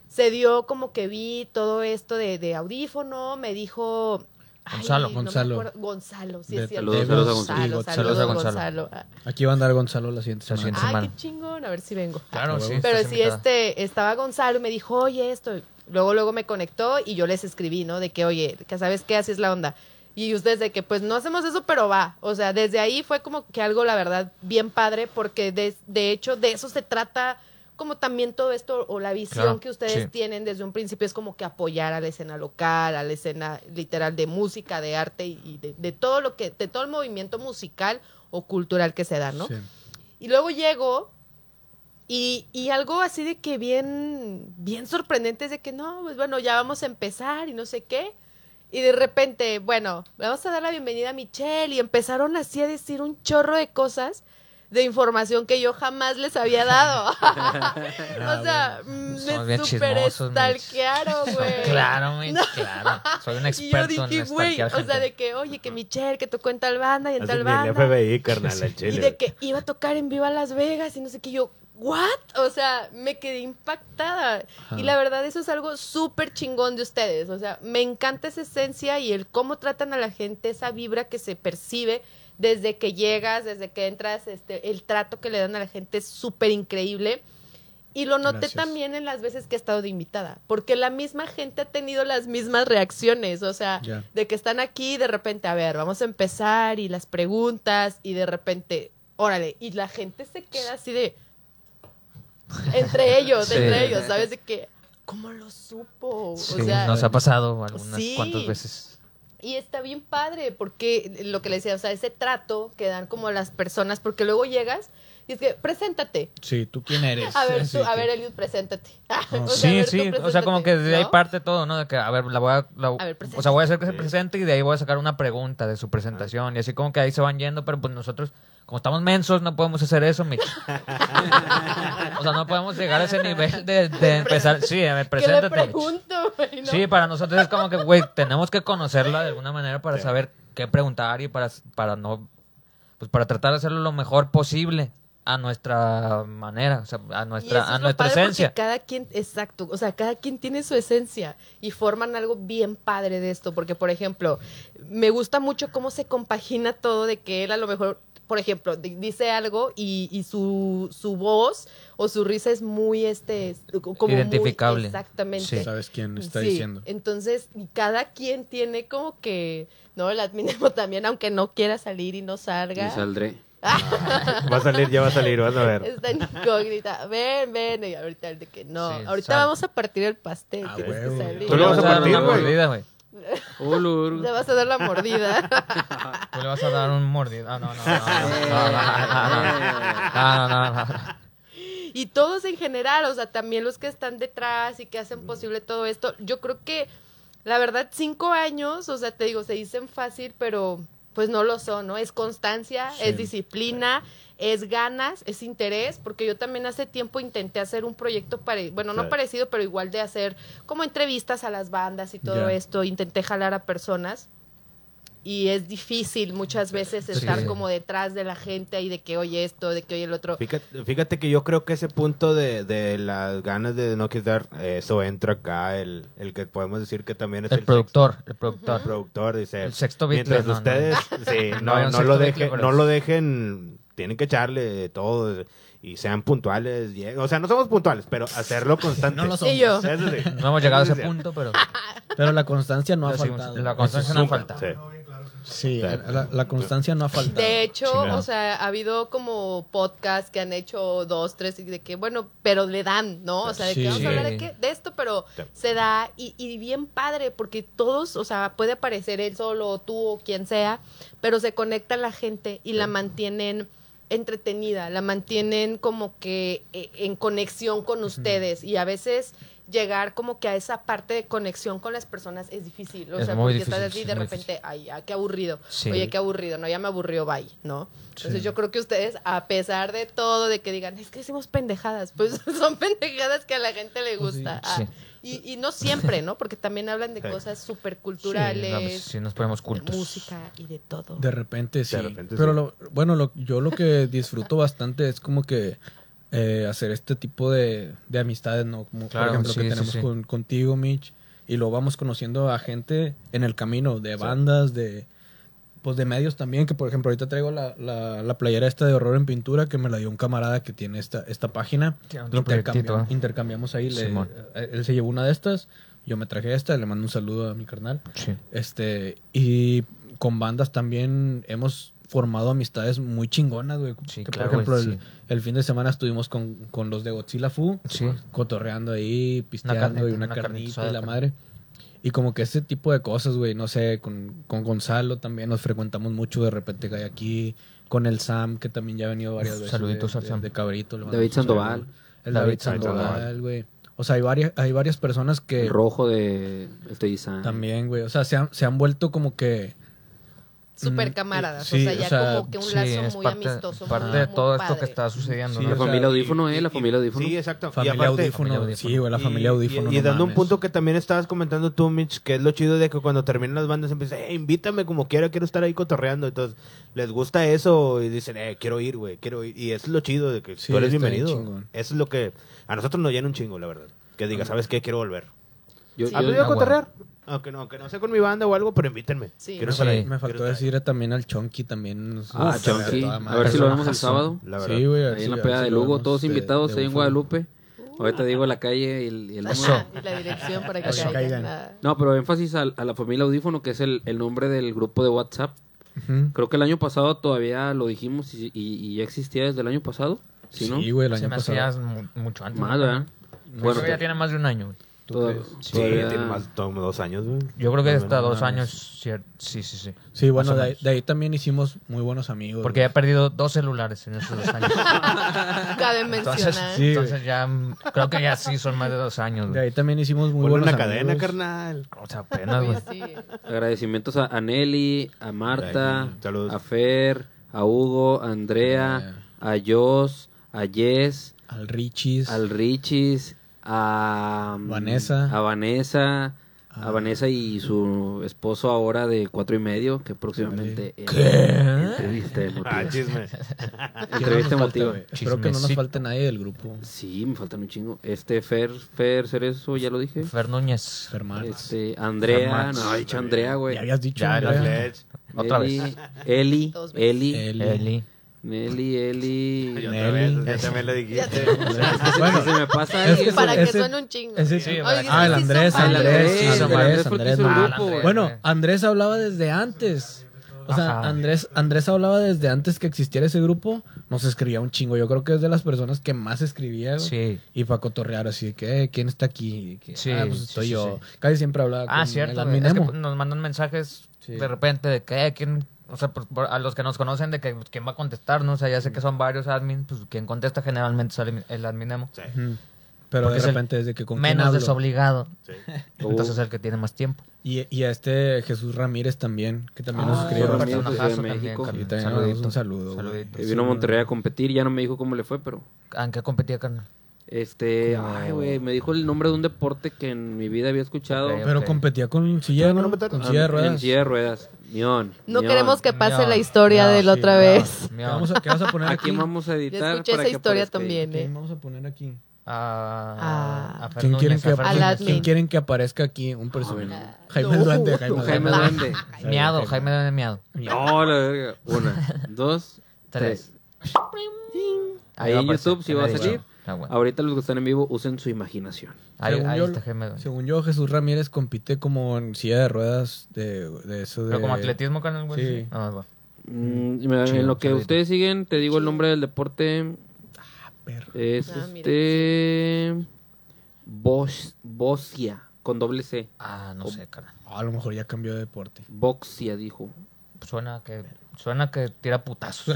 [SPEAKER 5] Se dio como que vi todo esto de, de audífono, me dijo... ay,
[SPEAKER 4] Gonzalo,
[SPEAKER 5] me
[SPEAKER 2] Gonzalo.
[SPEAKER 5] acuerdo, Gonzalo, sí,
[SPEAKER 2] De-
[SPEAKER 5] es cierto.
[SPEAKER 1] saludos, saludos a
[SPEAKER 2] Gonzalo.
[SPEAKER 5] Gonzalo.
[SPEAKER 4] Saludos a Gonzalo.
[SPEAKER 5] Ah,
[SPEAKER 2] Aquí va a andar Gonzalo la siguiente
[SPEAKER 4] La
[SPEAKER 2] semana.
[SPEAKER 4] siguiente.
[SPEAKER 5] Ay,
[SPEAKER 4] semana.
[SPEAKER 5] qué chingón, a ver si vengo.
[SPEAKER 4] Claro, sí.
[SPEAKER 5] Pero
[SPEAKER 4] estás
[SPEAKER 5] sí,
[SPEAKER 4] invitada.
[SPEAKER 5] este, estaba Gonzalo y me dijo, oye, esto. Luego, luego me conectó y yo les escribí, ¿no? De que, oye, que sabes qué, así es la onda. Y ustedes de que, pues, no hacemos eso, pero va. O sea, desde ahí fue como que algo, la verdad, bien padre, porque de, de hecho de eso se trata como también todo esto o la visión
[SPEAKER 4] Claro,
[SPEAKER 5] que ustedes
[SPEAKER 4] sí.
[SPEAKER 5] tienen desde un principio es como que apoyar a la escena local, a la escena literal de música, de arte y, y de, de todo lo que, de todo el movimiento musical o cultural que se da, ¿no?
[SPEAKER 2] Sí.
[SPEAKER 5] Y luego llego y, y algo así de que bien, bien sorprendente es de que no, pues bueno, ya vamos a empezar y no sé qué. Y de repente, bueno, vamos a dar la bienvenida a Michelle y empezaron así a decir un chorro de cosas de información que yo jamás les había dado. o sea,
[SPEAKER 4] Ah, Somos
[SPEAKER 5] me
[SPEAKER 4] bien
[SPEAKER 5] super
[SPEAKER 4] chismosos,
[SPEAKER 5] estalquearon, güey.
[SPEAKER 4] Claro, güey, claro. Soy un
[SPEAKER 5] Y yo
[SPEAKER 4] experto
[SPEAKER 5] dije,
[SPEAKER 4] en
[SPEAKER 5] güey,
[SPEAKER 4] stalkear
[SPEAKER 5] o sea,
[SPEAKER 4] gente.
[SPEAKER 5] de que, oye, que Michelle, que tocó en tal banda y en
[SPEAKER 3] Así
[SPEAKER 5] tal
[SPEAKER 3] ni el
[SPEAKER 5] banda.
[SPEAKER 3] FBI, carnal, en Chile.
[SPEAKER 5] Y de que iba a tocar en Viva Las Vegas y no sé qué. Yo, ¿what? O sea, me quedé impactada. Y la verdad, eso es algo súper chingón de ustedes. O sea, me encanta esa esencia y el cómo tratan a la gente, esa vibra que se percibe desde que llegas, desde que entras, este, el trato que le dan a la gente es súper increíble. Y lo noté
[SPEAKER 2] Gracias.
[SPEAKER 5] también en las veces que he estado de invitada, porque la misma gente ha tenido las mismas reacciones, o
[SPEAKER 4] Ah,
[SPEAKER 5] sea,
[SPEAKER 2] Ya.
[SPEAKER 5] de que están aquí y de repente, a ver, vamos a empezar y las preguntas y de repente, órale, y la gente se queda así de entre ellos,
[SPEAKER 1] Sí.
[SPEAKER 5] entre ellos, ¿sabes? De que, ¿cómo lo supo?
[SPEAKER 4] Sí,
[SPEAKER 5] o sea,
[SPEAKER 4] nos ha pasado algunas
[SPEAKER 5] sí.
[SPEAKER 4] cuantas veces.
[SPEAKER 5] y está bien padre, porque lo que le decía, o sea, ese trato que dan como las personas, porque luego llegas y es que, preséntate.
[SPEAKER 2] Sí, ¿tú quién eres?
[SPEAKER 5] A ver,
[SPEAKER 2] Sí,
[SPEAKER 5] tú, a
[SPEAKER 2] que-
[SPEAKER 5] ver, Eliud, preséntate.
[SPEAKER 2] Ah,
[SPEAKER 5] O sea, a
[SPEAKER 4] sí,
[SPEAKER 5] ver,
[SPEAKER 4] sí.
[SPEAKER 5] tú
[SPEAKER 4] O sea, como que
[SPEAKER 5] preséntate,
[SPEAKER 4] de ahí
[SPEAKER 5] ¿no?
[SPEAKER 4] parte todo, ¿no? De que, a ver, la voy a... la-
[SPEAKER 5] ver,
[SPEAKER 4] o sea, voy a hacer que se
[SPEAKER 7] Sí.
[SPEAKER 4] presente y de ahí voy a sacar una pregunta de su presentación. Y así como que ahí se van yendo, pero pues nosotros, como estamos mensos, no podemos hacer eso, Mitch. o sea, no podemos llegar a ese nivel de, de empezar... Sí, a ver,
[SPEAKER 5] ¿Qué le
[SPEAKER 4] preséntate, Mitch.
[SPEAKER 5] pregunto? güey, no?
[SPEAKER 4] Sí, para nosotros es como que, güey, tenemos que conocerla de alguna manera para
[SPEAKER 3] Sí.
[SPEAKER 4] saber qué preguntar y para, para no, pues para tratar de hacerlo lo mejor posible a nuestra manera, o sea, a
[SPEAKER 5] Y eso
[SPEAKER 4] nuestra,
[SPEAKER 5] es
[SPEAKER 4] a
[SPEAKER 5] lo
[SPEAKER 4] nuestra
[SPEAKER 5] padre porque
[SPEAKER 4] esencia.
[SPEAKER 5] Cada quien, exacto, o sea, cada quien tiene su esencia y forman algo bien padre de esto, porque por ejemplo, me gusta mucho cómo se compagina todo de que él a lo mejor, por ejemplo, di- dice algo y, y su, su voz o su risa es muy, este, es como muy-
[SPEAKER 4] Identificable.
[SPEAKER 5] exactamente.
[SPEAKER 4] Sí.
[SPEAKER 2] ¿Sabes quién está
[SPEAKER 5] Sí,
[SPEAKER 2] diciendo?
[SPEAKER 5] Entonces, y cada quien tiene como que, no, el adminemo también, aunque no quiera salir y no salga.
[SPEAKER 1] Y saldré.
[SPEAKER 3] Va a salir, ya va a salir, vas a ver.
[SPEAKER 5] Está en incógnita. Ven, ven. Y ahorita el de que no.
[SPEAKER 4] Sí,
[SPEAKER 5] ahorita
[SPEAKER 4] sal.
[SPEAKER 5] vamos a partir el pastel.
[SPEAKER 2] Ah,
[SPEAKER 5] tienes
[SPEAKER 2] huevo.
[SPEAKER 5] que salir.
[SPEAKER 3] Tú le vas a
[SPEAKER 4] dar
[SPEAKER 3] partir,
[SPEAKER 4] una
[SPEAKER 3] güey.
[SPEAKER 4] mordida, güey.
[SPEAKER 1] Ulur.
[SPEAKER 5] Le vas a dar la mordida.
[SPEAKER 4] Tú le vas a dar un mordido. Ah, no, no, no, no, no, no, no, no, no, no, no, no.
[SPEAKER 5] y todos en general, o sea, también los que están detrás y que hacen posible todo esto. Yo creo que, la verdad, cinco años, o sea, te digo, se dicen fácil, pero pues no lo son, ¿no? Es constancia,
[SPEAKER 2] Sí.
[SPEAKER 5] es disciplina, es ganas, es interés, porque yo también hace tiempo intenté hacer un proyecto, pare bueno, no
[SPEAKER 3] Sí.
[SPEAKER 5] parecido, pero igual de hacer como entrevistas a las bandas y todo
[SPEAKER 2] Ya.
[SPEAKER 5] esto, intenté jalar a personas. Y es difícil muchas veces
[SPEAKER 4] Sí.
[SPEAKER 5] estar como detrás de la gente y de que oye esto, de que oye el otro.
[SPEAKER 3] Fíjate, fíjate que yo creo que ese punto de, de las ganas de no quitar, eso entra acá, el, el que podemos decir que también es
[SPEAKER 4] El productor, el productor.
[SPEAKER 3] el productor dice
[SPEAKER 4] El sexto
[SPEAKER 3] mientras
[SPEAKER 4] Beatle, no,
[SPEAKER 3] ustedes sí,
[SPEAKER 4] No,
[SPEAKER 3] no,
[SPEAKER 4] era
[SPEAKER 3] no
[SPEAKER 4] un sexto
[SPEAKER 3] lo
[SPEAKER 4] Beatle,
[SPEAKER 3] dejen
[SPEAKER 4] pero-
[SPEAKER 3] no lo dejen tienen que echarle todo y sean puntuales lleg- o sea no somos puntuales pero hacerlo constante
[SPEAKER 2] No lo somos.
[SPEAKER 5] Y yo.
[SPEAKER 3] Eso sí.
[SPEAKER 4] No hemos llegado a ese
[SPEAKER 3] Sí.
[SPEAKER 4] punto, pero
[SPEAKER 2] Pero la constancia no ha
[SPEAKER 4] Lo seguimos-
[SPEAKER 2] faltado.
[SPEAKER 4] la constancia no ha faltado.
[SPEAKER 3] Sí.
[SPEAKER 2] Sí, la, la constancia no ha faltado.
[SPEAKER 5] De hecho,
[SPEAKER 3] Chingado.
[SPEAKER 5] o sea, ha habido como podcasts que han hecho dos, tres, y de que, bueno, pero le dan, ¿no? O sea, de
[SPEAKER 2] Sí.
[SPEAKER 5] que vamos a hablar
[SPEAKER 4] Sí.
[SPEAKER 5] de, qué- de esto, pero
[SPEAKER 3] Sí.
[SPEAKER 5] se da, y, y bien padre, porque todos, o sea, puede aparecer él solo, o tú, o quien sea, pero se conecta la gente y la mantienen entretenida, la mantienen como que eh, en conexión con ustedes, y a veces llegar como que a esa parte de conexión con las personas es difícil, o
[SPEAKER 4] Es
[SPEAKER 5] sea,
[SPEAKER 4] muy
[SPEAKER 5] porque estás
[SPEAKER 4] difícil,
[SPEAKER 5] así
[SPEAKER 4] es
[SPEAKER 5] de
[SPEAKER 4] muy
[SPEAKER 5] repente
[SPEAKER 4] difícil.
[SPEAKER 5] este, ay, ah, qué aburrido.
[SPEAKER 4] Sí.
[SPEAKER 5] Oye, qué aburrido, no, ya me aburrió, bye, ¿no?
[SPEAKER 2] Sí.
[SPEAKER 5] Entonces yo creo que ustedes, a pesar de todo, de que digan, es que hicimos pendejadas, pues son pendejadas que a la gente le
[SPEAKER 2] Pues sí.
[SPEAKER 5] gusta. Ah,
[SPEAKER 4] Sí.
[SPEAKER 5] y, y no siempre, ¿no? Porque también hablan de
[SPEAKER 3] Sí.
[SPEAKER 5] cosas
[SPEAKER 4] sí,
[SPEAKER 5] superculturales,
[SPEAKER 4] sí, nos ponemos cultos.
[SPEAKER 5] música y de todo.
[SPEAKER 2] De repente sí.
[SPEAKER 3] repente
[SPEAKER 2] Pero
[SPEAKER 3] sí.
[SPEAKER 2] lo- bueno, lo- yo lo que disfruto bastante es como que eh, hacer este tipo de, de amistades, ¿no? Como
[SPEAKER 4] Claro,
[SPEAKER 2] por ejemplo
[SPEAKER 4] sí,
[SPEAKER 2] que
[SPEAKER 4] sí,
[SPEAKER 2] tenemos
[SPEAKER 4] sí.
[SPEAKER 2] con- contigo, Mitch. Y lo vamos conociendo a gente en el camino, de bandas, de pues de medios también, que por ejemplo ahorita traigo la, la- la playera esta de horror en pintura que me la dio un camarada que tiene esta, esta página.
[SPEAKER 4] Tiene otro
[SPEAKER 2] Intercambiamos-
[SPEAKER 4] proyectito.
[SPEAKER 2] intercambiamos ahí, le-
[SPEAKER 4] Simón.
[SPEAKER 2] eh, él se llevó una de estas, yo me traje esta, le mando un saludo a mi carnal.
[SPEAKER 4] Sí.
[SPEAKER 2] Este, y con bandas también hemos formado amistades muy chingonas, güey.
[SPEAKER 4] Sí,
[SPEAKER 2] Que,
[SPEAKER 4] claro,
[SPEAKER 2] por ejemplo,
[SPEAKER 4] güey,
[SPEAKER 2] el,
[SPEAKER 4] sí.
[SPEAKER 2] el fin de semana estuvimos con, con los de Godzilla Fu,
[SPEAKER 4] Sí.
[SPEAKER 2] cotorreando ahí, pisteando
[SPEAKER 4] carnita,
[SPEAKER 2] y una,
[SPEAKER 4] una carnita
[SPEAKER 2] carnita
[SPEAKER 4] asada
[SPEAKER 2] y la
[SPEAKER 4] también.
[SPEAKER 2] madre. Y como que ese tipo de cosas, güey, no sé, con, con Gonzalo también nos frecuentamos mucho de repente que hay aquí, con el Sam, que también ya ha venido varias veces.
[SPEAKER 4] Saluditos
[SPEAKER 2] de,
[SPEAKER 4] al
[SPEAKER 2] de-
[SPEAKER 4] Sam.
[SPEAKER 2] de cabrito. le mando
[SPEAKER 1] David
[SPEAKER 2] un saludo.
[SPEAKER 1] Sandoval.
[SPEAKER 2] El
[SPEAKER 4] David
[SPEAKER 2] David,
[SPEAKER 3] Sandoval.
[SPEAKER 2] Sandoval, güey. O sea, hay varias, hay varias personas que...
[SPEAKER 1] El rojo de este estoy San.
[SPEAKER 2] También, güey. O sea, se han, se han vuelto como que.
[SPEAKER 5] Super
[SPEAKER 2] Mm,
[SPEAKER 5] camaradas,
[SPEAKER 2] sí,
[SPEAKER 5] o sea, ya
[SPEAKER 2] o sea,
[SPEAKER 5] como que un
[SPEAKER 4] Sí,
[SPEAKER 5] lazo
[SPEAKER 4] es
[SPEAKER 5] muy
[SPEAKER 4] parte,
[SPEAKER 5] amistoso.
[SPEAKER 4] parte
[SPEAKER 5] muy,
[SPEAKER 4] de
[SPEAKER 5] muy
[SPEAKER 4] todo esto
[SPEAKER 5] padre.
[SPEAKER 4] que está sucediendo.
[SPEAKER 2] Sí,
[SPEAKER 4] ¿no?
[SPEAKER 1] La
[SPEAKER 2] o sea,
[SPEAKER 1] familia audífono,
[SPEAKER 3] Y-
[SPEAKER 1] ¿eh? La
[SPEAKER 3] y-
[SPEAKER 1] familia audífono.
[SPEAKER 3] sí exacto
[SPEAKER 2] Familia
[SPEAKER 3] y aparte-
[SPEAKER 2] audífono.
[SPEAKER 4] familia audífono.
[SPEAKER 2] Sí, güey, la familia
[SPEAKER 3] y-
[SPEAKER 2] audífono.
[SPEAKER 3] Y,
[SPEAKER 2] no
[SPEAKER 3] dando un
[SPEAKER 2] mames.
[SPEAKER 3] punto que también estabas comentando tú, Mitch, que es lo chido de que cuando terminan las bandas empiezan, "Eh, invítame como quiera, quiero estar ahí cotorreando. Entonces, les gusta eso y dicen, eh, quiero ir, güey, quiero ir. Y eso es lo chido de que
[SPEAKER 2] Sí,
[SPEAKER 3] tú eres
[SPEAKER 2] está bien
[SPEAKER 3] bienvenido.
[SPEAKER 2] chingón.
[SPEAKER 3] Eso es lo que a nosotros nos llena un chingo, la verdad. Que diga, ¿sabes qué? Quiero volver.
[SPEAKER 1] Yo,
[SPEAKER 5] Sí.
[SPEAKER 1] yo-
[SPEAKER 3] ¿Has venido a
[SPEAKER 4] Ah, bueno.
[SPEAKER 3] cotorrear? Aunque no, aunque no sea con mi banda o algo, pero invítenme.
[SPEAKER 5] Sí.
[SPEAKER 3] Quiero
[SPEAKER 4] Sí.
[SPEAKER 3] estar ahí.
[SPEAKER 2] Me faltó
[SPEAKER 3] Quiero estar
[SPEAKER 2] decir también al Chonky también. nos-
[SPEAKER 1] Ah,
[SPEAKER 2] Uf,
[SPEAKER 1] Chonky.
[SPEAKER 2] toda
[SPEAKER 1] A
[SPEAKER 2] madre.
[SPEAKER 1] ver si lo vemos el
[SPEAKER 3] Personajazo,
[SPEAKER 1] sábado.
[SPEAKER 3] La verdad.
[SPEAKER 2] Sí, güey. a ver
[SPEAKER 1] Ahí
[SPEAKER 2] si-
[SPEAKER 1] en la
[SPEAKER 2] a ver
[SPEAKER 1] peda
[SPEAKER 2] si
[SPEAKER 1] de
[SPEAKER 2] lo
[SPEAKER 1] Lugo,
[SPEAKER 2] vemos
[SPEAKER 1] todos
[SPEAKER 2] de-
[SPEAKER 1] invitados
[SPEAKER 2] de
[SPEAKER 1] ahí en
[SPEAKER 2] Búfalo.
[SPEAKER 1] Guadalupe. Ahorita digo la calle y el, y el número.
[SPEAKER 4] Eso.
[SPEAKER 5] Y la dirección para que
[SPEAKER 2] Eso.
[SPEAKER 5] caigan.
[SPEAKER 2] Caigan.
[SPEAKER 5] Ah,
[SPEAKER 1] No, pero énfasis al- a, la familia Audífono, que es el, el nombre del grupo de WhatsApp.
[SPEAKER 2] Ujú.
[SPEAKER 1] Creo que el año pasado todavía lo dijimos y, y- y ya existía desde el año pasado. Si no,
[SPEAKER 2] Sí, güey, el
[SPEAKER 4] Se
[SPEAKER 2] año
[SPEAKER 4] me hacía
[SPEAKER 2] pasado.
[SPEAKER 4] mu- mucho antes.
[SPEAKER 1] más, ¿verdad?
[SPEAKER 4] Yo
[SPEAKER 1] Bueno,
[SPEAKER 4] creo que ya tiene más de un año. güey.
[SPEAKER 1] toda-
[SPEAKER 3] Sí,
[SPEAKER 1] todavía-
[SPEAKER 3] tiene más, todo- dos años, güey.
[SPEAKER 4] Yo creo que
[SPEAKER 3] Más o
[SPEAKER 4] hasta
[SPEAKER 3] menos.
[SPEAKER 4] dos
[SPEAKER 2] no,
[SPEAKER 4] años. cier- Sí, sí, sí.
[SPEAKER 2] Sí, bueno,
[SPEAKER 4] Más o
[SPEAKER 2] de ahí,
[SPEAKER 4] menos.
[SPEAKER 2] de ahí también hicimos muy buenos amigos.
[SPEAKER 4] Porque he perdido dos celulares en esos dos años.
[SPEAKER 5] Cabe
[SPEAKER 4] Entonces,
[SPEAKER 5] mencionar.
[SPEAKER 2] Sí,
[SPEAKER 4] entonces ya mm, creo que ya sí son más de dos años.
[SPEAKER 2] güey.
[SPEAKER 4] güey.
[SPEAKER 2] De ahí también hicimos muy
[SPEAKER 3] Ponle
[SPEAKER 2] buenos
[SPEAKER 3] una
[SPEAKER 2] amigos.
[SPEAKER 3] cadena, carnal.
[SPEAKER 4] O sea, apenas, güey.
[SPEAKER 5] Sí, sí.
[SPEAKER 1] Agradecimientos a, a Nelly, a Marta,
[SPEAKER 3] Ay, saludos.
[SPEAKER 1] a Fer, a Hugo, a Andrea, a Jos, a Jess,
[SPEAKER 2] Al Richis.
[SPEAKER 1] al Richis, a mm,
[SPEAKER 2] Vanessa.
[SPEAKER 1] a Vanessa, a
[SPEAKER 2] Ah.
[SPEAKER 1] Vanessa y su esposo ahora de cuatro y medio, que próximamente es entrevista emotiva.
[SPEAKER 3] Ah, chisme.
[SPEAKER 2] ¿Quién
[SPEAKER 1] entrevista
[SPEAKER 2] nos Ah, falta,
[SPEAKER 1] emotiva.
[SPEAKER 2] güey? Espero que no nos
[SPEAKER 4] Chismecito.
[SPEAKER 2] falte nadie del grupo.
[SPEAKER 1] Sí, me faltan un chingo. Este Fer, Fer Cerezo, ya lo dije.
[SPEAKER 4] Fer Núñez.
[SPEAKER 2] Fermar.
[SPEAKER 1] Este, Andrea,
[SPEAKER 4] Fermat.
[SPEAKER 1] no, he dicho Andrea, güey.
[SPEAKER 2] Ya habías dicho.
[SPEAKER 4] Ya,
[SPEAKER 2] Andrea.
[SPEAKER 4] la
[SPEAKER 3] Fletch.
[SPEAKER 4] Otra
[SPEAKER 1] Eli,
[SPEAKER 4] vez.
[SPEAKER 1] Eli,
[SPEAKER 5] Dos veces.
[SPEAKER 1] Eli,
[SPEAKER 2] Eli.
[SPEAKER 4] Eli.
[SPEAKER 1] Nelly,
[SPEAKER 3] Y
[SPEAKER 1] Eli.
[SPEAKER 3] otra
[SPEAKER 2] Nelly.
[SPEAKER 3] vez, ya también lo dijiste.
[SPEAKER 2] Bueno,
[SPEAKER 1] se me pasa
[SPEAKER 2] es que
[SPEAKER 1] alguien.
[SPEAKER 5] Para que
[SPEAKER 2] Ese-
[SPEAKER 5] suene un chingo.
[SPEAKER 2] ese-
[SPEAKER 4] Sí,
[SPEAKER 5] Ay,
[SPEAKER 4] Ah,
[SPEAKER 2] el
[SPEAKER 5] sí son
[SPEAKER 2] Andrés,
[SPEAKER 5] varios.
[SPEAKER 2] Andrés,
[SPEAKER 1] Sí, el
[SPEAKER 2] Andrés,
[SPEAKER 1] porque
[SPEAKER 2] Andrés,
[SPEAKER 1] hizo el
[SPEAKER 4] Andrés.
[SPEAKER 1] grupo,
[SPEAKER 4] Ah,
[SPEAKER 1] güey.
[SPEAKER 2] Bueno, Andrés hablaba desde antes. O sea,
[SPEAKER 4] Ajá.
[SPEAKER 2] Andrés, Andrés hablaba desde antes que existiera ese grupo. Nos escribía un chingo. Yo creo que es de las personas que más escribía. güey.
[SPEAKER 4] Sí.
[SPEAKER 2] Y para cotorrear así, que eh, ¿quién está aquí? Y que,
[SPEAKER 4] Sí,
[SPEAKER 2] ah, pues
[SPEAKER 4] sí,
[SPEAKER 2] estoy
[SPEAKER 4] sí,
[SPEAKER 2] yo. Casi siempre hablaba
[SPEAKER 4] Ah,
[SPEAKER 2] con
[SPEAKER 4] cierto.
[SPEAKER 2] el
[SPEAKER 4] güey. Es que
[SPEAKER 2] Adminemo.
[SPEAKER 4] pues, nos mandan mensajes
[SPEAKER 2] Sí.
[SPEAKER 4] de repente de que, "Eh, ¿quién? O sea, por- por- a los que nos conocen, de que pues, quién va a contestar, ¿no? O sea, ya sé que son varios admin, pues quien contesta generalmente es el- el adminemo.
[SPEAKER 3] Sí,
[SPEAKER 2] Ujú. Pero
[SPEAKER 4] Porque
[SPEAKER 2] de
[SPEAKER 4] es el
[SPEAKER 2] repente desde que con quién
[SPEAKER 4] Menos
[SPEAKER 2] hablo? Oh.
[SPEAKER 4] desobligado.
[SPEAKER 3] sí.
[SPEAKER 4] Entonces es el que tiene más tiempo.
[SPEAKER 2] Y, y a este Jesús Ramírez también, que también nos
[SPEAKER 1] Ah,
[SPEAKER 2] escribe
[SPEAKER 1] Ramírez
[SPEAKER 2] bastante.
[SPEAKER 1] de Ciudad de
[SPEAKER 4] personajazo
[SPEAKER 1] México.
[SPEAKER 4] carnal.
[SPEAKER 2] Y también le mandamos
[SPEAKER 4] Saludito.
[SPEAKER 2] un saludo, güey.
[SPEAKER 4] Saludito.
[SPEAKER 1] Que vino a Monterrey a competir, ya no me dijo cómo le fue, pero
[SPEAKER 4] Aunque competía, carnal.
[SPEAKER 1] este,
[SPEAKER 4] Como-
[SPEAKER 1] ay, güey, me dijo el nombre de un deporte que en mi vida había escuchado.
[SPEAKER 4] Ok,
[SPEAKER 2] Pero
[SPEAKER 4] ok.
[SPEAKER 2] competía con silla, ¿no? con
[SPEAKER 1] Ah,
[SPEAKER 2] silla de
[SPEAKER 1] En
[SPEAKER 2] ruedas.
[SPEAKER 1] silla de ruedas. Mion.
[SPEAKER 5] No
[SPEAKER 1] mion.
[SPEAKER 5] queremos que pase
[SPEAKER 4] Miau,
[SPEAKER 5] la historia
[SPEAKER 4] miau,
[SPEAKER 5] de la
[SPEAKER 2] sí,
[SPEAKER 5] otra
[SPEAKER 2] miau.
[SPEAKER 5] vez.
[SPEAKER 2] ¿Qué
[SPEAKER 4] Miau.
[SPEAKER 2] vamos, a, qué vas a poner
[SPEAKER 1] ¿A quién
[SPEAKER 2] aquí?
[SPEAKER 1] vamos a editar?
[SPEAKER 5] Ya escuché
[SPEAKER 1] para
[SPEAKER 5] esa
[SPEAKER 1] que
[SPEAKER 5] historia
[SPEAKER 1] aparezca ahí?
[SPEAKER 5] también,
[SPEAKER 2] ¿Quién
[SPEAKER 5] eh.
[SPEAKER 2] vamos a poner aquí?
[SPEAKER 4] a,
[SPEAKER 5] Ah.
[SPEAKER 4] a Fer
[SPEAKER 2] ¿Quién quieren,
[SPEAKER 4] Núñez,
[SPEAKER 2] que
[SPEAKER 4] a Fer
[SPEAKER 5] Al
[SPEAKER 2] aparezca,
[SPEAKER 4] Núñez.
[SPEAKER 5] admin.
[SPEAKER 2] quién quieren que aparezca aquí? Un personaje. Jaime el
[SPEAKER 5] No.
[SPEAKER 2] Duende. Jaime, el
[SPEAKER 1] Jaime
[SPEAKER 2] Duende.
[SPEAKER 1] Duende.
[SPEAKER 4] Miado, Jaime de Miado.
[SPEAKER 1] No, la verga. Una, dos, tres.
[SPEAKER 4] Tres.
[SPEAKER 1] Ahí en YouTube sí va a salir.
[SPEAKER 4] Ah, bueno.
[SPEAKER 1] Ahorita los que están en vivo usen su imaginación.
[SPEAKER 4] Ahí,
[SPEAKER 2] Según
[SPEAKER 4] ahí
[SPEAKER 2] yo-
[SPEAKER 4] está Jaime de Miado.
[SPEAKER 2] Según yo, Jesús Ramírez compite como en silla de ruedas de, de eso de...
[SPEAKER 4] Pero como atletismo, carnal, güey.
[SPEAKER 2] Sí.
[SPEAKER 4] Sí. Ah, va.
[SPEAKER 1] Mm, me-
[SPEAKER 4] Chido,
[SPEAKER 1] en lo que
[SPEAKER 4] chido.
[SPEAKER 1] ustedes siguen, te digo el nombre del deporte.
[SPEAKER 2] perro.
[SPEAKER 1] Es
[SPEAKER 5] Ah, mira.
[SPEAKER 1] este. Box- Boxia, con doble C.
[SPEAKER 4] Ah, no sé, carnal.
[SPEAKER 2] Ah, a lo mejor ya cambió de deporte.
[SPEAKER 1] Boxia, dijo.
[SPEAKER 4] Suena que, suena que tira putazos.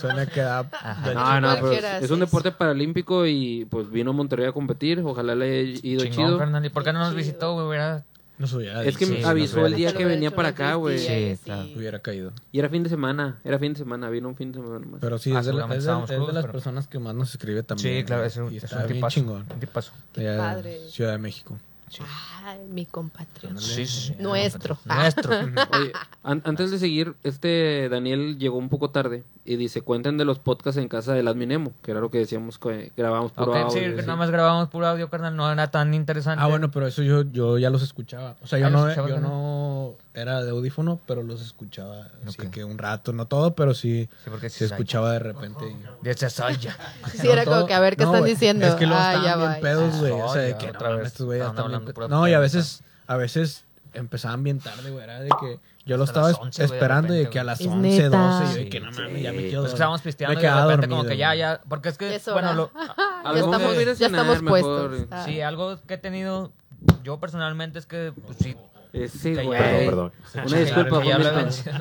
[SPEAKER 2] Suena que da...
[SPEAKER 4] Ajá.
[SPEAKER 1] No, no, pero es,
[SPEAKER 5] Cualquiera
[SPEAKER 1] es un
[SPEAKER 5] hace
[SPEAKER 1] deporte paralímpico y pues vino a Monterrey a competir. Ojalá le haya ido
[SPEAKER 4] Chingón,
[SPEAKER 1] chido.
[SPEAKER 4] carnal. ¿Y por qué no nos
[SPEAKER 5] Chido.
[SPEAKER 4] visitó, güey? Hubiera-
[SPEAKER 2] Nos hubiera,
[SPEAKER 1] Es que
[SPEAKER 4] Sí,
[SPEAKER 1] me
[SPEAKER 4] nos
[SPEAKER 1] avisó
[SPEAKER 4] hubiera
[SPEAKER 1] el día
[SPEAKER 5] Se
[SPEAKER 1] que
[SPEAKER 5] lo
[SPEAKER 1] venía
[SPEAKER 5] hecho
[SPEAKER 1] para
[SPEAKER 5] más
[SPEAKER 1] acá, güey.
[SPEAKER 5] difícil,
[SPEAKER 4] Sí,
[SPEAKER 5] eh,
[SPEAKER 4] claro.
[SPEAKER 2] hubiera caído.
[SPEAKER 1] Y era fin de semana, era fin de semana, vino un fin de semana más.
[SPEAKER 2] Pero sí,
[SPEAKER 4] Ah,
[SPEAKER 2] es, de, la-
[SPEAKER 4] seguramente
[SPEAKER 2] es de-
[SPEAKER 4] estábamos
[SPEAKER 2] es de
[SPEAKER 4] crudos,
[SPEAKER 2] las
[SPEAKER 4] pero-
[SPEAKER 2] personas que más nos escribe también.
[SPEAKER 4] Sí, claro,
[SPEAKER 2] güey.
[SPEAKER 4] es un,
[SPEAKER 2] Y
[SPEAKER 4] es
[SPEAKER 2] está
[SPEAKER 4] un
[SPEAKER 2] bien
[SPEAKER 4] tipazo.
[SPEAKER 2] chingón.
[SPEAKER 4] Un tipazo.
[SPEAKER 5] Qué
[SPEAKER 2] Allá de
[SPEAKER 5] padre.
[SPEAKER 2] Ciudad de México.
[SPEAKER 5] Ay, mi compatriota.
[SPEAKER 4] Sí, sí, sí.
[SPEAKER 5] Nuestro.
[SPEAKER 4] Nuestro.
[SPEAKER 1] Oye, an- antes de seguir, este Daniel llegó un poco tarde y dice, cuenten de los podcasts en casa del Adminemo, que era lo que decíamos que grabamos puro
[SPEAKER 4] Ok, sí,
[SPEAKER 1] audio,
[SPEAKER 4] que
[SPEAKER 1] sí.
[SPEAKER 4] nada más grabamos puro audio, carnal. No era tan interesante.
[SPEAKER 2] Ah, bueno, pero eso yo, yo ya los escuchaba. O sea, yo,
[SPEAKER 4] Ah, los
[SPEAKER 2] no,
[SPEAKER 4] escuchaba
[SPEAKER 2] yo
[SPEAKER 4] también.
[SPEAKER 2] no era de audífono, pero los escuchaba. Así
[SPEAKER 4] Ok.
[SPEAKER 2] que un rato, no todo, pero sí,
[SPEAKER 4] Sí, porque sí
[SPEAKER 2] se
[SPEAKER 4] soy.
[SPEAKER 2] escuchaba de repente. y-
[SPEAKER 4] Ya se soy ya.
[SPEAKER 5] Sí, era
[SPEAKER 2] No
[SPEAKER 5] como
[SPEAKER 2] todo-
[SPEAKER 5] que a ver qué
[SPEAKER 2] no,
[SPEAKER 5] están
[SPEAKER 2] güey,
[SPEAKER 5] diciendo.
[SPEAKER 2] Es que luego
[SPEAKER 5] ah,
[SPEAKER 2] estaban
[SPEAKER 5] ya
[SPEAKER 2] bien
[SPEAKER 5] va.
[SPEAKER 2] pedos, güey. O sea, de
[SPEAKER 4] Ah,
[SPEAKER 2] que no,
[SPEAKER 4] otra
[SPEAKER 2] mames,
[SPEAKER 4] vez
[SPEAKER 2] estos güeyes ya
[SPEAKER 4] estaban
[SPEAKER 2] están bien
[SPEAKER 4] hablando
[SPEAKER 2] pe-
[SPEAKER 4] pura
[SPEAKER 2] No, y a
[SPEAKER 4] mierda.
[SPEAKER 2] veces, a veces empezaban bien tarde, güey. Era de que yo lo
[SPEAKER 4] Hasta las
[SPEAKER 2] estaba
[SPEAKER 4] 11, güey, de
[SPEAKER 2] esperando y de
[SPEAKER 4] repente,
[SPEAKER 2] que a las
[SPEAKER 5] güey. Es
[SPEAKER 2] 11,
[SPEAKER 5] neta.
[SPEAKER 2] 12, yo de
[SPEAKER 4] Sí,
[SPEAKER 2] que no
[SPEAKER 1] sí.
[SPEAKER 2] mames, ya me quedo.
[SPEAKER 4] Pues que estábamos pisteando
[SPEAKER 2] me
[SPEAKER 4] y de
[SPEAKER 2] quedaba
[SPEAKER 4] repente como
[SPEAKER 2] dormido,
[SPEAKER 4] que ya,
[SPEAKER 2] güey.
[SPEAKER 4] ya. Porque es que,
[SPEAKER 5] Es hora.
[SPEAKER 4] bueno, lo,
[SPEAKER 5] Ya
[SPEAKER 1] Algo
[SPEAKER 5] estamos-
[SPEAKER 1] que-
[SPEAKER 5] ya estamos
[SPEAKER 1] mejor.
[SPEAKER 5] puestos. Ah.
[SPEAKER 4] sí, algo que he tenido yo personalmente es que, pues sí,
[SPEAKER 1] Ese
[SPEAKER 4] Perdón,
[SPEAKER 1] Eh, güey.
[SPEAKER 3] perdón.
[SPEAKER 1] Una disculpa,
[SPEAKER 4] que ya,
[SPEAKER 1] fue
[SPEAKER 4] lo he
[SPEAKER 1] mi-
[SPEAKER 4] vencido,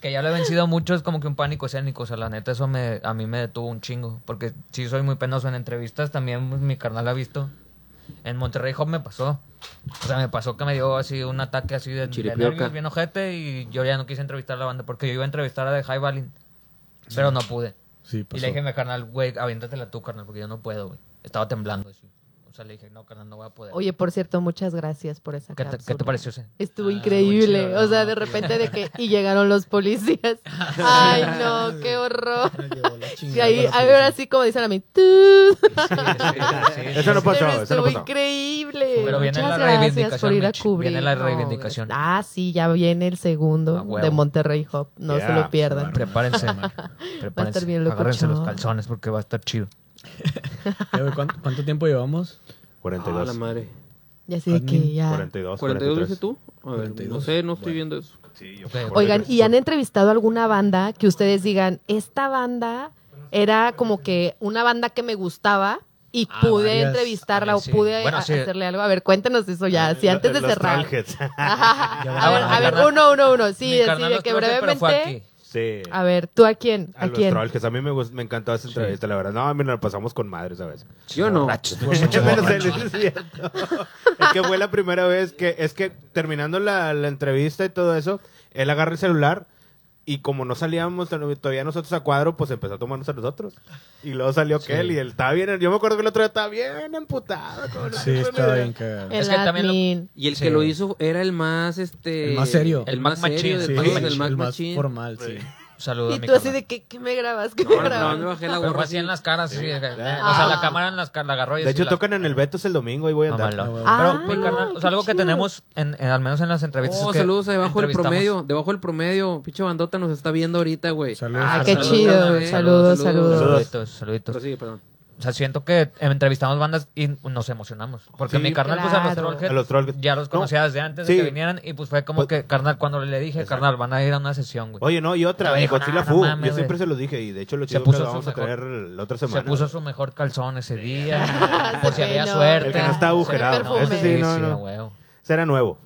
[SPEAKER 4] que ya lo he vencido mucho es como que un pánico escénico. O sea, la neta, eso me, a mí me detuvo un chingo. Porque sí soy muy penoso en entrevistas. También pues, mi carnal ha visto. En Monterrey Hop me pasó. O sea, me pasó que me dio así un ataque así de, de
[SPEAKER 1] Chiripioca.
[SPEAKER 4] nervios bien ojete y yo ya no quise entrevistar a la banda porque yo iba a entrevistar a The High Valley, pero no pude.
[SPEAKER 2] Sí,
[SPEAKER 4] Y
[SPEAKER 2] pasó.
[SPEAKER 4] le dije a mi carnal, güey, aviéntatela tú, carnal, porque yo no puedo, güey. Estaba temblando así. O sea, le dije, no, carnal, no voy a poder.
[SPEAKER 6] Oye, por cierto, muchas gracias por esa
[SPEAKER 4] ¿qué te, qué
[SPEAKER 6] cápsula.
[SPEAKER 4] te pareció? ese?
[SPEAKER 6] Estuvo
[SPEAKER 2] Ah,
[SPEAKER 6] increíble.
[SPEAKER 2] estuvo chido,
[SPEAKER 6] o sea, de
[SPEAKER 2] ¿no?
[SPEAKER 6] repente de que... Y llegaron los policías. Ay, no, qué horror. Y ahí, ahora sí, como dicen a mí, tú.
[SPEAKER 3] Eso no pasó,
[SPEAKER 6] Pero
[SPEAKER 3] eso no
[SPEAKER 6] estuvo
[SPEAKER 3] pasó.
[SPEAKER 6] increíble.
[SPEAKER 4] Pero viene
[SPEAKER 6] Muchas
[SPEAKER 4] la
[SPEAKER 6] gracias
[SPEAKER 4] reivindicación,
[SPEAKER 6] por ir a
[SPEAKER 4] Mitch.
[SPEAKER 6] cubrir.
[SPEAKER 4] Viene la
[SPEAKER 6] No,
[SPEAKER 4] reivindicación.
[SPEAKER 6] gracias. ah, sí, ya viene el segundo
[SPEAKER 4] A huevo.
[SPEAKER 6] de Monterrey Hop. No se
[SPEAKER 3] Yeah,
[SPEAKER 6] lo pierdan.
[SPEAKER 4] Prepárense,
[SPEAKER 6] Va a estar
[SPEAKER 4] prepárense.
[SPEAKER 6] bien locochón.
[SPEAKER 4] Agárrense los calzones porque va a estar chido.
[SPEAKER 2] Eh, güey, ¿Cuánto, cuánto tiempo llevamos?
[SPEAKER 1] Ah, la
[SPEAKER 3] 42.
[SPEAKER 1] madre.
[SPEAKER 6] Ya así de que
[SPEAKER 2] Admin,
[SPEAKER 6] ya.
[SPEAKER 3] 42,
[SPEAKER 1] 42 dices
[SPEAKER 3] 43.
[SPEAKER 1] tú? A ver, no
[SPEAKER 2] 42.
[SPEAKER 1] sé, no estoy viendo
[SPEAKER 2] Bueno.
[SPEAKER 1] eso.
[SPEAKER 6] Oigan, ¿y han entrevistado alguna banda que ustedes digan, esta banda era como que una banda que me gustaba y
[SPEAKER 2] Ah,
[SPEAKER 6] pude
[SPEAKER 2] varias.
[SPEAKER 6] entrevistarla
[SPEAKER 4] Ah,
[SPEAKER 6] o
[SPEAKER 4] sí.
[SPEAKER 6] pude
[SPEAKER 4] Bueno,
[SPEAKER 6] a-
[SPEAKER 4] sí. Eh,
[SPEAKER 6] hacerle algo? A ver, cuéntanos eso ya, sí, antes de
[SPEAKER 3] Los
[SPEAKER 6] cerrar.
[SPEAKER 3] Trangers.
[SPEAKER 6] Ajá.
[SPEAKER 2] Ya
[SPEAKER 6] A ver,
[SPEAKER 4] vamos.
[SPEAKER 6] a ver,
[SPEAKER 4] Mi
[SPEAKER 6] uno, uno, uno.
[SPEAKER 4] Mi
[SPEAKER 6] Sí, así
[SPEAKER 4] carnal
[SPEAKER 6] de
[SPEAKER 4] los
[SPEAKER 6] que
[SPEAKER 4] conoce, pero fue
[SPEAKER 6] brevemente.
[SPEAKER 4] aquí.
[SPEAKER 3] Sí.
[SPEAKER 6] A ver, ¿tú a quién?
[SPEAKER 3] A
[SPEAKER 6] ¿A
[SPEAKER 3] los
[SPEAKER 6] quién?
[SPEAKER 3] Trolls, a mí me, gust- me encantó esa entrevista, la verdad. No, a mí nos la pasamos con madre, ¿sabes?
[SPEAKER 1] Yo no.
[SPEAKER 3] Menos él, es cierto. Es que fue la primera vez que, es que terminando la, la entrevista y todo eso, él agarra el celular y como no salíamos todavía nosotros a cuadro, pues empezó a tomarnos a nosotros. Y luego salió que él y él estaba bien, yo me acuerdo que el otro día estaba bien emputado. como no
[SPEAKER 2] Sí,
[SPEAKER 3] tengo
[SPEAKER 2] está
[SPEAKER 3] ni
[SPEAKER 2] bien
[SPEAKER 3] idea.
[SPEAKER 2] cagado.
[SPEAKER 6] El
[SPEAKER 4] Es que también lo-
[SPEAKER 6] admin.
[SPEAKER 1] Y el
[SPEAKER 4] Sí.
[SPEAKER 1] que lo hizo era el más, este...
[SPEAKER 2] El más serio.
[SPEAKER 1] El
[SPEAKER 4] El
[SPEAKER 1] más
[SPEAKER 4] Mac
[SPEAKER 1] serio
[SPEAKER 4] Machín.
[SPEAKER 1] de
[SPEAKER 2] Sí,
[SPEAKER 1] todos,
[SPEAKER 2] el,
[SPEAKER 1] el Mac
[SPEAKER 2] más
[SPEAKER 1] Machín.
[SPEAKER 2] formal, sí.
[SPEAKER 4] Un saludo a
[SPEAKER 6] Y
[SPEAKER 4] mi
[SPEAKER 6] tú así
[SPEAKER 4] carnal.
[SPEAKER 6] de que, ¿qué me grabas? ¿Qué me
[SPEAKER 1] No, no,
[SPEAKER 6] grabas?
[SPEAKER 1] no, bajé la
[SPEAKER 4] Pero fue
[SPEAKER 1] gorra.
[SPEAKER 4] así
[SPEAKER 1] así.
[SPEAKER 4] en las caras. sí, de que-
[SPEAKER 3] Ah.
[SPEAKER 4] O sea, la cámara en las caras la agarró y
[SPEAKER 3] De
[SPEAKER 4] así
[SPEAKER 3] hecho,
[SPEAKER 4] la-
[SPEAKER 3] tocan en el Betos el domingo y voy a andar.
[SPEAKER 4] Mamalón.
[SPEAKER 2] Ah,
[SPEAKER 4] Pero
[SPEAKER 6] huevo.
[SPEAKER 4] mi carnal, o sea, algo que
[SPEAKER 6] qué
[SPEAKER 4] tenemos, en, en- al menos en las entrevistas.
[SPEAKER 1] Oh,
[SPEAKER 4] es que
[SPEAKER 1] saludos a debajo del
[SPEAKER 4] entrevistamos-
[SPEAKER 1] promedio. Debajo del promedio. Pinche bandota nos está viendo ahorita, güey.
[SPEAKER 2] Saludos.
[SPEAKER 6] Ah, qué
[SPEAKER 1] Saludos,
[SPEAKER 6] chido.
[SPEAKER 1] saludos, saludos.
[SPEAKER 6] Saludos, saludos.
[SPEAKER 4] Saluditos, saluditos.
[SPEAKER 1] Prosigue, perdón.
[SPEAKER 4] O sea, siento que entrevistamos bandas y nos emocionamos. Porque
[SPEAKER 3] Sí.
[SPEAKER 4] mi carnal, pues a los
[SPEAKER 6] Claro.
[SPEAKER 4] Trollheads,
[SPEAKER 3] A los Trollheads.
[SPEAKER 4] ya los
[SPEAKER 3] No.
[SPEAKER 4] conocía desde antes
[SPEAKER 3] Sí.
[SPEAKER 4] de que vinieran. Y pues fue como
[SPEAKER 3] Pues-
[SPEAKER 4] que, carnal, cuando le dije, carnal, van a ir a una sesión, güey.
[SPEAKER 3] Oye, no, y otra,
[SPEAKER 4] Pero
[SPEAKER 3] y
[SPEAKER 4] dijo,
[SPEAKER 3] Godzilla
[SPEAKER 4] "No,
[SPEAKER 3] Fu".
[SPEAKER 4] no mames,
[SPEAKER 3] yo
[SPEAKER 4] güey.
[SPEAKER 3] siempre se lo dije y de hecho lo
[SPEAKER 4] Se
[SPEAKER 3] chido que
[SPEAKER 4] puso
[SPEAKER 3] lo
[SPEAKER 4] su
[SPEAKER 3] vamos a
[SPEAKER 4] mejor-
[SPEAKER 3] traer la otra
[SPEAKER 4] Se
[SPEAKER 3] semana.
[SPEAKER 4] puso su mejor calzón ese día. por si
[SPEAKER 6] Sí,
[SPEAKER 4] había
[SPEAKER 6] no,
[SPEAKER 4] suerte.
[SPEAKER 3] El que no está agujerado.
[SPEAKER 6] perfume.
[SPEAKER 3] Ese sí, no,
[SPEAKER 4] sí,
[SPEAKER 3] no.
[SPEAKER 4] a huevo.
[SPEAKER 3] Será nuevo.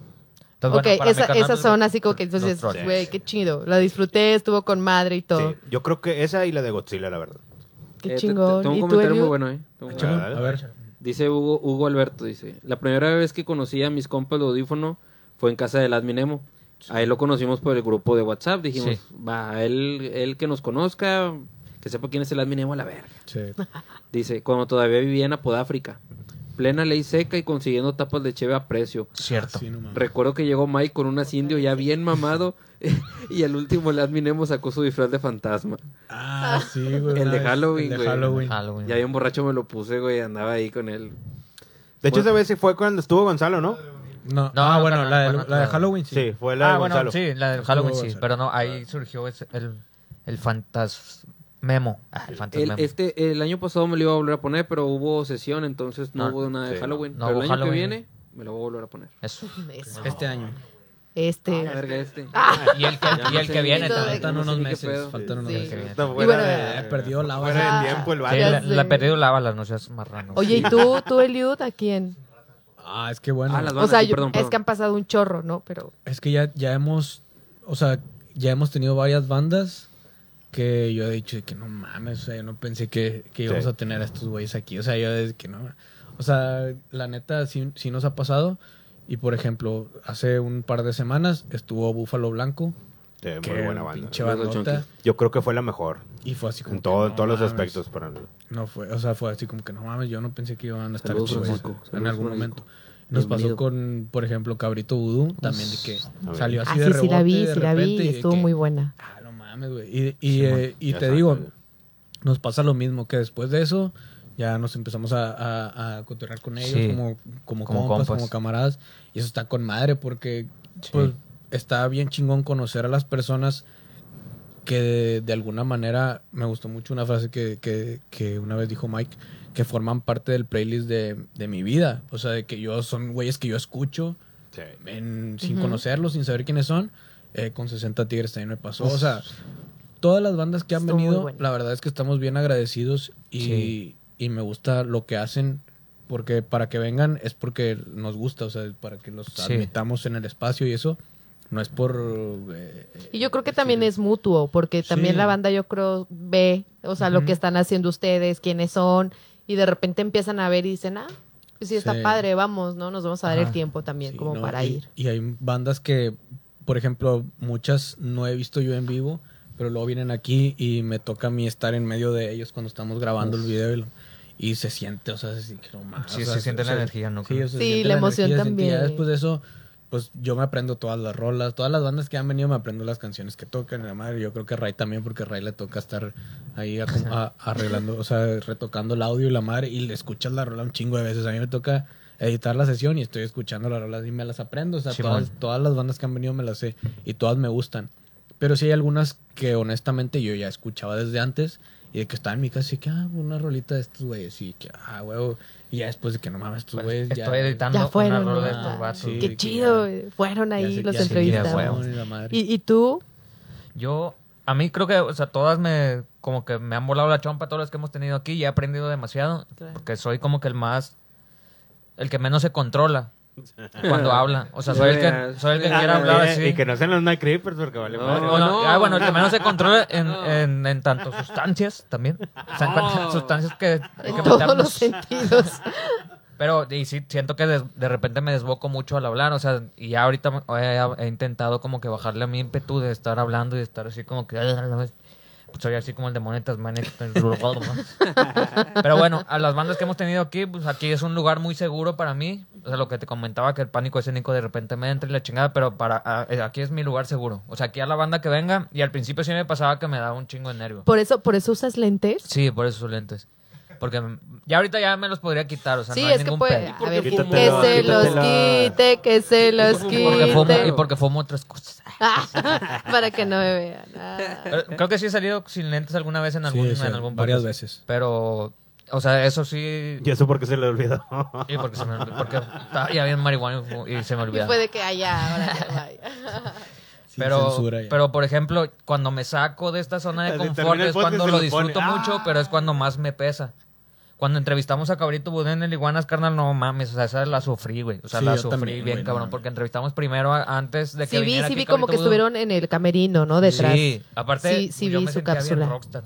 [SPEAKER 4] Entonces,
[SPEAKER 6] Ok,
[SPEAKER 4] bueno, para mi
[SPEAKER 6] esa-
[SPEAKER 4] carnal,
[SPEAKER 6] esas
[SPEAKER 4] pues,
[SPEAKER 6] son así como que
[SPEAKER 4] los
[SPEAKER 6] entonces,
[SPEAKER 4] Trollheads.
[SPEAKER 6] güey, qué chido. La disfruté, estuvo con madre y todo.
[SPEAKER 3] Sí, yo creo que esa y la de Godzilla, la verdad.
[SPEAKER 1] Eh,
[SPEAKER 6] Qué
[SPEAKER 1] te- te-
[SPEAKER 6] chingón.
[SPEAKER 1] Tengo un
[SPEAKER 6] ¿Y tú,
[SPEAKER 1] comentario muy
[SPEAKER 6] Eliud?
[SPEAKER 1] bueno, eh. Tengo un-
[SPEAKER 3] Échale.
[SPEAKER 2] A ver,
[SPEAKER 1] Dice Hugo, Hugo Alberto, dice, la primera vez que conocí a mis compas de audífono fue en casa del Adminemo. A él lo conocimos por el grupo de WhatsApp, dijimos,
[SPEAKER 4] Sí.
[SPEAKER 1] va, a él, él que nos conozca, que sepa quién es el Adminemo a la verga.
[SPEAKER 2] sí.
[SPEAKER 1] Dice, cuando todavía vivía en Apodáfrica, plena ley seca y consiguiendo tapas de cheve a precio.
[SPEAKER 4] Cierto.
[SPEAKER 2] Sí, no mames.
[SPEAKER 1] Recuerdo que llegó Mike con un indio ya bien mamado y al último el Adminemo sacó su disfraz de fantasma.
[SPEAKER 2] Ah, sí, güey.
[SPEAKER 1] El
[SPEAKER 2] una
[SPEAKER 1] de
[SPEAKER 2] vez,
[SPEAKER 1] Halloween,
[SPEAKER 2] El de
[SPEAKER 1] güey.
[SPEAKER 2] Halloween.
[SPEAKER 4] Halloween.
[SPEAKER 1] Ya bien borracho me lo puse, güey, andaba ahí con él.
[SPEAKER 3] De hecho,
[SPEAKER 1] Bueno.
[SPEAKER 3] esa vez sí fue cuando estuvo Gonzalo, ¿no?
[SPEAKER 2] No,
[SPEAKER 4] No,
[SPEAKER 2] ah,
[SPEAKER 4] no,
[SPEAKER 2] bueno,
[SPEAKER 4] carnal,
[SPEAKER 2] la, de,
[SPEAKER 4] bueno,
[SPEAKER 2] la de
[SPEAKER 4] claro.
[SPEAKER 2] Halloween, sí.
[SPEAKER 3] Sí, fue la de
[SPEAKER 4] Ah, bueno,
[SPEAKER 3] Gonzalo. Ah.
[SPEAKER 4] sí, la del Halloween, sí.
[SPEAKER 2] Gonzalo.
[SPEAKER 4] Pero no, ahí surgió ese- el, el fantasmemo. Ah, el
[SPEAKER 1] El,
[SPEAKER 4] fantasmemo.
[SPEAKER 1] este, el año pasado me lo iba a volver a poner, pero hubo sesión, entonces no
[SPEAKER 4] Ah,
[SPEAKER 1] hubo nada de
[SPEAKER 3] sí,
[SPEAKER 1] Halloween.
[SPEAKER 4] no. No
[SPEAKER 1] pero
[SPEAKER 4] hubo
[SPEAKER 1] el año que
[SPEAKER 4] Halloween.
[SPEAKER 1] viene me lo voy a volver a poner.
[SPEAKER 4] Eso.
[SPEAKER 6] Eso.
[SPEAKER 2] Este año.
[SPEAKER 6] Este.
[SPEAKER 1] La verga este.
[SPEAKER 6] Ah,
[SPEAKER 4] Y el que,
[SPEAKER 1] Ya
[SPEAKER 4] y
[SPEAKER 1] no
[SPEAKER 4] el
[SPEAKER 1] sé.
[SPEAKER 4] que viene
[SPEAKER 6] Todo
[SPEAKER 4] también.
[SPEAKER 6] de-
[SPEAKER 2] Faltan
[SPEAKER 1] no sé
[SPEAKER 2] unos
[SPEAKER 1] ni qué
[SPEAKER 2] meses.
[SPEAKER 1] pedo.
[SPEAKER 2] Faltan unos
[SPEAKER 6] Sí.
[SPEAKER 2] meses.
[SPEAKER 4] Sí,
[SPEAKER 3] Está
[SPEAKER 6] Y bueno,
[SPEAKER 3] de-
[SPEAKER 2] Eh, perdió la
[SPEAKER 3] fuera
[SPEAKER 6] Ah.
[SPEAKER 3] de tiempo el
[SPEAKER 4] Sí, la,
[SPEAKER 3] vato.
[SPEAKER 6] sé.
[SPEAKER 4] la perdió lávala, no seas marrano.
[SPEAKER 6] Oye, ¿y tú, tú, Eliud, a quién?
[SPEAKER 2] Ah, es que bueno.
[SPEAKER 1] Ah, las
[SPEAKER 6] o sea,
[SPEAKER 1] sí,
[SPEAKER 6] yo-
[SPEAKER 1] perdón,
[SPEAKER 6] es que han pasado un chorro, ¿no? Pero
[SPEAKER 2] Es que ya, ya hemos, o sea, ya hemos tenido varias bandas que yo he dicho de que no mames, o sea, yo no pensé que, que íbamos
[SPEAKER 3] Sí.
[SPEAKER 2] a tener a estos güeyes aquí, o sea, yo desde que no. O sea, la neta sí, sí nos ha pasado y por ejemplo, hace un par de semanas estuvo Búfalo Blanco,
[SPEAKER 3] Sí,
[SPEAKER 2] que
[SPEAKER 3] muy
[SPEAKER 2] era
[SPEAKER 3] buena
[SPEAKER 2] un
[SPEAKER 3] banda.
[SPEAKER 2] pinche
[SPEAKER 1] Luego
[SPEAKER 2] bandota,
[SPEAKER 1] Chunky.
[SPEAKER 3] Yo creo que fue la mejor
[SPEAKER 2] y fue así como
[SPEAKER 3] en,
[SPEAKER 2] que,
[SPEAKER 3] todo, en
[SPEAKER 2] no
[SPEAKER 3] todos los
[SPEAKER 2] mames.
[SPEAKER 3] aspectos. Para mí.
[SPEAKER 2] No fue, o sea, fue así como que no mames, yo no pensé que iban a estar
[SPEAKER 1] Saludos,
[SPEAKER 2] estos güeyes
[SPEAKER 1] Francisco.
[SPEAKER 2] en
[SPEAKER 1] Saludos,
[SPEAKER 2] algún
[SPEAKER 1] Francisco.
[SPEAKER 2] momento. Nos
[SPEAKER 1] Bienvenido.
[SPEAKER 2] pasó con, por ejemplo, Cabrito Vudú, también de que
[SPEAKER 3] ver.
[SPEAKER 2] salió así
[SPEAKER 6] así
[SPEAKER 2] de rebote.
[SPEAKER 6] Ah, sí la vi,
[SPEAKER 2] de
[SPEAKER 6] sí la vi
[SPEAKER 2] repente,
[SPEAKER 6] y
[SPEAKER 2] de
[SPEAKER 6] estuvo
[SPEAKER 2] que-
[SPEAKER 6] muy buena.
[SPEAKER 2] Ah, no mames, güey. Y, y, eh, y
[SPEAKER 3] ya
[SPEAKER 2] te
[SPEAKER 3] está,
[SPEAKER 2] digo,
[SPEAKER 3] ya.
[SPEAKER 2] nos pasa lo mismo que después de eso, ya nos empezamos a, a, a cotorrear con ellos
[SPEAKER 4] Sí.
[SPEAKER 2] como, como,
[SPEAKER 4] Como
[SPEAKER 2] compas,
[SPEAKER 4] compas.
[SPEAKER 2] como camaradas. Y eso está con madre porque
[SPEAKER 4] Sí.
[SPEAKER 2] pues, está bien chingón conocer a las personas que de, de alguna manera me gustó mucho una frase que, que, que una vez dijo Mike, que forman parte del playlist de, de mi vida. O sea, de que yo son güeyes que yo escucho
[SPEAKER 3] Sí.
[SPEAKER 2] en- sin
[SPEAKER 6] Ujú.
[SPEAKER 2] conocerlos, sin saber quiénes son. eh, con 60 Tigres también me pasó. O sea, todas las bandas que han
[SPEAKER 6] Estuvo muy
[SPEAKER 2] venido,
[SPEAKER 6] bueno.
[SPEAKER 2] la verdad es que estamos bien agradecidos y,
[SPEAKER 4] Sí.
[SPEAKER 2] y me gusta lo que hacen. Porque para que vengan es porque nos gusta, o sea, para que los
[SPEAKER 4] Sí.
[SPEAKER 2] admitamos en el espacio y eso. No es por... eh,
[SPEAKER 6] Y yo creo que
[SPEAKER 2] sí,
[SPEAKER 6] también es mutuo, porque también
[SPEAKER 2] Sí.
[SPEAKER 6] la banda yo creo ve, o sea, lo
[SPEAKER 4] Ujú.
[SPEAKER 6] que están haciendo ustedes, quiénes son, y de repente empiezan a ver y dicen, ah, pues sí, está
[SPEAKER 2] Sí.
[SPEAKER 6] padre, vamos, ¿no? Nos vamos a dar
[SPEAKER 4] Ajá.
[SPEAKER 6] el tiempo también
[SPEAKER 2] sí,
[SPEAKER 6] como
[SPEAKER 2] ¿no?
[SPEAKER 6] para
[SPEAKER 2] Y-
[SPEAKER 6] ir.
[SPEAKER 2] Y hay bandas que, por ejemplo, muchas no he visto yo en vivo, pero luego vienen aquí y me toca a mí estar en medio de ellos cuando estamos grabando el video. Y, lo- Y se siente, o sea, se siente no mames,
[SPEAKER 4] Sí,
[SPEAKER 2] o sea,
[SPEAKER 4] se siente la energía, ¿no?
[SPEAKER 2] Sí, o sea, se
[SPEAKER 6] Sí,
[SPEAKER 2] siente
[SPEAKER 6] la emoción
[SPEAKER 2] energía, se siente- y ya
[SPEAKER 6] también.
[SPEAKER 2] después de eso, pues yo me aprendo todas las rolas, todas las bandas que han venido me aprendo las canciones que tocan, y la madre. Yo creo que a Ray también, porque a Ray le toca estar ahí a- a- arreglando, o sea, retocando el audio y la madre, y le escuchas la rola un chingo de veces. A mí me toca editar la sesión y estoy escuchando las rolas y me las aprendo. O sea,
[SPEAKER 4] Simón.
[SPEAKER 2] todas, todas las bandas que han venido me las sé y todas me gustan. Pero sí hay algunas que honestamente yo ya escuchaba desde antes y de que estaba en mi casa y que, ah, una rolita de estos güeyes y que, ah, huevo. Y ya después de que no mames, estos
[SPEAKER 4] Pues,
[SPEAKER 2] güeyes ya...
[SPEAKER 4] Estoy editando
[SPEAKER 6] Ya fueron,
[SPEAKER 4] una rola de
[SPEAKER 6] ¿no? Ah,
[SPEAKER 4] estos vatos.
[SPEAKER 2] Sí.
[SPEAKER 6] Qué
[SPEAKER 2] que
[SPEAKER 6] chido,
[SPEAKER 2] ya-
[SPEAKER 6] güey. fueron
[SPEAKER 2] ya
[SPEAKER 6] ahí
[SPEAKER 2] se-
[SPEAKER 6] los
[SPEAKER 2] ya se
[SPEAKER 6] entrevistados.
[SPEAKER 2] guiaron y la madre.
[SPEAKER 6] ¿Y, y tú?
[SPEAKER 4] Yo, a mí creo que, o sea, todas me, como que me han volado la chompa, todas las que hemos tenido aquí, y he aprendido demasiado,
[SPEAKER 6] Claro.
[SPEAKER 4] porque soy como que el más, el que menos se controla cuando habla. O sea, soy el que, soy el que
[SPEAKER 1] Ah,
[SPEAKER 4] quiere
[SPEAKER 1] no,
[SPEAKER 4] hablar
[SPEAKER 1] eh,
[SPEAKER 4] así.
[SPEAKER 3] Y que no sean los Night Creepers porque vale
[SPEAKER 1] No,
[SPEAKER 3] madre.
[SPEAKER 4] O no,
[SPEAKER 1] no.
[SPEAKER 4] ah, bueno, el que menos se controla en,
[SPEAKER 1] No.
[SPEAKER 4] en, en tanto sustancias también. O sea, en
[SPEAKER 1] No.
[SPEAKER 4] cuantas sustancias que, hay que
[SPEAKER 6] En todos los
[SPEAKER 4] meternos.
[SPEAKER 6] sentidos.
[SPEAKER 4] Pero y sí, siento que des- de repente me desboco mucho al hablar, o sea, y ya ahorita me- he, he intentado como que bajarle a mi ímpetu de estar hablando y de estar así como que... Pues soy así como el demonio de Tasmania. Pero bueno, a las bandas que hemos tenido aquí, pues aquí es un lugar muy seguro para mí. O sea, lo que te comentaba, que el pánico escénico de repente me entra y la chingada, pero para a- eh, aquí es mi lugar seguro. O sea, aquí a la banda que venga, y al principio sí me pasaba que me daba un chingo de nervio.
[SPEAKER 6] Por eso, por eso usas lentes.
[SPEAKER 4] Sí, por eso sus lentes. Porque mm, ya ahorita ya me los podría quitar, o sea,
[SPEAKER 6] sí,
[SPEAKER 4] no hay
[SPEAKER 6] es que
[SPEAKER 4] ningún
[SPEAKER 6] puede.
[SPEAKER 4] pedo.
[SPEAKER 6] A ver,
[SPEAKER 3] Quítatelo,
[SPEAKER 6] que se los
[SPEAKER 3] quítatelo.
[SPEAKER 6] quite, que se los
[SPEAKER 4] Porque fumo, y
[SPEAKER 6] quite.
[SPEAKER 4] porque fumo otras cosas.
[SPEAKER 6] Para que no me vean. Ah.
[SPEAKER 4] Pero Eh, creo que sí he salido sin lentes alguna vez en
[SPEAKER 2] Sí,
[SPEAKER 4] algún,
[SPEAKER 2] sí,
[SPEAKER 4] en algún
[SPEAKER 2] varias
[SPEAKER 4] podcast.
[SPEAKER 2] veces.
[SPEAKER 4] Pero, o sea, eso sí.
[SPEAKER 3] Y eso porque se le olvidó.
[SPEAKER 4] Sí, porque, se me, porque estaba ya bien marihuana y fu- y se me
[SPEAKER 6] Y
[SPEAKER 4] olvidaba.
[SPEAKER 6] puede que haya ahora que vaya.
[SPEAKER 2] Sin
[SPEAKER 4] Pero,
[SPEAKER 2] censura ya.
[SPEAKER 4] pero, por ejemplo, cuando me saco de esta zona de
[SPEAKER 3] Así
[SPEAKER 4] confort
[SPEAKER 3] termina el
[SPEAKER 4] es
[SPEAKER 3] podcast
[SPEAKER 4] cuando
[SPEAKER 3] y
[SPEAKER 4] lo
[SPEAKER 3] se lo pone.
[SPEAKER 4] disfruto
[SPEAKER 2] "Ah".
[SPEAKER 4] mucho, pero es cuando más me pesa. Cuando entrevistamos a Cabrito Budén en el Iguanas, carnal, no mames, o sea, esa la sufrí, güey. O sea,
[SPEAKER 2] Sí,
[SPEAKER 4] la
[SPEAKER 2] yo
[SPEAKER 4] sufrí
[SPEAKER 2] también,
[SPEAKER 4] bien,
[SPEAKER 2] güey, no
[SPEAKER 4] cabrón,
[SPEAKER 2] mames.
[SPEAKER 4] porque entrevistamos primero a- antes de que
[SPEAKER 6] Sí vi,
[SPEAKER 4] viniera
[SPEAKER 6] sí
[SPEAKER 4] aquí
[SPEAKER 6] vi como
[SPEAKER 4] Cabrito
[SPEAKER 6] que
[SPEAKER 4] Budén.
[SPEAKER 6] estuvieron en el camerino, ¿no? Detrás.
[SPEAKER 4] Sí, aparte
[SPEAKER 6] Sí, sí
[SPEAKER 4] yo
[SPEAKER 6] vi
[SPEAKER 4] me
[SPEAKER 6] su
[SPEAKER 4] sentía
[SPEAKER 6] cápsula.
[SPEAKER 4] bien rockstar.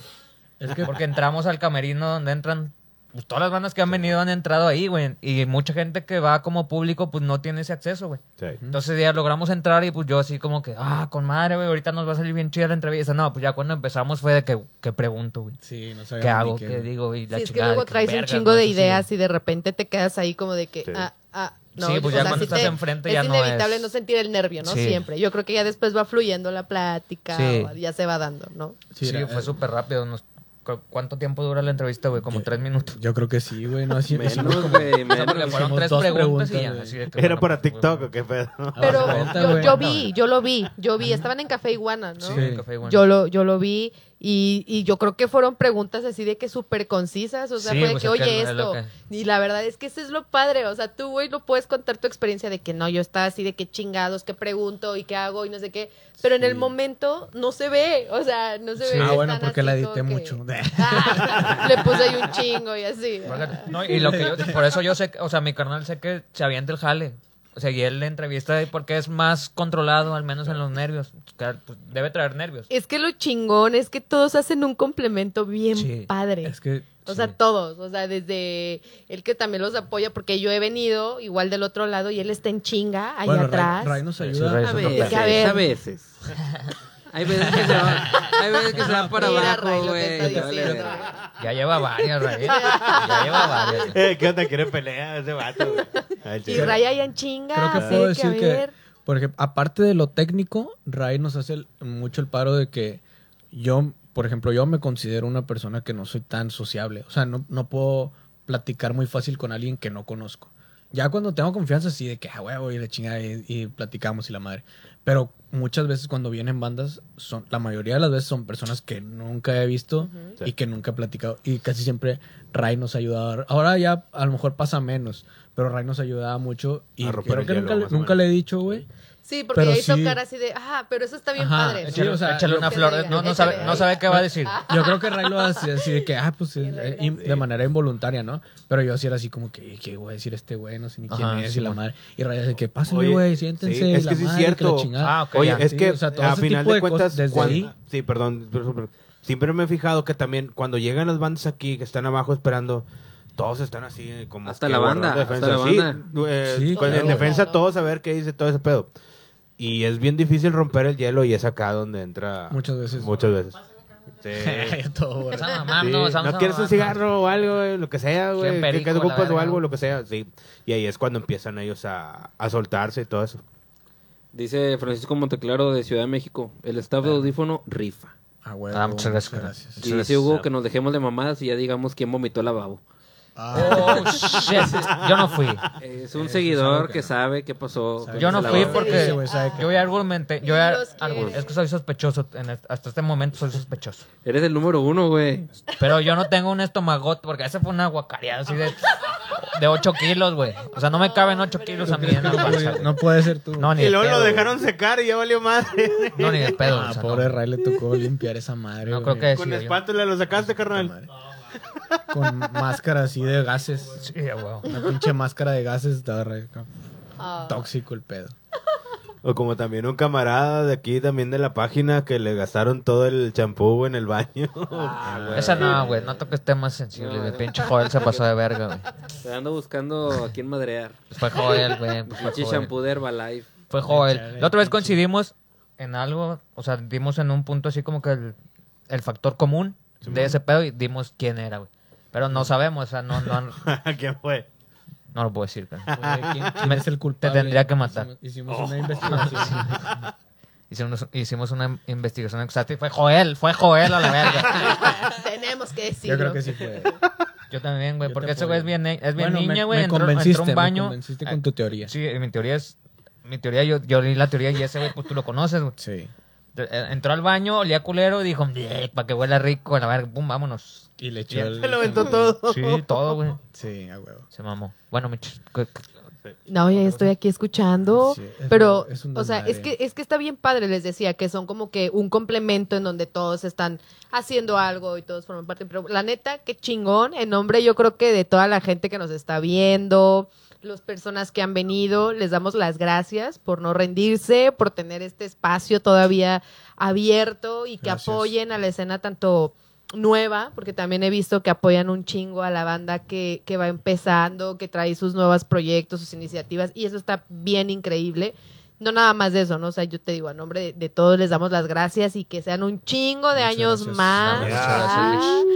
[SPEAKER 4] Es que porque entramos al camerino donde entran pues, todas las bandas que han venido han entrado ahí, güey, y mucha gente que va como público pues no tiene ese acceso, güey. Entonces ya logramos entrar y pues yo así como que, ah, con madre, güey, ahorita nos va a salir bien chida la entrevista. No, pues ya cuando empezamos fue de que, que pregunto, güey.
[SPEAKER 2] Sí, no
[SPEAKER 4] ¿Qué
[SPEAKER 2] sabemos ni
[SPEAKER 4] hago? ¿Qué, digo? Y la
[SPEAKER 6] Sí, es que
[SPEAKER 4] chingada,
[SPEAKER 6] luego
[SPEAKER 4] de
[SPEAKER 6] traes un
[SPEAKER 4] vergas,
[SPEAKER 6] chingo
[SPEAKER 4] no
[SPEAKER 6] de
[SPEAKER 4] sé si-
[SPEAKER 6] ideas y de repente te quedas ahí como de que,
[SPEAKER 3] Sí.
[SPEAKER 6] ah, ah, no.
[SPEAKER 4] Sí, pues ya
[SPEAKER 6] o sea,
[SPEAKER 4] cuando
[SPEAKER 6] sí te-
[SPEAKER 4] estás enfrente ya
[SPEAKER 6] es
[SPEAKER 4] no
[SPEAKER 6] inevitable
[SPEAKER 4] es-
[SPEAKER 6] no sentir el nervio, ¿no?
[SPEAKER 4] Sí.
[SPEAKER 6] Siempre. Yo creo que ya después va fluyendo la plática,
[SPEAKER 4] Sí.
[SPEAKER 6] o ya se va dando, ¿no?
[SPEAKER 4] Sí,
[SPEAKER 2] era-
[SPEAKER 4] fue súper rápido. nos- cu- ¿Cuánto tiempo dura la entrevista, güey? Como
[SPEAKER 2] Yo-
[SPEAKER 4] tres minutos.
[SPEAKER 2] Yo creo que sí, Ah, güey. No, así
[SPEAKER 1] Menos, güey,
[SPEAKER 4] O sea, porque
[SPEAKER 1] menos.
[SPEAKER 4] fueron
[SPEAKER 2] hicimos
[SPEAKER 4] tres
[SPEAKER 2] dos
[SPEAKER 4] preguntas, y
[SPEAKER 2] preguntas,
[SPEAKER 4] ya.
[SPEAKER 2] güey.
[SPEAKER 4] así de que,
[SPEAKER 3] Era
[SPEAKER 4] bueno,
[SPEAKER 3] para
[SPEAKER 4] pues,
[SPEAKER 3] TikTok,
[SPEAKER 4] güey.
[SPEAKER 3] ¿o qué pedo?
[SPEAKER 6] Pero
[SPEAKER 2] Ah, cuenta,
[SPEAKER 6] yo,
[SPEAKER 2] güey.
[SPEAKER 6] yo vi, yo lo vi, yo vi. Estaban en Café Iguana, ¿no?
[SPEAKER 4] Sí,
[SPEAKER 2] Sí.
[SPEAKER 4] café, güey.
[SPEAKER 6] Yo lo, yo lo vi y, y yo creo que fueron preguntas así de que súper concisas, o sea,
[SPEAKER 4] Sí,
[SPEAKER 6] fue de
[SPEAKER 4] pues
[SPEAKER 6] que,
[SPEAKER 4] es que
[SPEAKER 6] oye,
[SPEAKER 4] es lo
[SPEAKER 6] esto. Y la verdad es que ese es lo padre, o sea, tú, güey, no puedes contar tu experiencia de que no, yo estaba así de que chingados, qué pregunto y qué hago y no sé qué, pero en el
[SPEAKER 2] Sí.
[SPEAKER 6] momento no se ve, o sea, no se
[SPEAKER 4] Sí.
[SPEAKER 6] ve.
[SPEAKER 4] Ah,
[SPEAKER 6] están
[SPEAKER 2] bueno, porque
[SPEAKER 6] así
[SPEAKER 2] la edité
[SPEAKER 6] como que-
[SPEAKER 2] mucho.
[SPEAKER 6] Ah, le puse ahí un chingo y así.
[SPEAKER 4] Porque- No, y lo que yo, por eso yo sé, que- o sea, mi carnal sé que se avienta el jale. O sea, y él la entrevista porque es más controlado, al menos en los nervios. Que, pues, debe traer nervios.
[SPEAKER 6] Es que lo chingón es que todos hacen un complemento bien
[SPEAKER 4] Sí.
[SPEAKER 6] padre.
[SPEAKER 2] Es que...
[SPEAKER 6] O
[SPEAKER 4] Sí.
[SPEAKER 6] sea, todos, o sea, desde el que también los apoya, porque yo he venido igual del otro lado y él está en chinga ahí
[SPEAKER 2] bueno, Ray-
[SPEAKER 6] atrás.
[SPEAKER 2] Ray nos
[SPEAKER 4] Sí,
[SPEAKER 2] ayuda.
[SPEAKER 4] Ray
[SPEAKER 1] A
[SPEAKER 4] Eso es lo
[SPEAKER 1] veces,
[SPEAKER 6] peor. A ver.
[SPEAKER 1] a veces. Hay veces que se va, hay veces que se va para
[SPEAKER 6] Mira, Ray,
[SPEAKER 1] abajo,
[SPEAKER 6] lo que
[SPEAKER 1] güey.
[SPEAKER 6] está
[SPEAKER 1] te vale
[SPEAKER 6] diciendo.
[SPEAKER 1] verga.
[SPEAKER 4] Ya lleva varias, Ray. Ya lleva varias.
[SPEAKER 3] Eh, ¿Qué onda? ¿Quiere pelea ese vato, Ah, güey? Ay,
[SPEAKER 6] Y
[SPEAKER 3] chido.
[SPEAKER 6] Ray ahí en chinga.
[SPEAKER 2] Creo que
[SPEAKER 6] así
[SPEAKER 2] puedo
[SPEAKER 6] de que, a
[SPEAKER 2] decir que,
[SPEAKER 6] ver.
[SPEAKER 2] porque aparte de lo técnico, Ray nos hace el- mucho el paro de que yo, por ejemplo, yo me considero una persona que no soy tan sociable. O sea, no, no puedo platicar muy fácil con alguien que no conozco. Ya cuando tengo confianza, sí, de que, ah, huevo, y la chingada, y, y platicamos y la madre. Pero muchas veces cuando vienen bandas, son la mayoría de las veces son personas que nunca he visto
[SPEAKER 3] Sí.
[SPEAKER 2] y que nunca he platicado. Y casi siempre Ray nos ayuda. Ahora ya a lo mejor pasa menos, pero Ray nos ayudaba mucho. Y
[SPEAKER 3] A romper
[SPEAKER 2] creo
[SPEAKER 3] el
[SPEAKER 2] que
[SPEAKER 3] hielo,
[SPEAKER 2] nunca, le-
[SPEAKER 3] más o
[SPEAKER 2] nunca
[SPEAKER 3] menos.
[SPEAKER 2] le he dicho, güey.
[SPEAKER 6] Sí, porque
[SPEAKER 2] Pero
[SPEAKER 6] ya hizo
[SPEAKER 2] sí.
[SPEAKER 6] cara así de, ah, pero eso está bien
[SPEAKER 2] Ajá,
[SPEAKER 6] padre.
[SPEAKER 2] sí,
[SPEAKER 4] Échale,
[SPEAKER 2] o sea,
[SPEAKER 4] échale una
[SPEAKER 6] que
[SPEAKER 4] flor.
[SPEAKER 6] diga,
[SPEAKER 4] No,
[SPEAKER 6] que
[SPEAKER 4] no, sabe,
[SPEAKER 6] diga.
[SPEAKER 4] no sabe qué va a decir.
[SPEAKER 2] Yo creo que Ray lo hace así de que, ah, pues eh, eh, de manera involuntaria, ¿no? Pero yo sí era así como que, ¿qué voy a decir este güey? No sé ni quién
[SPEAKER 4] Ajá,
[SPEAKER 2] es
[SPEAKER 4] sí,
[SPEAKER 2] y la
[SPEAKER 4] bueno.
[SPEAKER 2] madre. Y Ray dice que, pásenle,
[SPEAKER 3] Oye,
[SPEAKER 2] güey, siéntense.
[SPEAKER 3] sí,
[SPEAKER 2] y
[SPEAKER 3] es
[SPEAKER 2] la
[SPEAKER 3] que sí es
[SPEAKER 2] madre, la
[SPEAKER 3] cierto.
[SPEAKER 2] chingada.
[SPEAKER 4] Ah, ok,
[SPEAKER 3] Oye,
[SPEAKER 4] ya.
[SPEAKER 3] es
[SPEAKER 2] Sí,
[SPEAKER 3] que
[SPEAKER 2] o sea, todo
[SPEAKER 3] a
[SPEAKER 2] ese
[SPEAKER 3] final
[SPEAKER 2] tipo
[SPEAKER 3] de,
[SPEAKER 2] de cosas
[SPEAKER 3] cuentas,
[SPEAKER 2] desde
[SPEAKER 3] cuan-
[SPEAKER 2] ahí.
[SPEAKER 3] sí, perdón, pero- pero siempre me he fijado que también cuando llegan las bandas aquí que están abajo esperando, todos están así eh, como
[SPEAKER 1] Hasta
[SPEAKER 3] que
[SPEAKER 1] la
[SPEAKER 3] borrando
[SPEAKER 1] banda,
[SPEAKER 3] defensa.
[SPEAKER 1] hasta la
[SPEAKER 3] Sí,
[SPEAKER 1] banda.
[SPEAKER 3] eh,
[SPEAKER 2] Sí,
[SPEAKER 3] con-
[SPEAKER 6] claro.
[SPEAKER 3] en defensa todos a ver qué dice todo ese pedo. Y es bien difícil romper el hielo y es acá donde entra
[SPEAKER 2] Muchas veces.
[SPEAKER 3] Muchas veces.
[SPEAKER 4] Ah,
[SPEAKER 3] Sí.
[SPEAKER 2] Todo borracho.
[SPEAKER 4] Esa mamá,
[SPEAKER 3] Sí,
[SPEAKER 4] no, esa
[SPEAKER 3] no
[SPEAKER 4] esa
[SPEAKER 3] quieres un
[SPEAKER 4] mamá,
[SPEAKER 3] cigarro o algo, güey, lo que sea, güey. Que,
[SPEAKER 4] perico,
[SPEAKER 3] que
[SPEAKER 4] la
[SPEAKER 3] ocupas o
[SPEAKER 4] verga,
[SPEAKER 3] algo,
[SPEAKER 4] ¿no?
[SPEAKER 3] lo que sea, sí. Y ahí es cuando empiezan ellos a, a soltarse y todo eso.
[SPEAKER 1] Dice Francisco Monteclaro de Ciudad de México. El staff de audífono rifa.
[SPEAKER 2] Ah, güey.
[SPEAKER 4] Ah, muchas gracias.
[SPEAKER 1] Y dice Hugo que nos dejemos de mamadas y ya digamos quién vomitó el lavabo.
[SPEAKER 2] Ah,
[SPEAKER 4] Oh, shit. Yo no fui.
[SPEAKER 1] Es un
[SPEAKER 2] Eh, es algo
[SPEAKER 1] seguidor
[SPEAKER 2] que
[SPEAKER 1] que
[SPEAKER 2] no.
[SPEAKER 1] sabe qué pasó. con
[SPEAKER 4] Yo no
[SPEAKER 1] el
[SPEAKER 4] fui
[SPEAKER 1] lavabo.
[SPEAKER 4] porque-
[SPEAKER 2] Ese güey sabe que-
[SPEAKER 4] Yo ya argumenté. Yo ya
[SPEAKER 6] Dios
[SPEAKER 4] argu-
[SPEAKER 6] quiere.
[SPEAKER 4] Es que soy sospechoso. en este- hasta este momento soy sospechoso.
[SPEAKER 1] Eres el número uno, güey.
[SPEAKER 4] Pero yo no tengo un estomagote porque esa fue una guacareada así de, de 8 kilos, güey. O sea, no me caben 8 kilos a mí en la panza, güey.
[SPEAKER 2] No puede ser tú.
[SPEAKER 4] No, ni
[SPEAKER 3] Y
[SPEAKER 4] de
[SPEAKER 3] luego
[SPEAKER 4] pedo,
[SPEAKER 3] lo
[SPEAKER 4] güey.
[SPEAKER 3] dejaron secar y ya valió madre.
[SPEAKER 4] No, ni de pedo.
[SPEAKER 2] Ah,
[SPEAKER 4] o sea, no.
[SPEAKER 2] pobre Ray le tocó limpiar esa madre.
[SPEAKER 4] No
[SPEAKER 2] güey.
[SPEAKER 4] creo que
[SPEAKER 3] Con
[SPEAKER 4] sí, yo-
[SPEAKER 3] espátula lo sacaste, carnal.
[SPEAKER 2] Madre. Con máscara así de gases.
[SPEAKER 4] Sí, güey.
[SPEAKER 2] Una pinche máscara de gases estaba re acá.
[SPEAKER 6] Ah.
[SPEAKER 2] tóxico el pedo.
[SPEAKER 3] O como también un camarada de aquí, también de la página, que le gastaron todo el champú güey, en el baño.
[SPEAKER 2] Ah,
[SPEAKER 4] Esa no, güey. No toques temas sensibles. El pinche Joel se pasó de verga, güey.
[SPEAKER 1] Te ando buscando a quién madrear.
[SPEAKER 4] Fue Joel, güey. pues Fue
[SPEAKER 1] Pinche
[SPEAKER 4] Joel.
[SPEAKER 1] shampoo de Herbalife.
[SPEAKER 4] Fue Joel.
[SPEAKER 2] Chale,
[SPEAKER 4] La otra vez
[SPEAKER 2] pinche.
[SPEAKER 4] coincidimos en algo. O sea, dimos en un punto así como que el, el factor común de ese pedo y dimos quién era, güey. Pero no sabemos, o sea, no, no,
[SPEAKER 3] ¿Quién fue?
[SPEAKER 4] no lo puedo decir, güey.
[SPEAKER 2] ¿Quién, quién es el culpable?
[SPEAKER 4] Te tendría que matar.
[SPEAKER 2] Hicimos, hicimos una investigación.
[SPEAKER 4] Hicimos, hicimos una investigación exacta y fue Joel, fue Joel a la verga.
[SPEAKER 6] Tenemos que decirlo.
[SPEAKER 2] Yo creo que sí fue.
[SPEAKER 4] Yo también, güey,
[SPEAKER 2] Yo
[SPEAKER 4] porque
[SPEAKER 2] te
[SPEAKER 4] ese güey es
[SPEAKER 2] apoyo.
[SPEAKER 4] bien, es bien
[SPEAKER 2] Bueno, me-
[SPEAKER 4] niña, güey.
[SPEAKER 2] Me,
[SPEAKER 4] entró,
[SPEAKER 2] convenciste,
[SPEAKER 4] entró a un baño. Ah,
[SPEAKER 2] me convenciste con tu teoría.
[SPEAKER 4] Sí, y mi teoría es. Mi teoría, yo, yo leí la teoría y ese güey, pues tú lo conoces, güey.
[SPEAKER 2] Sí.
[SPEAKER 4] Eh, Entró al baño, olía culero y dijo, para que huela rico, a la verga, pum, vámonos.
[SPEAKER 2] Y le echó
[SPEAKER 4] Bien.
[SPEAKER 2] el...
[SPEAKER 3] Se lo aventó todo.
[SPEAKER 4] Sí, todo, güey.
[SPEAKER 2] Sí, a huevo.
[SPEAKER 4] Se mamó. Bueno, Mitch, ¿qué- qué-
[SPEAKER 6] No, ya estoy aquí escuchando.
[SPEAKER 2] Sí, es
[SPEAKER 6] pero,
[SPEAKER 2] un- es un
[SPEAKER 6] o sea, es
[SPEAKER 2] desmadre.
[SPEAKER 6] que, es que está bien padre, les decía, que son como que un complemento en donde todos están haciendo algo y todos forman parte. Pero la neta, qué chingón. En nombre, yo creo que de toda la gente que nos está viendo, las personas que han venido, les damos las gracias por no rendirse, por tener este espacio todavía abierto y que
[SPEAKER 2] Gracias.
[SPEAKER 6] apoyen a la escena tanto nueva, porque también he visto que apoyan un chingo a la banda que, que va empezando, que trae sus nuevos proyectos, sus iniciativas, y eso está bien increíble. No nada más de eso, ¿no? O sea, yo te digo, a nombre de, de todos les damos las gracias y que sean un chingo de
[SPEAKER 2] Muchas
[SPEAKER 6] años
[SPEAKER 2] gracias.
[SPEAKER 6] más.
[SPEAKER 4] No,
[SPEAKER 3] muchas
[SPEAKER 6] Ah,
[SPEAKER 4] gracias,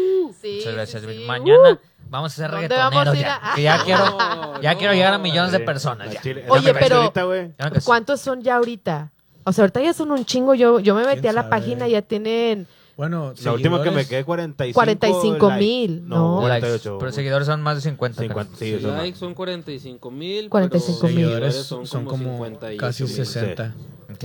[SPEAKER 6] sí,
[SPEAKER 4] muchas
[SPEAKER 6] sí,
[SPEAKER 4] gracias,
[SPEAKER 6] sí. Uh,
[SPEAKER 4] Mitch. Mañana vamos a ser
[SPEAKER 6] ¿Dónde
[SPEAKER 4] reggaetoneros
[SPEAKER 6] vamos a ir
[SPEAKER 4] ya.
[SPEAKER 6] a- Ah,
[SPEAKER 4] que ya quiero, ya
[SPEAKER 1] no.
[SPEAKER 4] quiero llegar a millones de
[SPEAKER 3] Sí.
[SPEAKER 4] personas.
[SPEAKER 3] Al
[SPEAKER 4] Ya.
[SPEAKER 3] chile. Es
[SPEAKER 6] Oye,
[SPEAKER 3] lo que me
[SPEAKER 6] pero-
[SPEAKER 3] hizo ahorita, güey.
[SPEAKER 4] Ya no Ah, que-
[SPEAKER 6] ¿Cuántos son ya ahorita? O sea, ahorita ya son un chingo. Yo, yo me metí
[SPEAKER 2] ¿Quién
[SPEAKER 6] a la
[SPEAKER 2] sabe?
[SPEAKER 6] página y ya tienen
[SPEAKER 2] Bueno,
[SPEAKER 3] La última que me
[SPEAKER 2] seguidores-
[SPEAKER 3] quedé, 45.
[SPEAKER 6] 45
[SPEAKER 3] likes.
[SPEAKER 6] mil, ¿no?
[SPEAKER 3] No,
[SPEAKER 4] likes,
[SPEAKER 3] 48.
[SPEAKER 4] pero seguidores son más de 50. creo.
[SPEAKER 3] 50, sí, eso es más.
[SPEAKER 1] Likes son 45 mil.
[SPEAKER 6] 45,000.
[SPEAKER 2] seguidores son, como
[SPEAKER 1] 58,000.
[SPEAKER 2] casi
[SPEAKER 3] mil.
[SPEAKER 2] 60.
[SPEAKER 4] Ok.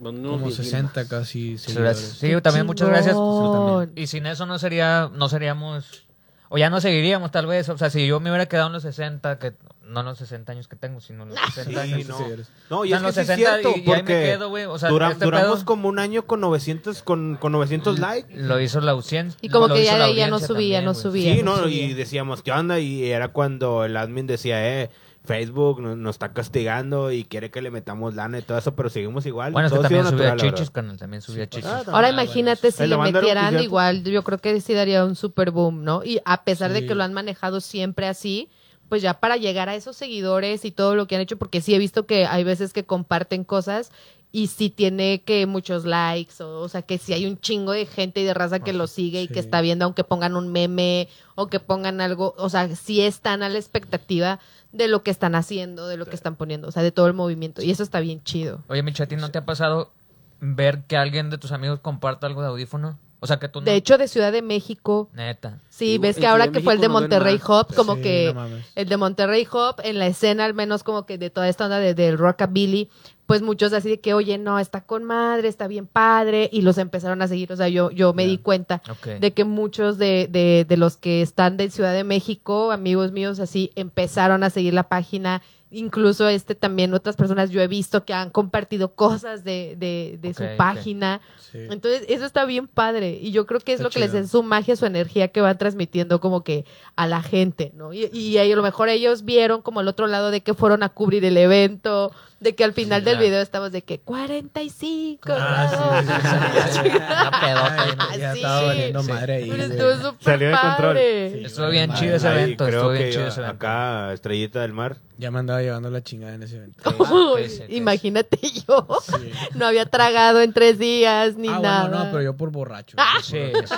[SPEAKER 1] Unos
[SPEAKER 2] Como
[SPEAKER 1] 10,000
[SPEAKER 2] 60 casi
[SPEAKER 4] Muchas gracias.
[SPEAKER 2] seguidores.
[SPEAKER 4] Sí, también muchas gracias.
[SPEAKER 6] Chingón.
[SPEAKER 4] Y sin eso no sería, no seríamos, o ya no seguiríamos tal vez. O sea, si yo me hubiera quedado en los 60, que no en los 60 años que tengo, sino en los 60 años.
[SPEAKER 3] Ah, Sí,
[SPEAKER 2] Gracias,
[SPEAKER 3] no.
[SPEAKER 2] seguidores.
[SPEAKER 3] No,
[SPEAKER 4] O
[SPEAKER 3] y
[SPEAKER 4] sea,
[SPEAKER 3] es
[SPEAKER 4] en
[SPEAKER 3] que
[SPEAKER 4] los
[SPEAKER 3] sí es
[SPEAKER 4] 60
[SPEAKER 3] cierto,
[SPEAKER 4] y- y ahí me
[SPEAKER 3] porque
[SPEAKER 4] quedo, güey. O sea,
[SPEAKER 3] dura-
[SPEAKER 4] este
[SPEAKER 3] duramos
[SPEAKER 4] pedo-
[SPEAKER 3] como un año con 900, con, con 900 likes.
[SPEAKER 4] Lo hizo la ausencia.
[SPEAKER 6] Y como
[SPEAKER 4] lo
[SPEAKER 6] que
[SPEAKER 4] hizo
[SPEAKER 6] ya
[SPEAKER 4] la
[SPEAKER 6] de ahí ya no
[SPEAKER 4] audiencia
[SPEAKER 6] subía,
[SPEAKER 4] también,
[SPEAKER 6] no
[SPEAKER 4] güey.
[SPEAKER 6] subía.
[SPEAKER 3] Sí,
[SPEAKER 6] no
[SPEAKER 3] ¿no?
[SPEAKER 6] subía.
[SPEAKER 3] Y decíamos, ¿qué onda? Y era cuando el admin decía, eh, Facebook nos, nos está castigando y quiere que le metamos lana y todo eso, pero seguimos igual.
[SPEAKER 4] Bueno, es que
[SPEAKER 3] Todo
[SPEAKER 4] también
[SPEAKER 3] sigue
[SPEAKER 4] subía
[SPEAKER 3] natural, la pues,
[SPEAKER 4] chichis, canal, también
[SPEAKER 2] Pues,
[SPEAKER 4] subía chichis.
[SPEAKER 3] verdad.
[SPEAKER 6] Ahora
[SPEAKER 2] Ah,
[SPEAKER 6] imagínate si
[SPEAKER 3] El
[SPEAKER 6] le
[SPEAKER 3] lavandero,
[SPEAKER 6] metieran
[SPEAKER 3] ¿cierto?
[SPEAKER 6] igual, yo creo que sí daría un super boom, ¿no? Y a pesar de
[SPEAKER 2] Sí.
[SPEAKER 6] que lo han manejado siempre así, pues ya para llegar a esos seguidores y todo lo que han hecho, porque sí he visto que hay veces que comparten cosas y sí tiene que muchos likes, o, o sea que sí hay un chingo de gente y de raza que lo sigue y
[SPEAKER 2] sí.
[SPEAKER 6] que está viendo, aunque pongan un meme o que pongan algo, o sea, sí están a la expectativa de lo que están haciendo, de lo que están poniendo, o sea, de todo el movimiento, y eso está bien chido.
[SPEAKER 4] Oye, Michati, ¿no te ha pasado ver que alguien de tus amigos comparte algo de audífono? O sea, que tú no.
[SPEAKER 6] De hecho, de Ciudad de México,
[SPEAKER 4] Neta.
[SPEAKER 6] Sí,
[SPEAKER 1] Y
[SPEAKER 6] ves
[SPEAKER 1] en
[SPEAKER 6] que
[SPEAKER 1] Ciudad
[SPEAKER 6] ahora
[SPEAKER 1] de
[SPEAKER 6] que fue el de
[SPEAKER 1] México nos ven
[SPEAKER 6] Monterrey
[SPEAKER 1] más.
[SPEAKER 6] Hop, como
[SPEAKER 2] Sí,
[SPEAKER 6] que
[SPEAKER 2] no mames.
[SPEAKER 6] el de Monterrey Hop, en la escena al menos como que de toda esta onda de- del rockabilly, pues muchos así de que, oye, no, está con madre, está bien padre, y los empezaron a seguir, o sea, yo, yo me di cuenta
[SPEAKER 4] Ok.
[SPEAKER 6] de que muchos de, de, de los que están de Ciudad de México, amigos míos así, empezaron a seguir la página. Incluso este también otras personas yo he visto que han compartido cosas de, de, de
[SPEAKER 4] Ok,
[SPEAKER 6] su
[SPEAKER 4] ok.
[SPEAKER 6] página.
[SPEAKER 2] Sí.
[SPEAKER 6] Entonces, eso está bien padre. Y yo creo que es
[SPEAKER 2] Está
[SPEAKER 6] lo que les
[SPEAKER 2] chido.
[SPEAKER 6] es su magia, su energía que van transmitiendo como que a la gente, ¿no? Y, y ahí a lo mejor ellos vieron como el otro lado de que fueron a cubrir el evento, de que al final
[SPEAKER 4] Sí,
[SPEAKER 6] del
[SPEAKER 4] claro.
[SPEAKER 6] video estamos de que 45
[SPEAKER 2] Ah, sí, sí,
[SPEAKER 6] grados.
[SPEAKER 2] sí, sí.
[SPEAKER 4] Una pedota. ahí, ¿no?
[SPEAKER 6] Ah,
[SPEAKER 2] Ya
[SPEAKER 6] sí.
[SPEAKER 2] estaba valiendo madre ahí.
[SPEAKER 6] Pero
[SPEAKER 2] güey.
[SPEAKER 6] estuvo súper
[SPEAKER 3] Salió de control.
[SPEAKER 6] padre.
[SPEAKER 2] Sí.
[SPEAKER 4] Estuvo bien
[SPEAKER 2] Madre,
[SPEAKER 4] chido ese
[SPEAKER 3] Ahí
[SPEAKER 4] evento.
[SPEAKER 3] creo
[SPEAKER 4] Estuvo bien
[SPEAKER 3] que
[SPEAKER 4] chido ese evento.
[SPEAKER 3] acá, Estrellita del Mar.
[SPEAKER 2] Ya me andaba llevando la chingada en ese evento.
[SPEAKER 5] Uy,
[SPEAKER 4] Ah, sí, sí.
[SPEAKER 5] imagínate yo.
[SPEAKER 2] Sí.
[SPEAKER 5] No había tragado en tres días ni
[SPEAKER 2] ah,
[SPEAKER 5] nada. Ah.
[SPEAKER 2] bueno, no, pero yo por borracho.
[SPEAKER 4] Sí, sí.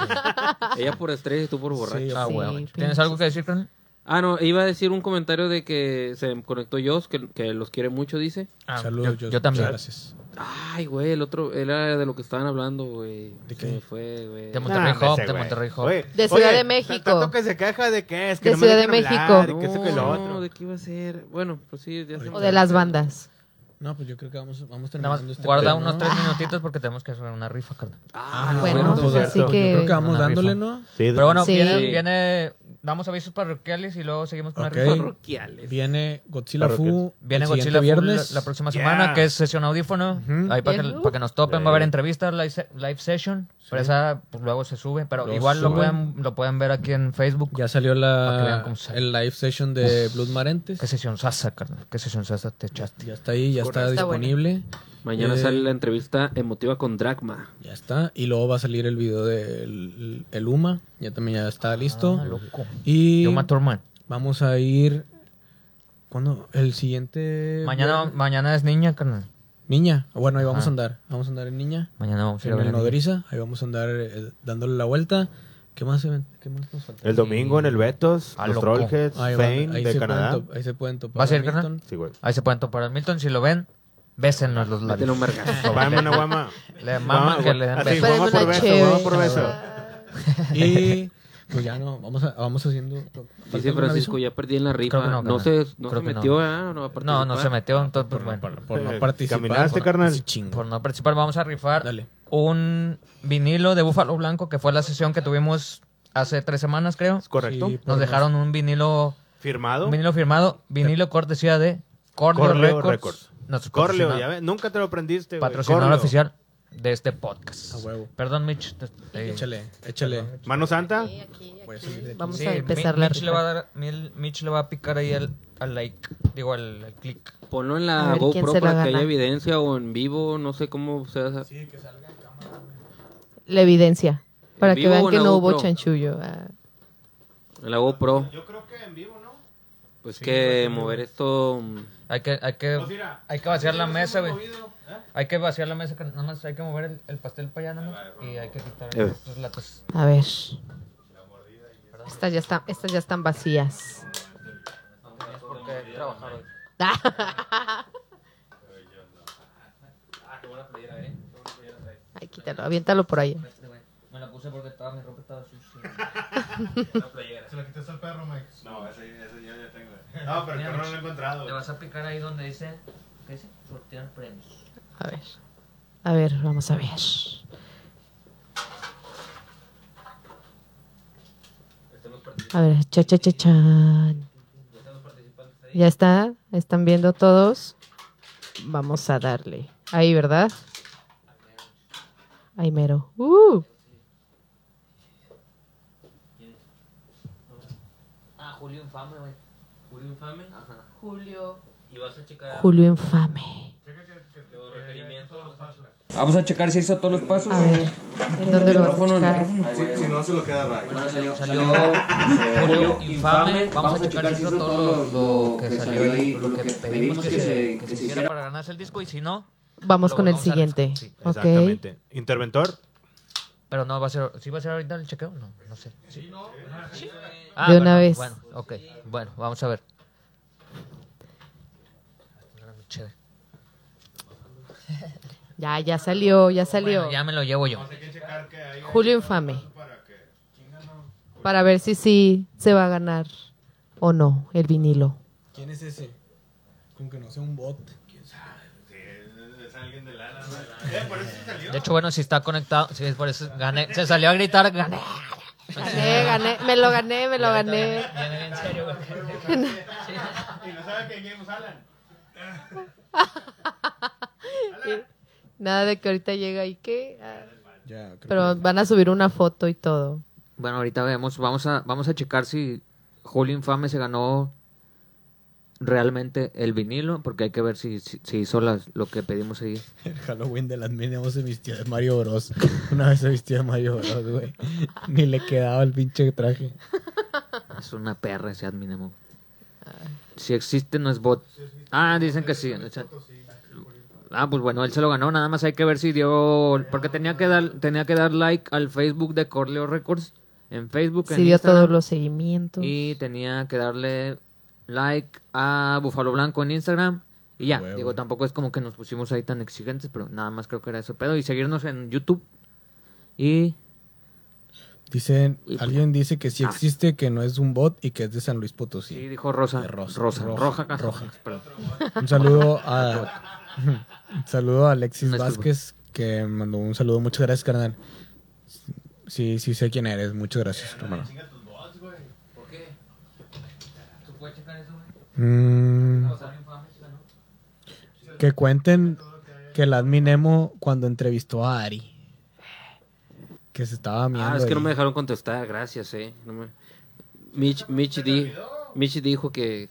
[SPEAKER 1] Ella por estrés y tú por borracho.
[SPEAKER 4] Ah,
[SPEAKER 5] Sí,
[SPEAKER 4] huevo. ¿Tienes
[SPEAKER 5] pinches.
[SPEAKER 4] algo que decir, Conan?
[SPEAKER 1] Ah, no, iba a decir un comentario de que se conectó Jos, que, que los quiere mucho, dice.
[SPEAKER 4] Ah,
[SPEAKER 2] Saludos,
[SPEAKER 4] yo,
[SPEAKER 2] Joseph,
[SPEAKER 4] yo también.
[SPEAKER 2] muchas Gracias.
[SPEAKER 1] Ay, güey, el otro, era de lo que estaban hablando, güey. Se
[SPEAKER 2] ¿De qué?
[SPEAKER 1] me fue, güey.
[SPEAKER 4] De Monterrey
[SPEAKER 3] Nah,
[SPEAKER 4] Hop,
[SPEAKER 3] ese
[SPEAKER 4] de
[SPEAKER 3] güey.
[SPEAKER 4] Monterrey Hop.
[SPEAKER 3] Oye,
[SPEAKER 5] De
[SPEAKER 3] oye,
[SPEAKER 5] Ciudad de México.
[SPEAKER 3] Tanto que se queja de que es que
[SPEAKER 5] De
[SPEAKER 3] no me
[SPEAKER 5] Ciudad de
[SPEAKER 3] dejan hablar,
[SPEAKER 5] México.
[SPEAKER 3] y que eso que el
[SPEAKER 1] No,
[SPEAKER 3] otro.
[SPEAKER 1] ¿de qué iba a ser? Bueno, pues sí, ya se me-
[SPEAKER 5] O de las bandas.
[SPEAKER 2] No, pues yo creo que vamos, vamos
[SPEAKER 4] Nada
[SPEAKER 2] terminando
[SPEAKER 4] más
[SPEAKER 2] este
[SPEAKER 4] guarda
[SPEAKER 2] pedo,
[SPEAKER 4] unos
[SPEAKER 2] ¿no?
[SPEAKER 4] tres minutitos porque tenemos que hacer una rifa, carnal.
[SPEAKER 1] Ah,
[SPEAKER 5] Bueno,
[SPEAKER 1] cierto,
[SPEAKER 5] pues
[SPEAKER 1] cierto.
[SPEAKER 5] así
[SPEAKER 2] Yo creo que
[SPEAKER 5] que...
[SPEAKER 2] vamos
[SPEAKER 4] Una rifa.
[SPEAKER 2] dándole, ¿no?
[SPEAKER 3] Sí,
[SPEAKER 4] Pero bueno,
[SPEAKER 5] Sí.
[SPEAKER 4] viene,
[SPEAKER 1] Sí.
[SPEAKER 4] viene. Damos avisos parroquiales y luego seguimos con
[SPEAKER 2] Ok.
[SPEAKER 4] la rifa.
[SPEAKER 1] Parroquiales.
[SPEAKER 2] Viene Godzilla
[SPEAKER 3] Claro que
[SPEAKER 2] Fu.
[SPEAKER 4] Viene
[SPEAKER 2] el
[SPEAKER 4] Godzilla
[SPEAKER 2] siguiente
[SPEAKER 4] Full
[SPEAKER 2] viernes.
[SPEAKER 4] la, la próxima
[SPEAKER 3] Yeah.
[SPEAKER 4] semana, que es sesión audífono.
[SPEAKER 2] Ujú.
[SPEAKER 4] Ahí para que,
[SPEAKER 5] Ujú.
[SPEAKER 4] pa' que nos topen, va a haber entrevistas, live, se- live session. Pero esa pues, luego se sube, pero
[SPEAKER 2] Luego
[SPEAKER 4] igual
[SPEAKER 2] se
[SPEAKER 4] lo
[SPEAKER 2] sube.
[SPEAKER 4] pueden, lo pueden ver aquí en Facebook.
[SPEAKER 2] Ya salió
[SPEAKER 4] Para que vean
[SPEAKER 2] la,
[SPEAKER 4] cómo sale.
[SPEAKER 2] el live session de Blood Marentes.
[SPEAKER 4] Qué sesión sasa, carnal. Qué sesión sasa te echaste.
[SPEAKER 2] Ya está ahí, ya está
[SPEAKER 5] Está bueno.
[SPEAKER 2] disponible.
[SPEAKER 1] Mañana
[SPEAKER 2] Eh,
[SPEAKER 1] sale la entrevista emotiva con Dracma.
[SPEAKER 2] Ya está. Y luego va a salir el video del el Uma. Ya también ya está listo.
[SPEAKER 4] Ah, loco.
[SPEAKER 2] Y
[SPEAKER 4] Yo mato hermano.
[SPEAKER 2] vamos a ir. ¿Cuándo? El siguiente.
[SPEAKER 4] Mañana,
[SPEAKER 2] viernes.
[SPEAKER 4] mañana es niña, carnal.
[SPEAKER 2] Niña. Bueno, ahí vamos
[SPEAKER 4] Ajá.
[SPEAKER 2] a andar. Vamos a andar en Niña.
[SPEAKER 4] Mañana vamos a ir a
[SPEAKER 2] en
[SPEAKER 4] ver.
[SPEAKER 2] el
[SPEAKER 4] a Niña.
[SPEAKER 2] nodriza. Ahí vamos a andar eh, dándole la vuelta. ¿Qué más, event- ¿Qué más nos falta?
[SPEAKER 3] El domingo en el Betos,
[SPEAKER 4] Ah,
[SPEAKER 3] los
[SPEAKER 4] loco.
[SPEAKER 3] Trollheads,
[SPEAKER 2] Ahí, van-
[SPEAKER 3] Fane
[SPEAKER 2] ahí
[SPEAKER 3] de
[SPEAKER 2] se
[SPEAKER 3] Canadá.
[SPEAKER 2] Pueden top- ahí se pueden topar.
[SPEAKER 4] ¿Vas a ir,
[SPEAKER 2] Milton.
[SPEAKER 4] carnal?
[SPEAKER 3] Sí, güey.
[SPEAKER 4] Ahí se pueden topar al Milton. Si lo ven, bésennos los
[SPEAKER 1] Métele un
[SPEAKER 4] labios.
[SPEAKER 1] vergazo.
[SPEAKER 3] Vamos, una guama.
[SPEAKER 4] Le maman que le den
[SPEAKER 3] Así,
[SPEAKER 4] besos.
[SPEAKER 3] guama por
[SPEAKER 5] Espérenme una
[SPEAKER 3] beso, guama por
[SPEAKER 5] chévere.
[SPEAKER 3] beso.
[SPEAKER 2] Y pues ya no, vamos, a- vamos haciendo.
[SPEAKER 1] Dice Francisco, ya perdí en la rifa.
[SPEAKER 4] Creo que no,
[SPEAKER 1] no,
[SPEAKER 4] carnal.
[SPEAKER 1] se, no
[SPEAKER 4] Creo
[SPEAKER 1] se
[SPEAKER 4] que no.
[SPEAKER 1] metió, ¿verdad? No, va a
[SPEAKER 4] No, no
[SPEAKER 1] participar.
[SPEAKER 4] se metió, entonces, pues bueno.
[SPEAKER 2] Por no
[SPEAKER 3] Eh,
[SPEAKER 2] participar.
[SPEAKER 3] ¿caminaste,
[SPEAKER 2] por-
[SPEAKER 3] carnal?
[SPEAKER 2] sí, chingo.
[SPEAKER 4] por no participar, vamos a rifar
[SPEAKER 2] Dale.
[SPEAKER 4] un vinilo de Búfalo Blanco, que fue la sesión que tuvimos hace tres semanas, creo.
[SPEAKER 3] ¿Es correcto?
[SPEAKER 2] Sí.
[SPEAKER 4] Nos dejaron un vinilo,
[SPEAKER 3] ¿Firmado?
[SPEAKER 4] un vinilo firmado, vinilo cortesía de Corleo,
[SPEAKER 3] Corleo
[SPEAKER 4] Records.
[SPEAKER 3] Records.
[SPEAKER 4] nuestro
[SPEAKER 3] Corleo,
[SPEAKER 4] patrocina-
[SPEAKER 3] ya ves, nunca te lo aprendiste. güey.
[SPEAKER 4] patrocinador
[SPEAKER 3] Corleo.
[SPEAKER 4] oficial de este podcast.
[SPEAKER 2] A huevo.
[SPEAKER 4] Perdón, Mitch. te- te-
[SPEAKER 2] Échale, échale.
[SPEAKER 3] Mano Santa,
[SPEAKER 2] Voy a salir de aquí.
[SPEAKER 5] Vamos
[SPEAKER 4] Sí,
[SPEAKER 5] a
[SPEAKER 4] Mi-
[SPEAKER 5] empezar la
[SPEAKER 4] Mitch le, va a
[SPEAKER 5] rifa.
[SPEAKER 4] dar- Mil- Mitch le va a picar ahí al, al like, digo al, al click.
[SPEAKER 1] Ponlo en
[SPEAKER 5] A
[SPEAKER 1] la
[SPEAKER 5] ver, ¿quién
[SPEAKER 1] GoPro
[SPEAKER 5] se la
[SPEAKER 1] para que
[SPEAKER 5] gana?
[SPEAKER 1] haya evidencia o en vivo, no sé cómo sea.
[SPEAKER 5] La evidencia. Para
[SPEAKER 1] ¿En
[SPEAKER 5] que
[SPEAKER 1] vivo o
[SPEAKER 5] vean
[SPEAKER 1] en
[SPEAKER 5] que
[SPEAKER 1] la
[SPEAKER 5] no hubo
[SPEAKER 1] GoPro?
[SPEAKER 5] chanchullo. ah.
[SPEAKER 1] En la GoPro. Yo creo que en vivo, ¿no? Pues que mover esto. mm,
[SPEAKER 4] Hay que, hay que, hay que vaciar la mesa, güey.
[SPEAKER 1] ¿Eh?
[SPEAKER 4] Hay que vaciar la mesa, que nada más hay que mover el, el pastel para allá, nada más. Y hay que quitar
[SPEAKER 1] Eh.
[SPEAKER 4] estos latas.
[SPEAKER 5] A ver. Estas ya están, estas ya están vacías.
[SPEAKER 4] Porque he trabajado.
[SPEAKER 5] Ay, quítalo, aviéntalo por ahí.
[SPEAKER 4] Este, Me la puse porque estaba, mi ropa estaba sucia.
[SPEAKER 3] No, pero el perro no lo he encontrado.
[SPEAKER 4] Le vas a picar ahí donde dice, ¿qué dice? Sortear premios.
[SPEAKER 5] A ver. A ver, vamos a ver. A ver, cha cha cha chan. Ya está, están viendo todos. Vamos a darle. Ahí, ¿verdad? Ahí mero. ¡Uh!
[SPEAKER 4] Ah, Julio Infame, güey.
[SPEAKER 1] Julio Infame. Ajá.
[SPEAKER 5] Julio.
[SPEAKER 1] Y vas a checar
[SPEAKER 5] Julio Infame.
[SPEAKER 1] los requerimientos.
[SPEAKER 4] Vamos a checar si hizo todos los pasos.
[SPEAKER 5] A ver, ¿en dónde lo vas a buscar?
[SPEAKER 7] Si no, se lo queda Ray.
[SPEAKER 4] Salió, Julio Infame. Vamos a checar si hizo todo lo, lo que salió ahí, lo que pedimos que se, que se hiciera para ganarse el disco. Y si no,
[SPEAKER 5] Vamos
[SPEAKER 4] Lo
[SPEAKER 5] con el
[SPEAKER 4] vamos a
[SPEAKER 5] siguiente.
[SPEAKER 4] rifar, sí.
[SPEAKER 5] Ok.
[SPEAKER 3] Exactamente. Interventor,
[SPEAKER 4] Pero no va a ser, ¿sí va a ser ahorita el chequeo? No, no sé. Sí, Ah,
[SPEAKER 5] De
[SPEAKER 4] bueno,
[SPEAKER 5] una vez.
[SPEAKER 4] Bueno, ok. Bueno, vamos a ver. Chévere.
[SPEAKER 5] Ya, ya salió, ya salió.
[SPEAKER 4] Bueno, ya me lo llevo yo.
[SPEAKER 5] Julio Infame. Para ver si sí se va a ganar o no el vinilo.
[SPEAKER 2] ¿Quién es ese? Como que no sea un bot.
[SPEAKER 4] De hecho, bueno, si está conectado, sí, es por eso gané. Se salió a gritar, gané.
[SPEAKER 5] Gané, gané, me lo gané, me lo gané.
[SPEAKER 4] Viene bien serio, güey.
[SPEAKER 5] Nada de que ahorita llega y que. ah,
[SPEAKER 2] Ya, creo
[SPEAKER 5] Pero van a subir una foto y todo.
[SPEAKER 4] Bueno, ahorita vemos, vamos a, vamos a checar si Julio Infame se ganó realmente el vinilo, porque hay que ver si, si, si hizo las, lo que pedimos ahí.
[SPEAKER 2] que el Halloween de las minions se vistió de Mario Bros. Una vez se vistió de Mario Bros, güey.
[SPEAKER 4] Ah,
[SPEAKER 2] Ni le quedaba el pinche traje.
[SPEAKER 4] Es una perra ese admin, Si existe, no es bot. Ah, dicen que sí. O sea, Ah, pues bueno, él se lo ganó. Nada más hay que ver si dio. Porque tenía que dar, tenía que dar like al Facebook de Corleo Records. En Facebook. en
[SPEAKER 5] Si dio
[SPEAKER 4] Instagram,
[SPEAKER 5] todos los seguimientos.
[SPEAKER 4] Y tenía que darle like a Búfalo Blanco en Instagram. Y ya,
[SPEAKER 2] Huevo.
[SPEAKER 4] digo, tampoco es como que nos pusimos ahí tan exigentes, pero nada más creo que era eso pedo. Y seguirnos en YouTube. Y
[SPEAKER 2] Dicen,
[SPEAKER 4] Y-
[SPEAKER 2] alguien dice que sí
[SPEAKER 4] Ah.
[SPEAKER 2] existe, que no es un bot y que es de San Luis Potosí.
[SPEAKER 4] sí, dijo Rosa.
[SPEAKER 2] De Rosa.
[SPEAKER 4] Rosa.
[SPEAKER 2] Roja,
[SPEAKER 4] Roja. ca-
[SPEAKER 2] Roja.
[SPEAKER 4] perdón.
[SPEAKER 2] Un saludo a un saludo a Alexis
[SPEAKER 4] Una disculpa.
[SPEAKER 2] Vázquez que mandó un saludo. Muchas gracias, carnal. Sí, sí sé quién eres. Muchas gracias, hermano. Mm, que cuenten que el admin Emo cuando entrevistó a Ari que se estaba mirando.
[SPEAKER 1] Ah, es que no me dejaron contestar, gracias, eh. No me- Mitch, Mitch, di- Mitch dijo que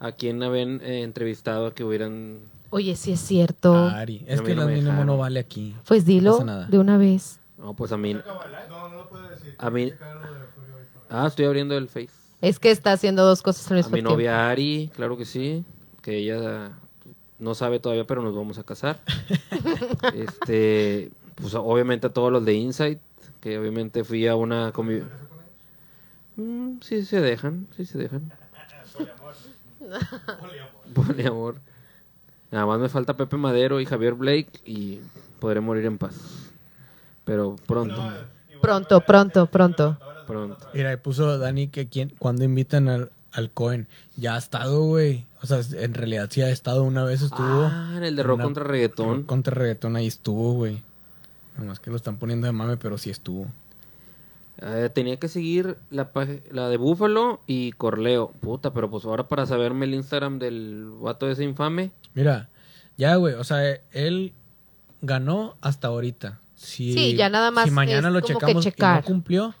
[SPEAKER 1] a quien habían eh, entrevistado que hubieran...
[SPEAKER 5] Oye, sí es cierto.
[SPEAKER 2] Ari. Es
[SPEAKER 1] A mí
[SPEAKER 2] que el
[SPEAKER 1] no me
[SPEAKER 2] admin Emo
[SPEAKER 1] dejaron.
[SPEAKER 2] no vale aquí.
[SPEAKER 5] Pues
[SPEAKER 2] No
[SPEAKER 5] dilo
[SPEAKER 2] pasa nada.
[SPEAKER 5] de una vez.
[SPEAKER 1] No, pues a mí... A mí... Ah, estoy abriendo el Face.
[SPEAKER 5] Es que está haciendo dos cosas al
[SPEAKER 1] A
[SPEAKER 5] mismo
[SPEAKER 1] mi
[SPEAKER 5] tiempo.
[SPEAKER 1] novia Ari, claro que sí, que ella no sabe todavía, pero nos vamos a casar. este, pues obviamente a todos los de Insight, que obviamente fui a una convi- Mm, sí se dejan, sí se dejan. Poliamor. Nada más me falta Pepe Madero y Javier Blake y podré morir en paz. Pero pronto,
[SPEAKER 5] Pronto, pronto, pronto.
[SPEAKER 1] pronto.
[SPEAKER 2] Mira, ahí puso Dani que quien, cuando invitan al, al Cohen. Ya ha estado, güey. O sea, en realidad sí ha estado una vez, estuvo.
[SPEAKER 1] Ah, en el de rock
[SPEAKER 2] Una-
[SPEAKER 1] contra reggaetón.
[SPEAKER 2] Contra reggaetón ahí estuvo, güey. Nomás que lo están poniendo de mame, pero sí estuvo.
[SPEAKER 1] Eh, tenía que seguir la, pag- la de Búfalo y Corleo. Puta, pero pues ahora para saberme el Instagram del vato ese infame.
[SPEAKER 2] Mira, ya, güey. O sea, eh, él ganó hasta ahorita. Si,
[SPEAKER 5] Sí, ya nada más
[SPEAKER 2] Si mañana
[SPEAKER 5] es
[SPEAKER 2] lo
[SPEAKER 5] como que
[SPEAKER 2] checamos y no
[SPEAKER 5] checar.
[SPEAKER 2] cumplió,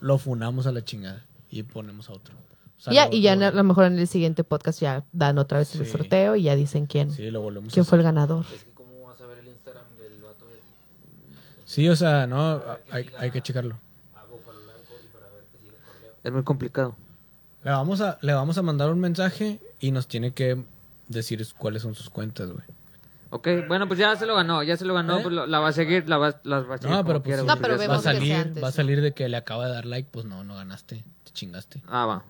[SPEAKER 2] lo funamos a la chingada y ponemos a otro. O sea,
[SPEAKER 5] Ya,
[SPEAKER 2] lo-
[SPEAKER 5] y ya
[SPEAKER 2] lo-
[SPEAKER 5] a lo mejor en el siguiente podcast ya dan otra vez el
[SPEAKER 2] Sí.
[SPEAKER 5] sorteo y ya dicen quién,
[SPEAKER 2] Sí, lo volvemos a
[SPEAKER 5] quién fue el
[SPEAKER 2] hacer.
[SPEAKER 5] ganador.
[SPEAKER 1] Es que cómo vas a ver el Instagram del vato de
[SPEAKER 2] Sí, o sea, no, hay, hay que checarlo.
[SPEAKER 1] Es muy complicado.
[SPEAKER 2] Le vamos, a, le vamos a mandar un mensaje y nos tiene que decir cuáles son sus cuentas, güey.
[SPEAKER 4] Ok, bueno, pues ya se lo ganó, ya se lo ganó.
[SPEAKER 2] ¿Eh?
[SPEAKER 4] pues lo- la va a seguir, la va, las va a seguir.
[SPEAKER 2] No,
[SPEAKER 4] como
[SPEAKER 2] pero pues
[SPEAKER 4] quiera,
[SPEAKER 2] sí,
[SPEAKER 4] güey,
[SPEAKER 5] No, pero
[SPEAKER 4] ya se-
[SPEAKER 2] va a
[SPEAKER 5] vemos que sea
[SPEAKER 2] salir,
[SPEAKER 5] antes,
[SPEAKER 2] va a
[SPEAKER 5] ¿no?
[SPEAKER 2] salir de que le acaba de dar like, pues no, no ganaste, te chingaste.
[SPEAKER 4] Ah, va.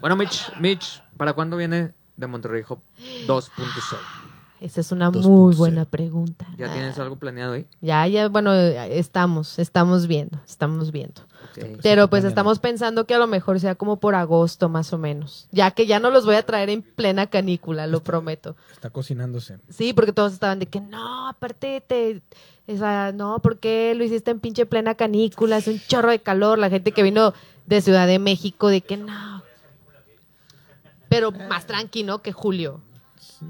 [SPEAKER 4] bueno, Mitch, Mitch, ¿para cuándo viene de Monterrey Hop 2.0?
[SPEAKER 5] Esa es una
[SPEAKER 2] 2.0.
[SPEAKER 5] muy buena pregunta.
[SPEAKER 4] ¿Ya tienes algo planeado ahí?
[SPEAKER 5] Ya, ya, bueno, eh, estamos, estamos viendo, estamos viendo.
[SPEAKER 4] Ok.
[SPEAKER 5] Pero pues
[SPEAKER 2] mañana.
[SPEAKER 5] estamos pensando que a lo mejor sea como por agosto más o menos, ya que ya no los voy a traer en plena canícula, lo prometo.
[SPEAKER 2] Está cocinándose.
[SPEAKER 5] Sí, porque todos estaban de que no, aparte te, o sea, no, ¿por qué lo hiciste en pinche plena canícula? Es un chorro de calor, la gente que vino de Ciudad de México de que no. Pero más tranqui, ¿no? Que julio.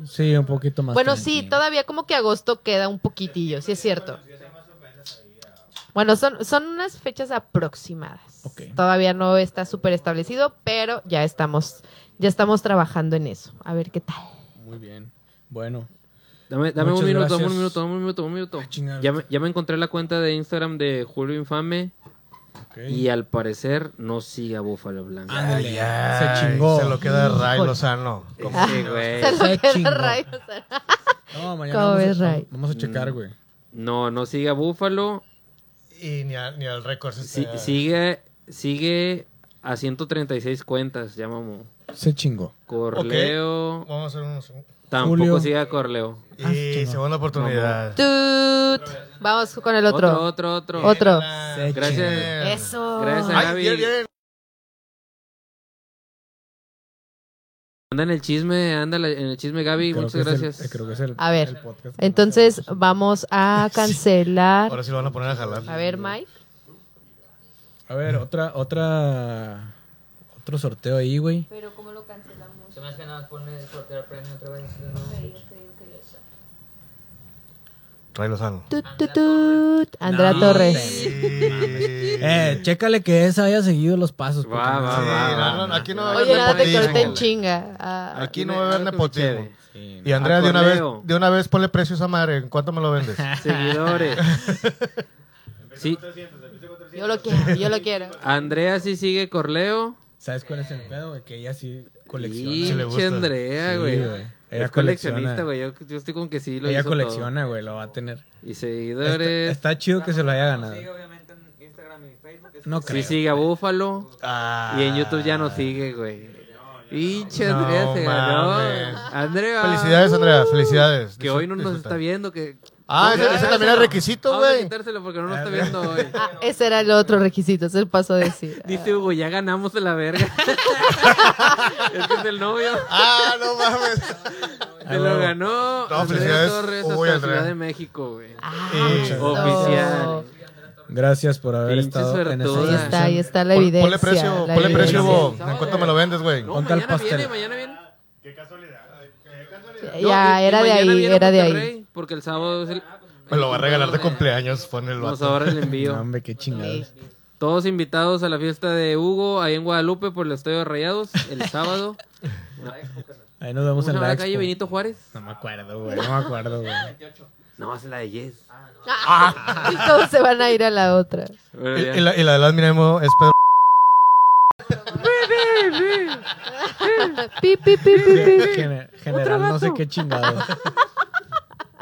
[SPEAKER 2] Sí, un poquito más.
[SPEAKER 5] Bueno,
[SPEAKER 2] tranquilo.
[SPEAKER 5] sí, todavía como que agosto queda un poquitillo, sí es cierto. Bueno, son, son unas fechas aproximadas.
[SPEAKER 2] Ok.
[SPEAKER 5] Todavía no está súper establecido, pero ya estamos, ya estamos trabajando en eso. A ver qué tal.
[SPEAKER 2] Muy bien. Bueno,
[SPEAKER 1] Dame, dame un
[SPEAKER 2] Muchas
[SPEAKER 1] minuto, dame
[SPEAKER 2] gracias.
[SPEAKER 1] un minuto, dame un minuto, dame un minuto.
[SPEAKER 2] Ah, chingada.
[SPEAKER 1] Ya me, ya me encontré la cuenta de Instagram de Julio Infame
[SPEAKER 2] ok.
[SPEAKER 1] y al parecer no sigue a Búfalo Blanco.
[SPEAKER 2] Ándale, se
[SPEAKER 7] Ay,
[SPEAKER 2] chingó.
[SPEAKER 3] Se lo queda Ray
[SPEAKER 5] Híjole.
[SPEAKER 3] Lozano. Como-
[SPEAKER 1] Sí, güey.
[SPEAKER 5] Se lo
[SPEAKER 2] se
[SPEAKER 5] queda
[SPEAKER 2] chingó.
[SPEAKER 5] Ray, o sea,
[SPEAKER 2] No, mañana
[SPEAKER 5] ¿Cómo
[SPEAKER 2] vamos,
[SPEAKER 5] ves,
[SPEAKER 2] a,
[SPEAKER 5] Ray?
[SPEAKER 2] vamos a checar, güey.
[SPEAKER 1] No, no sigue a Búfalo.
[SPEAKER 3] Y ni, a- ni al récord se
[SPEAKER 1] Sí-
[SPEAKER 3] está-
[SPEAKER 1] sigue, sigue a 136 cuentas, ya mamó.
[SPEAKER 2] Se chingó.
[SPEAKER 1] Corleo.
[SPEAKER 3] Vamos a hacer unos.
[SPEAKER 1] Tampoco
[SPEAKER 2] Julio.
[SPEAKER 1] sigue a Corleo.
[SPEAKER 2] Ah,
[SPEAKER 7] Eh,
[SPEAKER 3] Y
[SPEAKER 2] chingón.
[SPEAKER 3] segunda oportunidad.
[SPEAKER 5] tut. Vamos con el otro.
[SPEAKER 1] Otro, otro, otro.
[SPEAKER 5] Otro.
[SPEAKER 7] Ah,
[SPEAKER 2] Se
[SPEAKER 1] Gracias.
[SPEAKER 3] Eh,
[SPEAKER 5] Eso.
[SPEAKER 1] Gracias a
[SPEAKER 7] Ay,
[SPEAKER 1] Gaby.
[SPEAKER 7] bien, bien.
[SPEAKER 1] Anda en el chisme, anda la- en el chisme Gaby,
[SPEAKER 2] Creo que
[SPEAKER 1] muchas
[SPEAKER 2] es el-
[SPEAKER 1] gracias.
[SPEAKER 2] eh, creo que es el-
[SPEAKER 5] A ver,
[SPEAKER 2] el podcast que
[SPEAKER 5] Entonces
[SPEAKER 2] más hacemos.
[SPEAKER 5] vamos a cancelar.
[SPEAKER 7] Ahora sí lo van a poner a jalar.
[SPEAKER 5] A ver, Mike.
[SPEAKER 2] A ver, otra, otra, otro sorteo ahí, güey.
[SPEAKER 6] Pero ¿cómo lo cancelamos?
[SPEAKER 4] Se me hace que nada más pone sortear premio otra vez.
[SPEAKER 7] Ray Lozano.
[SPEAKER 5] Tut, tut, tut. Andrea
[SPEAKER 2] No,
[SPEAKER 5] Torres.
[SPEAKER 2] Eh, chécale que esa haya seguido los pasos. porque
[SPEAKER 1] Va,
[SPEAKER 2] no-
[SPEAKER 1] va, va.
[SPEAKER 7] Sí, no, no, aquí no va a haber
[SPEAKER 5] Oye, nada de que ahorita en
[SPEAKER 7] nepotismo.
[SPEAKER 5] chinga. Ah,
[SPEAKER 7] Aquí no va a haber nepotismo.
[SPEAKER 2] Sí,
[SPEAKER 7] Y Andrea, de una, vez,
[SPEAKER 1] Acorreo.
[SPEAKER 7] de una vez ponle precio a esa madre. ¿En cuánto me lo vendes?
[SPEAKER 1] Seguidores. Sí,
[SPEAKER 5] yo lo quiero, yo lo quiero.
[SPEAKER 1] Andrea sí sigue Corleo.
[SPEAKER 2] ¿Sabes cuál es el pedo, güey? Que ella sí colecciona.
[SPEAKER 1] Y
[SPEAKER 8] le gusta.
[SPEAKER 1] Andrea, güey.
[SPEAKER 2] Sí, güey. Ella
[SPEAKER 1] es coleccionista, güey. Yo, yo estoy con que sí lo
[SPEAKER 2] Ella
[SPEAKER 1] hizo
[SPEAKER 2] colecciona, Este, güey, lo va a tener.
[SPEAKER 1] todo. Y
[SPEAKER 2] Está,
[SPEAKER 1] seguidores.
[SPEAKER 2] está chido que se lo haya ganado.
[SPEAKER 4] obviamente en Instagram y Facebook.
[SPEAKER 2] No
[SPEAKER 1] Sí
[SPEAKER 2] creo.
[SPEAKER 1] sigue a Búfalo.
[SPEAKER 8] Ah.
[SPEAKER 1] Y en YouTube ya no sigue, güey. Pinche
[SPEAKER 8] no
[SPEAKER 1] Andrea se ganó.
[SPEAKER 8] mames.
[SPEAKER 1] Andrea.
[SPEAKER 8] Felicidades, Andrea, felicidades.
[SPEAKER 1] Que hoy no nos
[SPEAKER 8] Disfruta.
[SPEAKER 1] está viendo. Que...
[SPEAKER 8] Ah,
[SPEAKER 1] Vamos a
[SPEAKER 8] ese, ese también es
[SPEAKER 1] quitárselo.
[SPEAKER 8] requisito,
[SPEAKER 1] Vamos a
[SPEAKER 8] güey.
[SPEAKER 1] quitárselo porque no nos está viendo hoy.
[SPEAKER 5] Ah, ese era el otro requisito, se pasó a decir.
[SPEAKER 1] Dice Hugo, ya ganamos de la verga. es que es el novio.
[SPEAKER 8] Ah, no mames.
[SPEAKER 1] Se lo ganó
[SPEAKER 8] No,
[SPEAKER 1] Andrea
[SPEAKER 8] felicidades,
[SPEAKER 1] Torres
[SPEAKER 8] Hugo y
[SPEAKER 1] hasta
[SPEAKER 8] Andrea.
[SPEAKER 1] Ciudad de México, güey.
[SPEAKER 5] Ah,
[SPEAKER 8] Eh,
[SPEAKER 5] no.
[SPEAKER 1] oficial.
[SPEAKER 2] Gracias por haber
[SPEAKER 1] Pinche
[SPEAKER 2] estado en esta
[SPEAKER 1] suertuda.
[SPEAKER 5] Ahí está, ahí está la
[SPEAKER 8] Pon-
[SPEAKER 5] evidencia.
[SPEAKER 8] Ponle precio,
[SPEAKER 5] la
[SPEAKER 8] ponle precio,
[SPEAKER 5] evidencia.
[SPEAKER 8] Bo. ¿En cuánto me lo vendes, güey?
[SPEAKER 1] No,
[SPEAKER 2] Ponte al
[SPEAKER 1] mañana viene,
[SPEAKER 2] pastel.
[SPEAKER 1] mañana viene. No,
[SPEAKER 5] Ya,
[SPEAKER 1] y- y
[SPEAKER 5] era de
[SPEAKER 1] mañana
[SPEAKER 5] ahí,
[SPEAKER 1] viene a
[SPEAKER 5] era de ahí.
[SPEAKER 1] Monterrey, Porque el sábado es el-
[SPEAKER 8] Me lo va a regalar de cumpleaños, pone el
[SPEAKER 1] nos
[SPEAKER 8] vato.
[SPEAKER 1] ahorra el
[SPEAKER 2] No,
[SPEAKER 1] envío.
[SPEAKER 2] hombre, qué chingados.
[SPEAKER 1] Todos invitados a la fiesta de Hugo ahí en Guadalupe por el Estadio de Rayados el sábado.
[SPEAKER 2] Ahí nos
[SPEAKER 1] ¿Cómo
[SPEAKER 2] vemos
[SPEAKER 1] se
[SPEAKER 2] en
[SPEAKER 1] llama
[SPEAKER 2] la
[SPEAKER 1] la calle
[SPEAKER 2] expo.
[SPEAKER 1] Benito Juárez?
[SPEAKER 2] No me acuerdo, güey. No me acuerdo, güey.
[SPEAKER 1] No, es la de Yes.
[SPEAKER 5] Y todos se van a ir a la otra.
[SPEAKER 1] Bueno,
[SPEAKER 8] Y,
[SPEAKER 1] ya.
[SPEAKER 8] y la, y la de las miremos es Pedro.
[SPEAKER 5] Pi, pi, pi, pi, pi.
[SPEAKER 2] Gener- General, no sé qué chingados.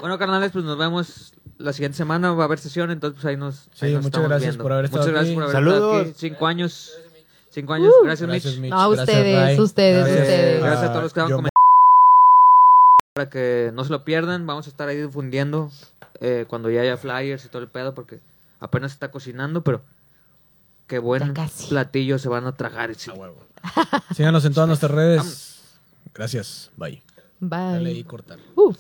[SPEAKER 4] Bueno, carnales, pues nos vemos la siguiente semana. Va a haber sesión, entonces pues ahí nos.
[SPEAKER 2] Sí,
[SPEAKER 4] ahí nos
[SPEAKER 2] muchas
[SPEAKER 4] estamos
[SPEAKER 2] gracias por haber estado
[SPEAKER 4] Muchas gracias
[SPEAKER 2] aquí.
[SPEAKER 4] por haber estado
[SPEAKER 3] Saludos.
[SPEAKER 4] aquí. Cinco años. Cinco años.
[SPEAKER 5] Uh.
[SPEAKER 4] gracias,
[SPEAKER 2] Gracias,
[SPEAKER 4] Mitch.
[SPEAKER 2] Mitch.
[SPEAKER 5] No, a
[SPEAKER 2] Gracias,
[SPEAKER 5] ustedes,
[SPEAKER 2] Ray.
[SPEAKER 5] ustedes,
[SPEAKER 4] Gracias,
[SPEAKER 5] ustedes.
[SPEAKER 4] gracias a todos los que han
[SPEAKER 2] yo
[SPEAKER 4] comentado. Para que no se lo pierdan, vamos a estar ahí difundiendo eh, cuando ya haya flyers y todo el pedo, porque apenas se está cocinando, pero qué buen
[SPEAKER 5] Ya casi.
[SPEAKER 4] platillo se van a tragar. sí.
[SPEAKER 2] Síganos en todas nuestras redes. Gracias. Bye. Dale
[SPEAKER 5] Bye.
[SPEAKER 2] y cortar.
[SPEAKER 5] Uf.